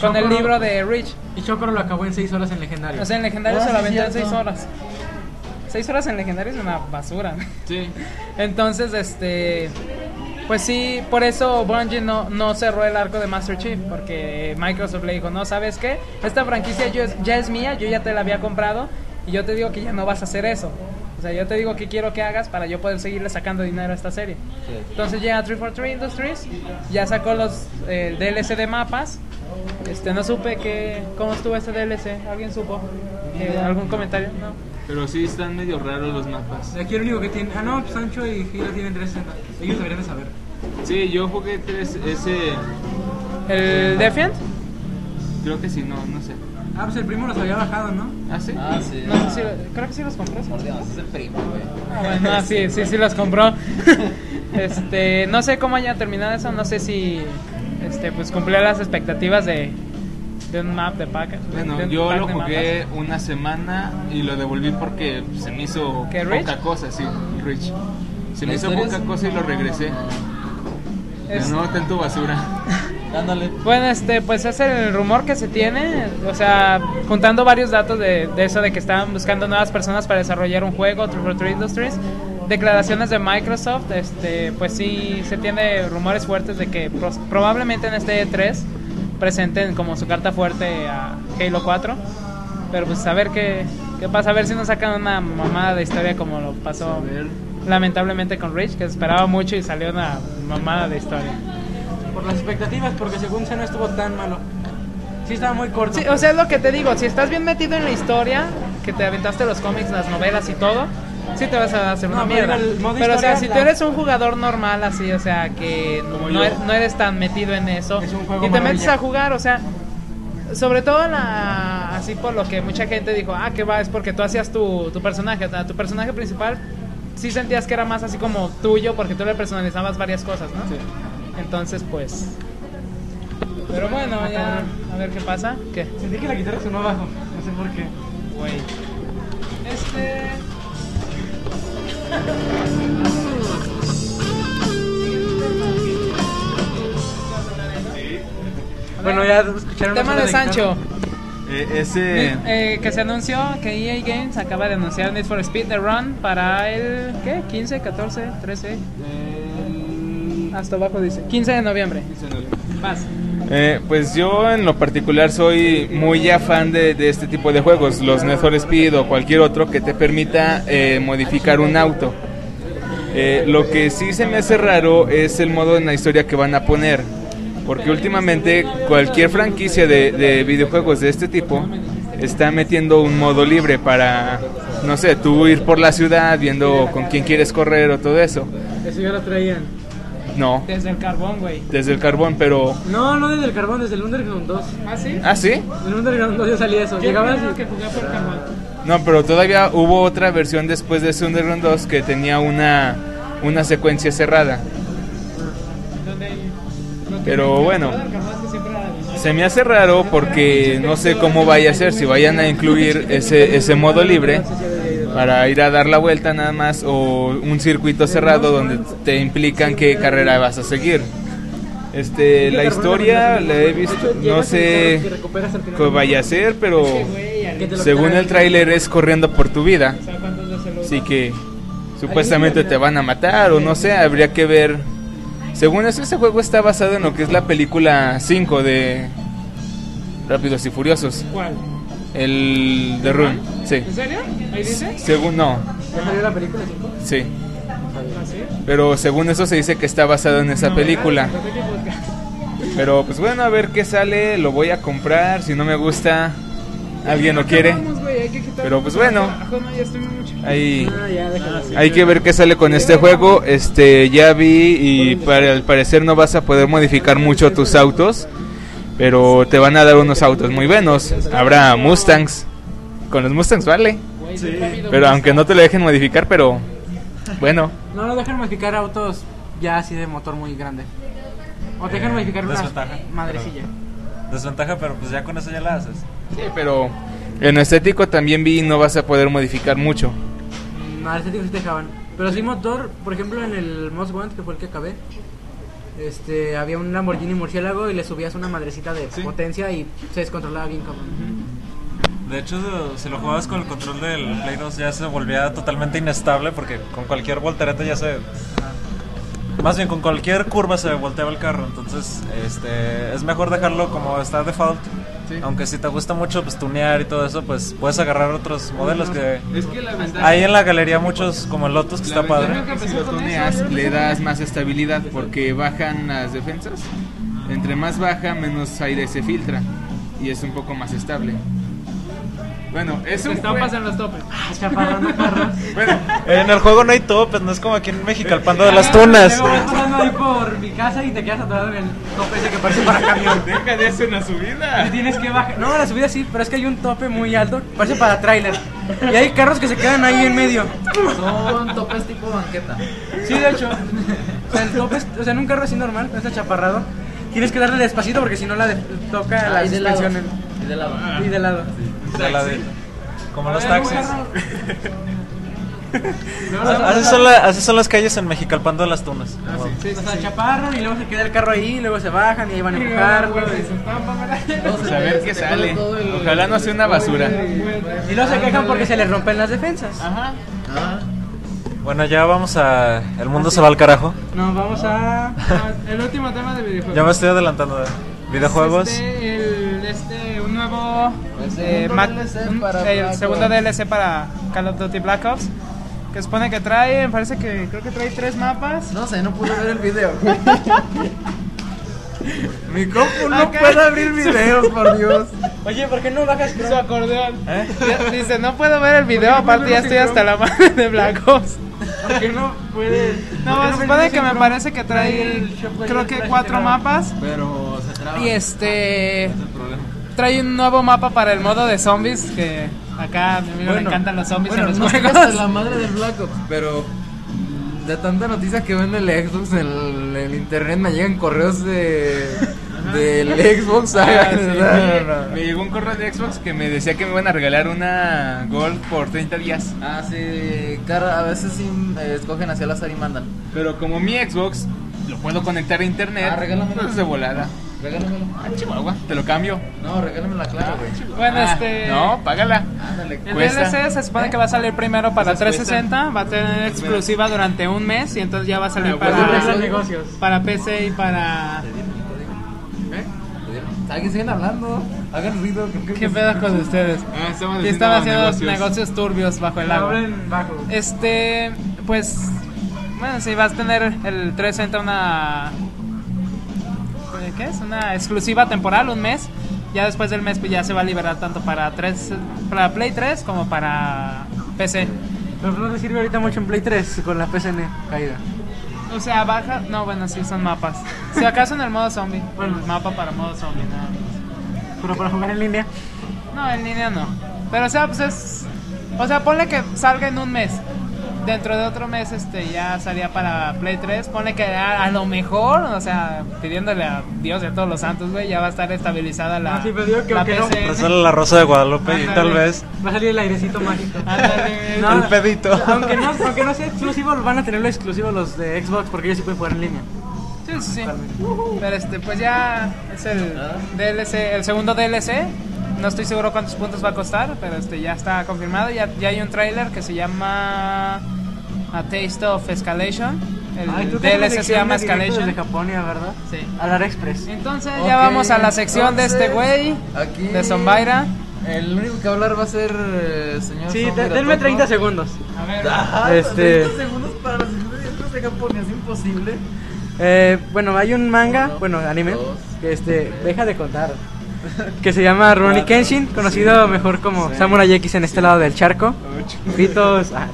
E: con el libro de Rich.
A: Y Chocoro lo acabó en 6 horas en legendario.
E: O sea, en Legendario
D: Ah,
E: se lo
D: sí,
E: aventó en
D: cierto.
E: 6 horas. 6 horas en Legendario es una basura.
J: Sí.
E: Entonces, este. Pues sí, por eso Bungie no, no cerró el arco de Master Chief, porque Microsoft le dijo, no, ¿sabes qué? Esta franquicia yo es- ya es mía, yo ya te la había comprado, y yo te digo que ya no vas a hacer eso. O sea, yo te digo qué quiero que hagas para yo poder seguirle sacando dinero a esta serie. Entonces llega 343 Industries, ya sacó los eh, DLC de mapas. Este, no supe que, cómo estuvo este DLC, ¿alguien supo? Eh, ¿Algún comentario? No.
J: Pero sí están medio raros los mapas.
A: Aquí el único que tiene. Ah, no, pues Sancho y Halo tienen 360. Ellos deberían de saber.
J: Sí, yo jugué tres, ese.
E: ¿El Defiant?
J: Creo que sí, no, no sé.
A: Ah, pues el primo los había bajado, ¿no?
J: ¿Ah, sí?
D: Ah, sí.
E: No, sí, creo que sí los compré. ¿sí?
D: Por Dios, es el primo, güey.
E: Ah, bueno, ah, sí, sí, sí los compró. Este, no sé cómo haya terminado eso, no sé si este pues cumplió las expectativas de, de un map de pack. de
J: Bueno,
E: un
J: yo
E: pack
J: lo
E: de
J: jugué
E: mapas.
J: una semana y lo devolví porque se me hizo
E: ¿Qué, Rich?
J: poca cosa, sí, Rich. Se
D: ¿La
J: me hizo
D: historia
J: poca
D: es-
J: cosa y lo regresé.
E: Es-
J: No, tanto basura.
C: Ándale.
E: Bueno, este, pues es el rumor que se tiene, o sea, juntando varios datos de, de eso de que estaban buscando nuevas personas para desarrollar un juego, 343 Industries, declaraciones de Microsoft, este, pues sí se tiene rumores fuertes de que pros- probablemente en este E3 presenten como su carta fuerte a Halo 4, pero pues a ver qué, qué pasa, a ver si nos sacan una mamada de historia como lo pasó lamentablemente con Rich, que esperaba mucho y salió una mamada de historia.
A: Por las expectativas, porque según se no estuvo tan malo. Sí estaba muy corto.
E: Sí, o sea, es lo que te digo, si estás bien metido en la historia, que te aventaste los cómics, las novelas y todo, sí te vas a hacer una
A: No, pero
E: mierda.
A: el modo
E: Pero o sea,
A: historia
E: si
A: la-
E: tú eres un jugador normal así, o sea, que
A: Como
E: no,
A: yo.
E: er- no eres tan metido en eso
A: Es un juego
E: y te
A: maravilla.
E: metes a jugar, o sea, sobre todo la así por lo que mucha gente dijo, ah, que va, es porque tú hacías tu, tu personaje, o sea, tu personaje principal sí sentías que era más así como tuyo porque tú le personalizabas varias cosas, ¿no? Entonces, pues pero bueno, ya a ver qué pasa. ¿Qué?
N: Ah, Sentí que la guitarra sonó abajo, no sé por qué.
E: Güey. Este.
A: Bueno, ya escucharon
E: Tema de Sancho.
J: Eh, ese.
E: Eh, que se anunció que EA Games acaba de anunciar Need for Speed The Run para el. ¿Qué? ¿15, 14, 13? Hasta abajo dice. 15 de noviembre. Más.
J: Eh, pues yo en lo particular soy muy afán de, de este tipo de juegos, los Need for Speed o cualquier otro que te permita eh, modificar un auto. Eh, lo que sí se me hace raro es el modo en la historia que van a poner, porque últimamente cualquier franquicia de, de videojuegos de este tipo está metiendo un modo libre para, no sé, tú ir por la ciudad viendo con quién quieres correr o todo eso.
N: Eso ya lo traían.
J: No,
E: Desde el carbón, güey.
J: desde el carbón, pero...
N: No, no desde el carbón, desde el Underground 2.
E: ¿Ah, sí? Ah,
J: Ah, sí.
N: En el Underground 2 ya salía eso. Llegabas y-
E: que jugué por carbón.
J: No, pero todavía hubo otra versión después de ese Underground 2 que tenía una, una secuencia cerrada. Pero bueno, se me hace raro porque no sé cómo vaya a ser, si vayan a incluir ese, ese modo libre para ir a dar la vuelta nada más o un circuito cerrado donde te implican qué carrera vas a seguir. Este, la historia la he visto, no sé qué vaya a ser, pero según el tráiler es corriendo por tu vida. Así que supuestamente te van a matar o no sé, habría que ver. Según eso, ese juego está basado en lo que es la película 5 de Rápidos y Furiosos.
N: ¿Cuál?
J: El de Run, sí.
N: ¿En serio? ¿Ahí dice?
J: Según no,
N: ¿Ya salió la película 5?
J: sí. Pero según eso se dice que está basado en esa película. Pero pues bueno, a ver qué sale, lo voy a comprar, si no me gusta, alguien lo quiere. Pero pues bueno,
E: Ah,
J: ahí hay que ver qué sale con este juego. Este ya vi y para, al parecer no vas a poder modificar mucho tus autos, pero te van a dar unos autos muy buenos. Habrá Mustangs. Con los Mustangs vale. Pero aunque no te lo dejen modificar, pero bueno.
A: No, no dejan modificar autos ya así de motor muy grande. O dejan
C: Eh,
A: modificar una
C: desventaja,
A: madrecilla.
C: Desventaja, pero pues ya con eso ya la haces.
J: Sí, pero en estético también vi no vas a poder modificar mucho.
A: No, este tipo sí dejaban. Pero sí motor, por ejemplo, en el Most Wanted, que fue el que acabé, este, había un Lamborghini murciélago y le subías una madrecita de potencia y se descontrolaba bien cabrón.
C: De hecho, si lo jugabas con el control del Play 2 ya se volvía totalmente inestable porque con cualquier voltereta ya se... Más bien, con cualquier curva se volteaba el carro, entonces este, es mejor dejarlo como está default. Aunque si te gusta mucho pues tunear y todo eso, pues puedes agarrar otros modelos que...
J: Es que la ventaja,
C: Hay en la galería muchos como el Lotus que está padre.
J: que si lo tuneas, le das más estabilidad porque bajan las defensas. Entre más baja, menos aire se filtra y es un poco más estable. Bueno, es un jue-
E: Pasan los topes.
J: bueno,
C: En el juego no hay topes, no es como aquí en México, el pando de
A: Ah,
C: las tunas.
N: Luego vas pasando ahí por mi casa y te quedas atorado en el tope ese que parece para camión.
J: deja de eso en la
N: Y
J: subida.
N: tienes que bajar.
A: No, la subida sí, pero es que hay un tope muy alto, parece para tráiler. Y hay carros que se quedan ahí en medio.
D: Son topes tipo banqueta.
A: Sí, de hecho. O sea, el tope, es- o sea, en un carro así normal, no está chaparrado, tienes que darle despacito porque si no la de- toca la
D: y de lado.
A: suspensión
D: Y
E: Ah.
D: de lado.
A: en- y de lado.
C: De la de- como los taxis.
O: Así son, la- así son las calles en Mexicalpan de las Tunas.
A: O sea, chaparro y luego se queda el carro ahí, y luego se bajan y ahí van a empujar, güey.
J: Pues a
D: Este,
J: ver qué sale. Ojalá no sea una basura.
A: Y luego se quejan porque se les rompen las defensas.
E: Ah,
O: Bueno, ya vamos a... El mundo se va al carajo.
E: Nos vamos a. El último tema de videojuegos.
O: Ya me estoy adelantando. Videojuegos.
E: Este, el, este, un nuevo. eh,
D: Pues, un
E: Mac-
D: DLC
E: un-
D: para
E: eh,
D: Black
E: segundo
D: Ops.
E: DLC para Call of Duty Black Ops. Que supone que trae, me parece que creo que trae tres mapas.
D: No sé, no pude ver el video. Mi compu no
E: Acá-
D: puede abrir videos, por Dios.
A: Oye, ¿por qué no bajas
E: Su acordeón. ¿Eh? Ya- Dice, no puedo ver el video, aparte ya estoy hasta la madre de Black Ops.
A: ¿Por qué no puedes?
E: No, se supone que me parece que trae, creo que cuatro mapas.
D: Pero se traba.
E: Y este. Trae un nuevo mapa para el modo de zombies. Que acá a mí me encantan los zombies
D: Bueno,
E: en los
D: no
E: juegos.
D: juegas la madre del Black Ops, pero de tanta noticia que vende el Xbox en el, el internet me llegan correos de del Xbox.
J: Ah, sí.
D: ¿verdad?
J: Me llegó un correo de Xbox que me decía que me iban a regalar una Gold por 30 días.
D: Ah, sí, cara, a veces sí eh, escogen hacia la azar y mandan.
J: Pero como mi Xbox lo puedo conectar a internet,
D: Ah, regálame.
J: pues de volada.
D: Regálamelo.
J: Ah, Chihuahua, te lo cambio.
D: No, regálamela, claro, güey.
E: Bueno,
J: Ah,
E: este. Ah,
J: No, págala.
D: Ándale.
E: El
J: Cuesta.
E: DLC se supone que va a salir primero para
J: Esas cuestan.
E: 360, va a tener exclusiva durante un mes y entonces ya va a salir
J: pues,
E: para,
D: regresan
A: negocios.
E: para PC y para...
D: Alguien siguen hablando, hagan ruido. creo que-
E: ¿Qué pedo con ustedes?
J: Ah, estamos
E: Y están haciendo negocios. turbios bajo el agua. Este, pues, bueno, si vas a tener el 360 una... ¿Qué es? Una exclusiva temporal, un mes. Ya después del mes pues ya se va a liberar tanto para, tres, para Play 3 como para PC.
A: Pero no te sirve ahorita mucho en Play 3 con la PSN caída.
E: O sea, baja. No, bueno, sí son mapas. Si acaso en el modo zombie. Bueno, mapa para modo zombie, nada más.
A: Pero para jugar en línea.
E: No, en línea no. Pero o sea, pues es. O sea, ponle que salga en un mes. Dentro de otro mes, este, ya salía para Play 3. Ponle que a, a lo mejor, o sea, pidiéndole a Dios y a todos los santos, güey, ya va a estar estabilizada la.
A: Ah, sí, pero digo que
E: la
A: aunque no,
E: PCN.
O: Pero sale la Rosa de Guadalupe y tal
E: Ándale.
O: vez...
A: Va a salir el airecito mágico.
E: Ah, Ándale.
A: No,
O: El pedito.
A: Aunque no, aunque no sea exclusivo, van a tenerlo exclusivo los de Xbox porque ellos sí pueden jugar en línea.
E: Sí, sí, sí. Pero este, pues ya es el DLC, el segundo DLC. No estoy seguro cuántos puntos va a costar, pero este ya está confirmado. Ya, ya hay un tráiler que se llama A Taste of Escalation. El
A: Ay, tú tienes
E: DLC se
A: sección
E: llama
A: de directos
E: Escalation.
A: De Japonia, ¿verdad?
E: Sí.
A: Alar Express.
E: Entonces
D: Ok,
E: ya vamos a la sección de este güey,
D: entonces, aquí-
E: de Zombaira.
D: El único que va a hablar va a ser eh, señor.
A: Sí,
D: Zombie
A: de- denme
D: Ratoco.
A: 30 segundos.
E: A ver,
D: Ajá,
A: Este-
D: 30 segundos para los estudiantes de Japón, es imposible.
A: Eh, bueno, hay un manga,
D: Uno,
A: bueno, anime,
D: dos,
A: que este, deja de contar. Que se llama Ronnie Kenshin, conocido mejor como Samurai X en este lado del charco. Pitos. ah,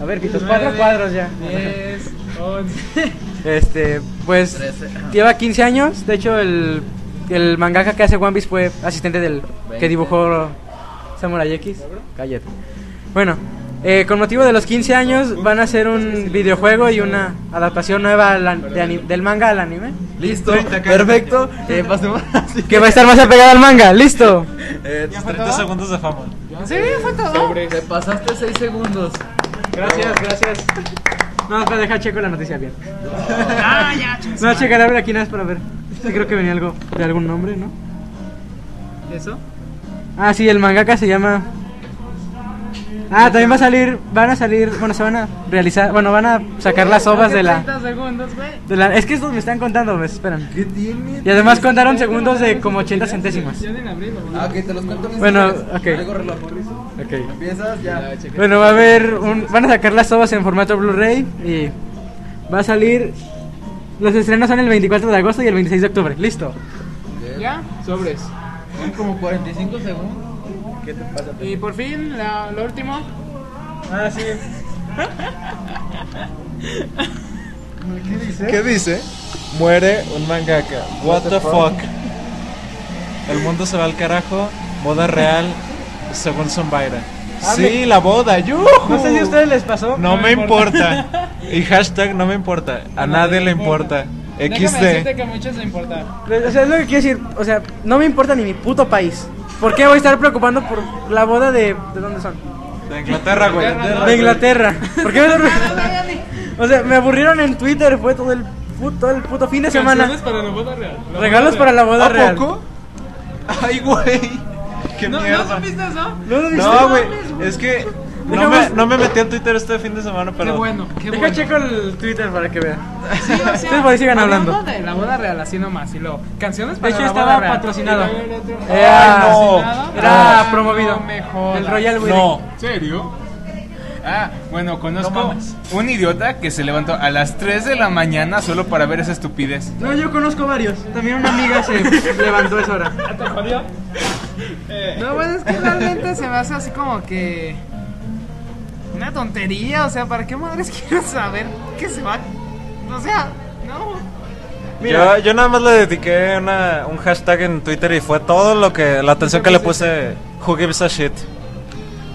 A: a ver, pitos, cuatro cuadros ya.
E: 10, 11.
A: Este, pues
D: Trece.
A: lleva 15 años. De hecho, el, el mangaka que hace One Piece fue asistente del
D: Veinte.
A: que dibujó Samurai X. Cállate. Bueno, eh, con motivo de los 15 años van a hacer un videojuego y una adaptación nueva al an- de ani- del manga al anime.
D: Listo, perfecto. Eh, pasemos así.
A: Que va a estar más apegado al manga, listo.
D: Eh,
O: 30 segundos de fama.
E: ¿Sí? ¿Fue todo?
D: te pasaste 6 segundos.
A: Gracias, gracias. No, espera, deja checo la noticia bien. No, checaré a ver aquí nada más para ver. Sí, creo que venía algo de algún nombre, ¿no?
E: ¿Eso?
A: Ah, sí, el mangaka se llama. Ah, también va a salir, van a salir, bueno, se van a realizar, bueno, van a sacar las obras de la,
E: 30 segundos, güey.
A: de la- Es que estos me están contando, me esperan.
D: ¿Qué tiene?
A: Y además contaron segundos de como 80 centésimas.
E: Yo ni abrí, güey.
D: Ah, ok, te los cuento mis
A: Bueno,
D: historias.
A: ok.
D: Traigo reloj, Mauricio.
A: Ok.
D: Empiezas ya.
A: Bueno, va a haber, un- van a sacar las obras en formato Blu-ray y va a salir. Los estrenos son el 24 de agosto y el 26 de octubre. Listo.
E: ¿Ya?
D: Sobres. Son como 45 segundos. ¿Qué te pasa?
E: Y por fin, la- lo último.
A: Ah, sí.
O: ¿Qué dice? Muere un mangaka. What the fuck. El mundo se va al carajo. Boda real, según Zombaira. Sí, la boda. ¡Yujú!
A: No sé si a ustedes les pasó.
O: No me importa. Y hashtag no me importa. A nadie le importa.
E: Déjame decirte
O: XD.
E: que a muchos le importa.
A: O sea, es lo que quiero decir. O sea, no me importa ni mi puto país. ¿Por qué voy a estar preocupando por la boda de. ¿De dónde son?
C: De Inglaterra, güey.
A: De Inglaterra. ¿Por qué me lo O sea, me aburrieron en Twitter, fue todo el puto, todo el puto fin de semana.
E: Canciones para la boda real. La
A: Regalos
E: boda
A: para la boda
C: ¿A
A: real.
C: poco? Ay, güey. Qué
E: No, no
C: mierda.
E: supiste eso.
A: ¿No lo viste?
C: No, güey. Es que no me,
A: Dejamos-
C: no me metí en Twitter este fin de semana,
E: Qué
C: pero.
E: bueno, qué
A: Deja
E: bueno.
A: checo el Twitter para que vean.
E: Sí, o sea,
A: Ustedes por ahí sigan hablando.
E: hablando de la boda real, así nomás. Y luego, canciones
A: De
E: para
A: hecho,
E: la boda
A: estaba
E: real.
A: patrocinado.
E: Y luego el otro-
A: Era-
E: ¿Patrocinado?
A: Era
E: Ah,
A: promovido.
E: no me jodas.
A: El Royal Wedding.
C: No.
J: ¿En serio? Ah, bueno, conozco un idiota que se levantó a las 3 de la mañana solo para ver esa estupidez.
A: No, yo conozco varios. También una amiga se levantó esa hora. Eh.
E: No, bueno, es que realmente se me hace así como que. Una tontería, o sea, ¿para qué madres quiero saber qué se va? O sea, no.
C: Yo, yo nada más le dediqué una- un hashtag en Twitter y fue todo lo que. La atención que le puse. Who gives a shit.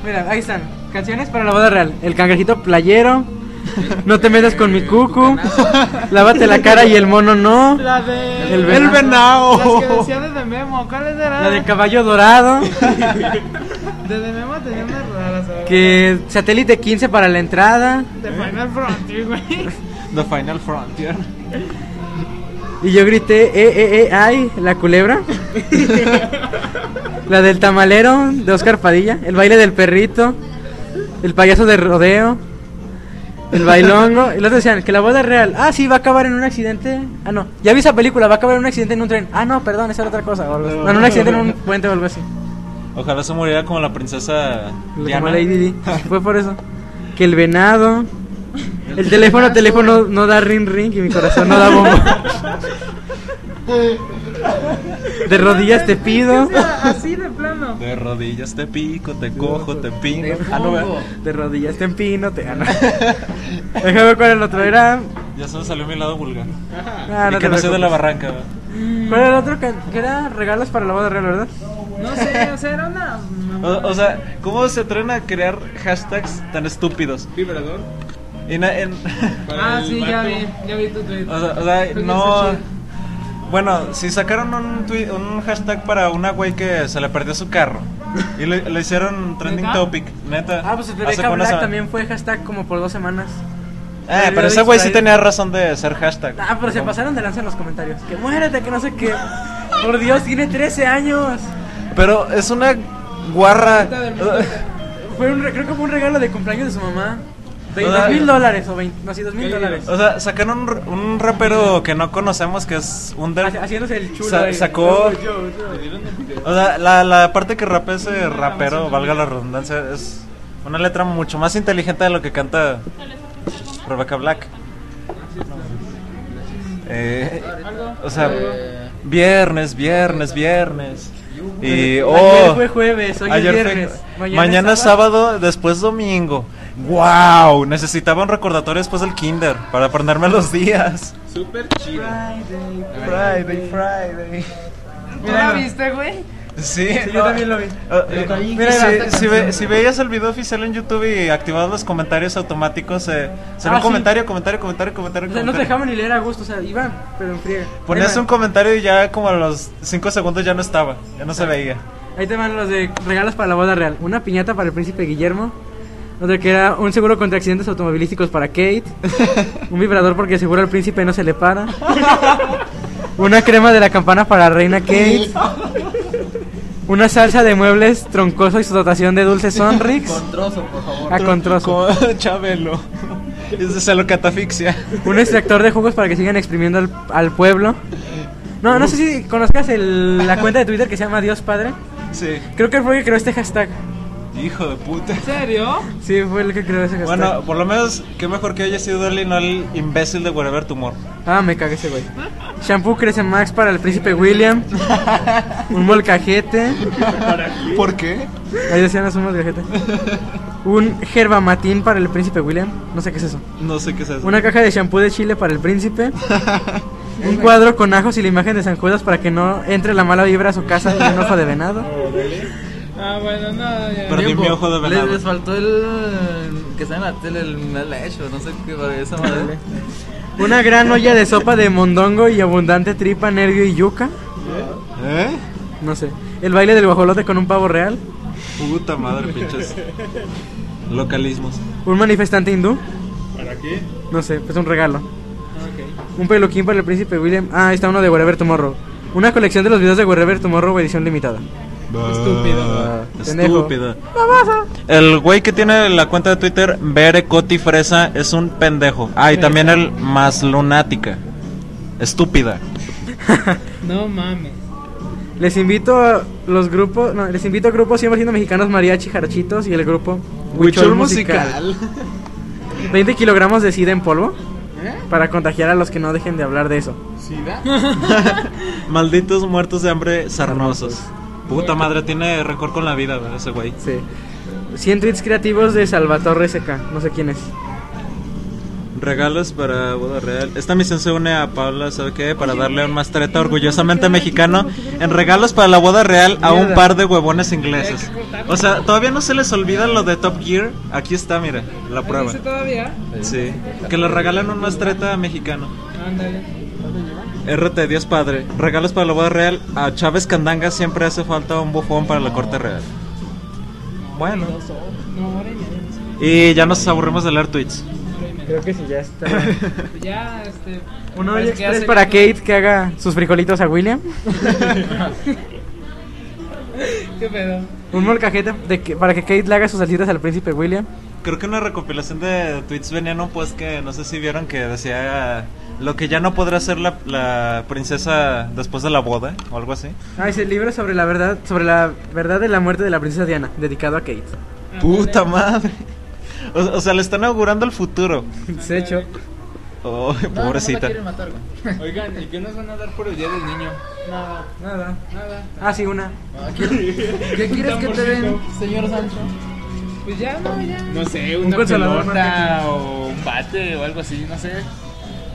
A: Mira, ahí están. Canciones para la boda real. El cangrejito playero. No te metas con mi cucu. Lávate la cara y el mono no.
E: La de.
A: El venado.
E: Las que decía de Memo, ¿cuáles eran?
A: La de caballo dorado.
E: De De Memo tenía unas raras, ¿sabes?
A: Que satélite 15 para la entrada.
E: De Final Frontier, güey.
C: The Final Frontier.
A: Y yo grité, eh, eh, eh, ay, la culebra. la del tamalero de Oscar Padilla. El baile del perrito. El payaso de rodeo. El bailongo. Y los decían que la boda es real. Ah, sí, va a acabar en un accidente. Ah, no. Ya vi esa película, va a acabar en un accidente en un tren. Ah, no, perdón, esa era otra cosa. o algo así. No, en un accidente en un puente o algo así.
C: Ojalá se muriera como la princesa
A: Lo llamó
C: Diana.
A: Lady Di. Fue por eso. Que el venado. El teléfono, teléfono no da ring ring y mi corazón no da bombo. De rodillas te pido.
E: O sea, así de plano.
C: De rodillas te pico, te cojo, te pingo. Ah, no, ¿verdad?
A: De rodillas te empino, te gano. Déjame ver cuál el otro era.
C: Ya se me salió mi lado vulgar.
A: Ah,
C: y
A: no
C: que
A: te
C: no soy de la
A: preocupes.
C: barranca. ¿verdad?
A: ¿Cuál era el otro que, que era regalos para la boda real, verdad?
E: No sé, o sea, era una.
C: O, o sea, ¿cómo se atreven a crear hashtags tan estúpidos?
J: Vibrador.
C: Y na- en-
E: Ah, sí, ya vi, ya vi tu tweet.
C: o sea, o sea,
E: Creo que
C: no.
E: está chido.
C: Bueno, si sacaron un, tui- un hashtag para una güey que se le perdió su carro y le, le hicieron trending
E: ¿Neta?
C: topic, neta.
A: Ah, pues el
C: hace
A: Rebeca
C: como una
A: Black
C: semana.
A: también fue hashtag como por dos semanas.
C: Ah,
A: Pero
C: pero
A: yo
C: ese güey sí
A: distraído.
C: tenía razón de ser hashtag.
A: Ah, pero se pasaron de lanza en los comentarios. Que muérete, que no sé qué. Por Dios, tiene 13 años.
C: Pero es una guarra.
A: Fue un, re- creo que fue un regalo de cumpleaños de su mamá. De
C: O sea,
A: mil dólares o 20, no, sí, dos mil dólares.
C: O sea, sacaron un, r- un rapero que no conocemos que es Under.
A: Haci- Haciéndose el chulo.
C: Sa-
A: ahí.
C: sacó-
A: Yo, yo, yo.
C: O sea, la, la parte que rapea ese rapero, valga la redundancia, es una letra mucho más inteligente de lo que canta Rebecca Black. Eh, o sea, viernes, viernes, viernes. Y,
A: ayer
C: oh,
A: fue jueves, hoy
C: ayer
A: es
C: fue-
A: viernes.
C: mañana es sábado, después domingo. ¡Wow! Necesitaba un recordatorio después del kinder para aprenderme los días.
J: Súper chido.
C: Friday, Friday.
E: ¿Tú la viste, güey?
C: Sí,
A: Sí, yo
C: no.
A: también lo vi.
C: Ah, eh,
A: Mira,
C: si-
A: ahí va.
C: si, ve- si veías el video oficial en YouTube y activabas los comentarios automáticos, eh, será
A: Ah,
C: un
A: sí.
C: comentario, comentario, comentario, comentario.
A: O sea, no te
C: comentario.
A: dejaban ni leer a gusto, o sea, iban, pero en friega.
C: Ponías
A: Ahí va.
C: un comentario y ya como a los 5 segundos ya no estaba, ya
A: Ah.
C: no se veía.
A: Ahí te van los de regalos para la boda real. Una piñata para el príncipe Guillermo. Otro que era un seguro contra accidentes automovilísticos para Kate. Un vibrador porque seguro al príncipe no se le para. Una crema de la campana para reina Kate. Una salsa de muebles troncoso y su dotación de dulce Sonrix. Con trozo, por favor. Ah, con trozo.
C: Como Chabelo. Es de salocatafixia.
A: Un extractor de jugos para que sigan exprimiendo al, al pueblo. No, no sé si conozcas el- la cuenta de Twitter que se llama Dios Padre.
C: Sí.
A: Creo que fue el que creó este hashtag.
C: Hijo de puta.
E: ¿En serio?
A: Sí, fue el que creó ese hashtag.
C: Bueno, por lo menos, qué mejor que haya sido él y no el imbécil de Wherever Tumor.
A: Ah, me cagué ese güey. Shampoo crece Max para el príncipe William. Un molcajete.
C: ¿Por qué?
A: Ahí decían es un molcajete. Un gerbamatín para el príncipe William. No sé qué es eso.
C: No sé qué es eso.
A: Una caja de shampoo de chile para el príncipe. Un cuadro con ajos y la imagen de San Judas para que no entre la mala vibra a su casa y un ojo de venado.
E: Ah, bueno, no, ya.
C: Perdí mi ojo de
D: Les,
C: venado.
D: les faltó el que está en la tele, el melecho, no sé qué para esa madre.
A: Una gran olla de sopa de mondongo y abundante tripa, nervio y yuca.
C: ¿Eh?
A: No sé. El baile del guajolote con un pavo real.
C: Puta madre, pinches. Localismos.
A: ¿Un manifestante hindú?
J: ¿Para qué? Ah,
A: No sé, pues un regalo. Un peluquín para el príncipe William. Ah, ahí está uno de Wherever Tomorrow. Una colección de los videos de Wherever Tomorrow, edición limitada.
C: Estúpido.
A: Pendejo.
C: Estúpido. El güey que tiene la cuenta de Twitter, Bere Coti Fresa, es un pendejo. Ah, y también el más lunática. Estúpida.
E: No mames.
A: Les invito a los grupos, no, les invito a grupos 100% mexicanos mariachi, jarchitos y el grupo Huichol Musical. 20 kilogramos de sida en polvo
J: ¿Eh?
A: para contagiar a los que no dejen de hablar de eso.
C: Malditos muertos de hambre sarnosos. Puta madre, tiene récord con la vida ¿verdad? ese güey.
A: Sí. 100 tweets creativos de Salvatore SK, no sé quién es.
C: Regalos para Boda Real. Esta misión se une a Paula, ¿sabe qué? Para darle un mastreta orgullosamente mexicano en regalos para la Boda Real a un par de huevones ingleses. O sea, todavía no se les olvida lo de Top Gear. Aquí está, mira, la prueba.
E: ¿Dice todavía?
C: Sí. Que le regalen un mastreta mexicano.
E: Ándale.
C: RT, Dios Padre. Regalos para la boda real. A Chávez Candanga siempre hace falta un bufón para la corte real. Bueno.
E: No, ahora ya.
C: Y ya nos aburrimos de leer tweets.
A: Creo que sí, ya está.
E: Ya, este.
A: Un
E: pues,
A: Oye
E: ¿qué
A: Express
E: hace
A: para
E: con tu-
A: Kate que haga sus frijolitos a William.
E: ¿Qué pedo?
A: Un molcajete de que- para que Kate le haga sus salsitas al príncipe William.
C: Creo que una recopilación de tweets venía en un post que no sé si vieron que decía lo que ya no podrá hacer la, la princesa después de la boda o algo así.
A: Ah, es el libro sobre la verdad, sobre la verdad de la muerte de la princesa Diana, dedicado a Kate.
C: Puta madre. O, o sea, le están augurando el futuro.
A: Se hecho.
C: Oh, pobrecita.
J: Oigan, ¿y qué nos van a dar por el día del niño?
A: Nada, nada, nada. Ah, sí, una.
D: ¿Qué quieres que te den, señor Sancho?
E: Pues ya, no, ya.
J: No sé,
A: Un
J: una
A: consolador,
J: pelota o un bate o algo así, no sé.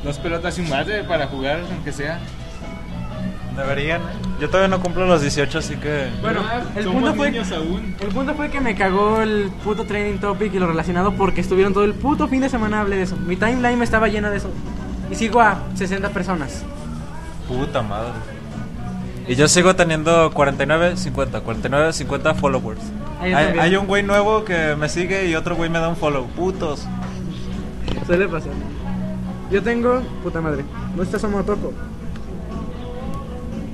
J: Dos pelotas y un bate para jugar, aunque sea.
C: Deberían. ¿eh? Yo todavía no cumplo los 18, así que...
A: Bueno, el
J: Somos
A: punto fue
J: niños aún.
A: el punto fue que me cagó el puto training topic y lo relacionado porque estuvieron todo el puto fin de semana hablé de eso. Mi timeline estaba llena de eso. Y sigo a 60 personas.
C: Puta madre. Y yo sigo teniendo 49, 50, 49, 50 followers.
A: Ah,
C: Hay,
A: yo también.
C: hay un güey nuevo que me sigue y otro güey me da un follow. Putos.
A: Suele pasar. Yo tengo, puta madre, no está Somotoco.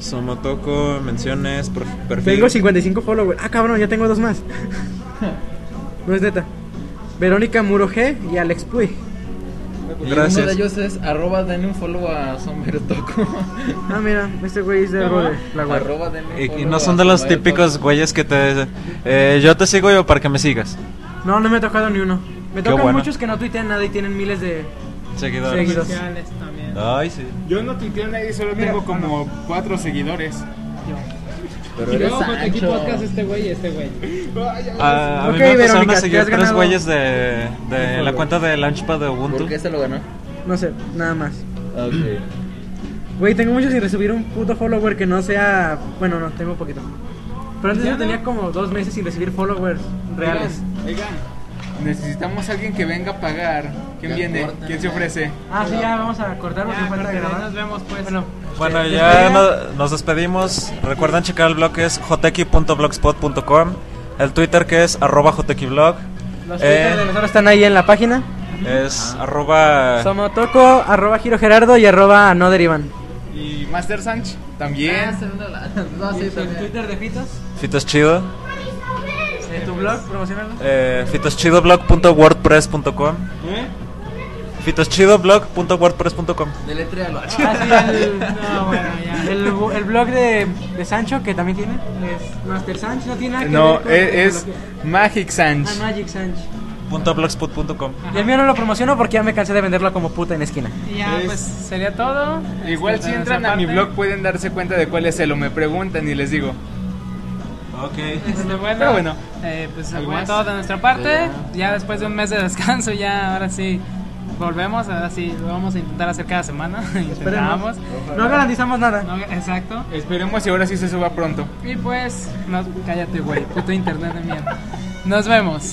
C: Somotoco, menciones, perf- perfil.
A: Tengo 55 followers. Ah, cabrón, ya tengo dos más. no es neta. Verónica Muro G y Alex Puy.
D: Gracias. uno
C: Gracias.
D: de ellos es arroba denle un follow a Sombrero Toco.
A: Ah, mira, este güey es de algo de la web.
D: arroba denle un
C: Y, y
D: follow
C: no
D: a
C: son de los
D: Sombrero
C: típicos
D: Toco.
C: güeyes que te... eh, yo te sigo yo para que me sigas.
A: No, no me ha tocado ni uno. Me
C: Qué
A: tocan
C: bueno.
A: muchos que no tuitean nada y tienen miles de
C: Seguidores.
A: seguidores.
E: Comerciales también.
C: Ay, sí.
J: Yo no tuiteo a nadie, solo tengo como cuatro seguidores.
D: Pero
E: Y
D: eres
E: luego con aquí
D: Sancho.
E: podcast este güey y este güey.
C: Ah, a mí
A: Ok,
C: me empezaron
A: Verónica,
C: a
A: te
C: seguir
A: has
C: tres
A: ganado-
C: güeyes de, de la
A: follow.
C: cuenta de Launchpad de Ubuntu.
D: ¿Por qué se lo ganó?
A: No sé, nada más.
D: Ok.
A: Güey, tengo muchos sin recibir un puto follower que no sea. Bueno, no, tengo poquito. Pero antes yo tenía como dos meses sin recibir followers reales.
J: Oigan, oigan, necesitamos a alguien que venga a pagar. ¿Quién
D: Ya
J: viene?
D: corta.
J: ¿Quién se ofrece?
A: Ah, sí, ya vamos a cortar porque
E: Ya,
A: falta
E: corte,
A: grabar.
E: nos vemos pues.
A: Bueno,
C: Bueno,
A: ¿te
C: ya
A: despedimos?
C: no- nos despedimos. Recuerden checar el blog que es joteki.blogspot.com, el Twitter que es arroba jotequiblog,
A: Los
C: Eh,
A: Twitter de nosotros están ahí en la página.
C: es
D: Ah.
C: arroba...
A: Somotoco, arroba Giro Gerardo y arroba no derivan.
J: Y Master Sanch también.
D: Ah, segunda la- No, sí, también.
A: de Fitos?
C: Fitos Chido,
D: pues,
A: tu blog, promocionalo.
C: eh, fitoschidoblog.wordpress.com,
J: ¿Eh?
C: fitoschidoblog.wordpress.com.
D: Deletréalo.
A: Ah, sí, el,
E: No, bueno, ya.
A: el, bu- el blog de, de Sancho, que también tiene. Es Master Sancho, no tiene nada que
J: No, eh, e-
A: ver con
J: es, es
A: tecnología.
J: Magic Sanch.
A: Ah, Magic Sancho.
C: punto blogspot.com.
A: Y el mío no lo promociono porque ya me cansé de venderlo como puta en esquina.
E: Y ya,
J: Es-
E: pues sería todo.
J: Igual
E: Este,
J: si entran a
E: nuestra
J: mi
E: parte.
J: blog pueden darse cuenta de cuál es el o me preguntan y les digo.
C: Ok.
E: Este, bueno,
J: Pero bueno.
E: eh, pues
J: ¿Algo
E: fue
J: más?
E: todo de nuestra parte. Ya después de un mes de descanso, ya ahora sí volvemos. Ahora sí lo vamos a intentar hacer cada semana. Intentamos.
A: No garantizamos nada.
E: No, exacto.
J: Esperemos y ahora sí se suba pronto.
E: Y pues, no, cállate, güey. Puto internet de mierda. Nos vemos.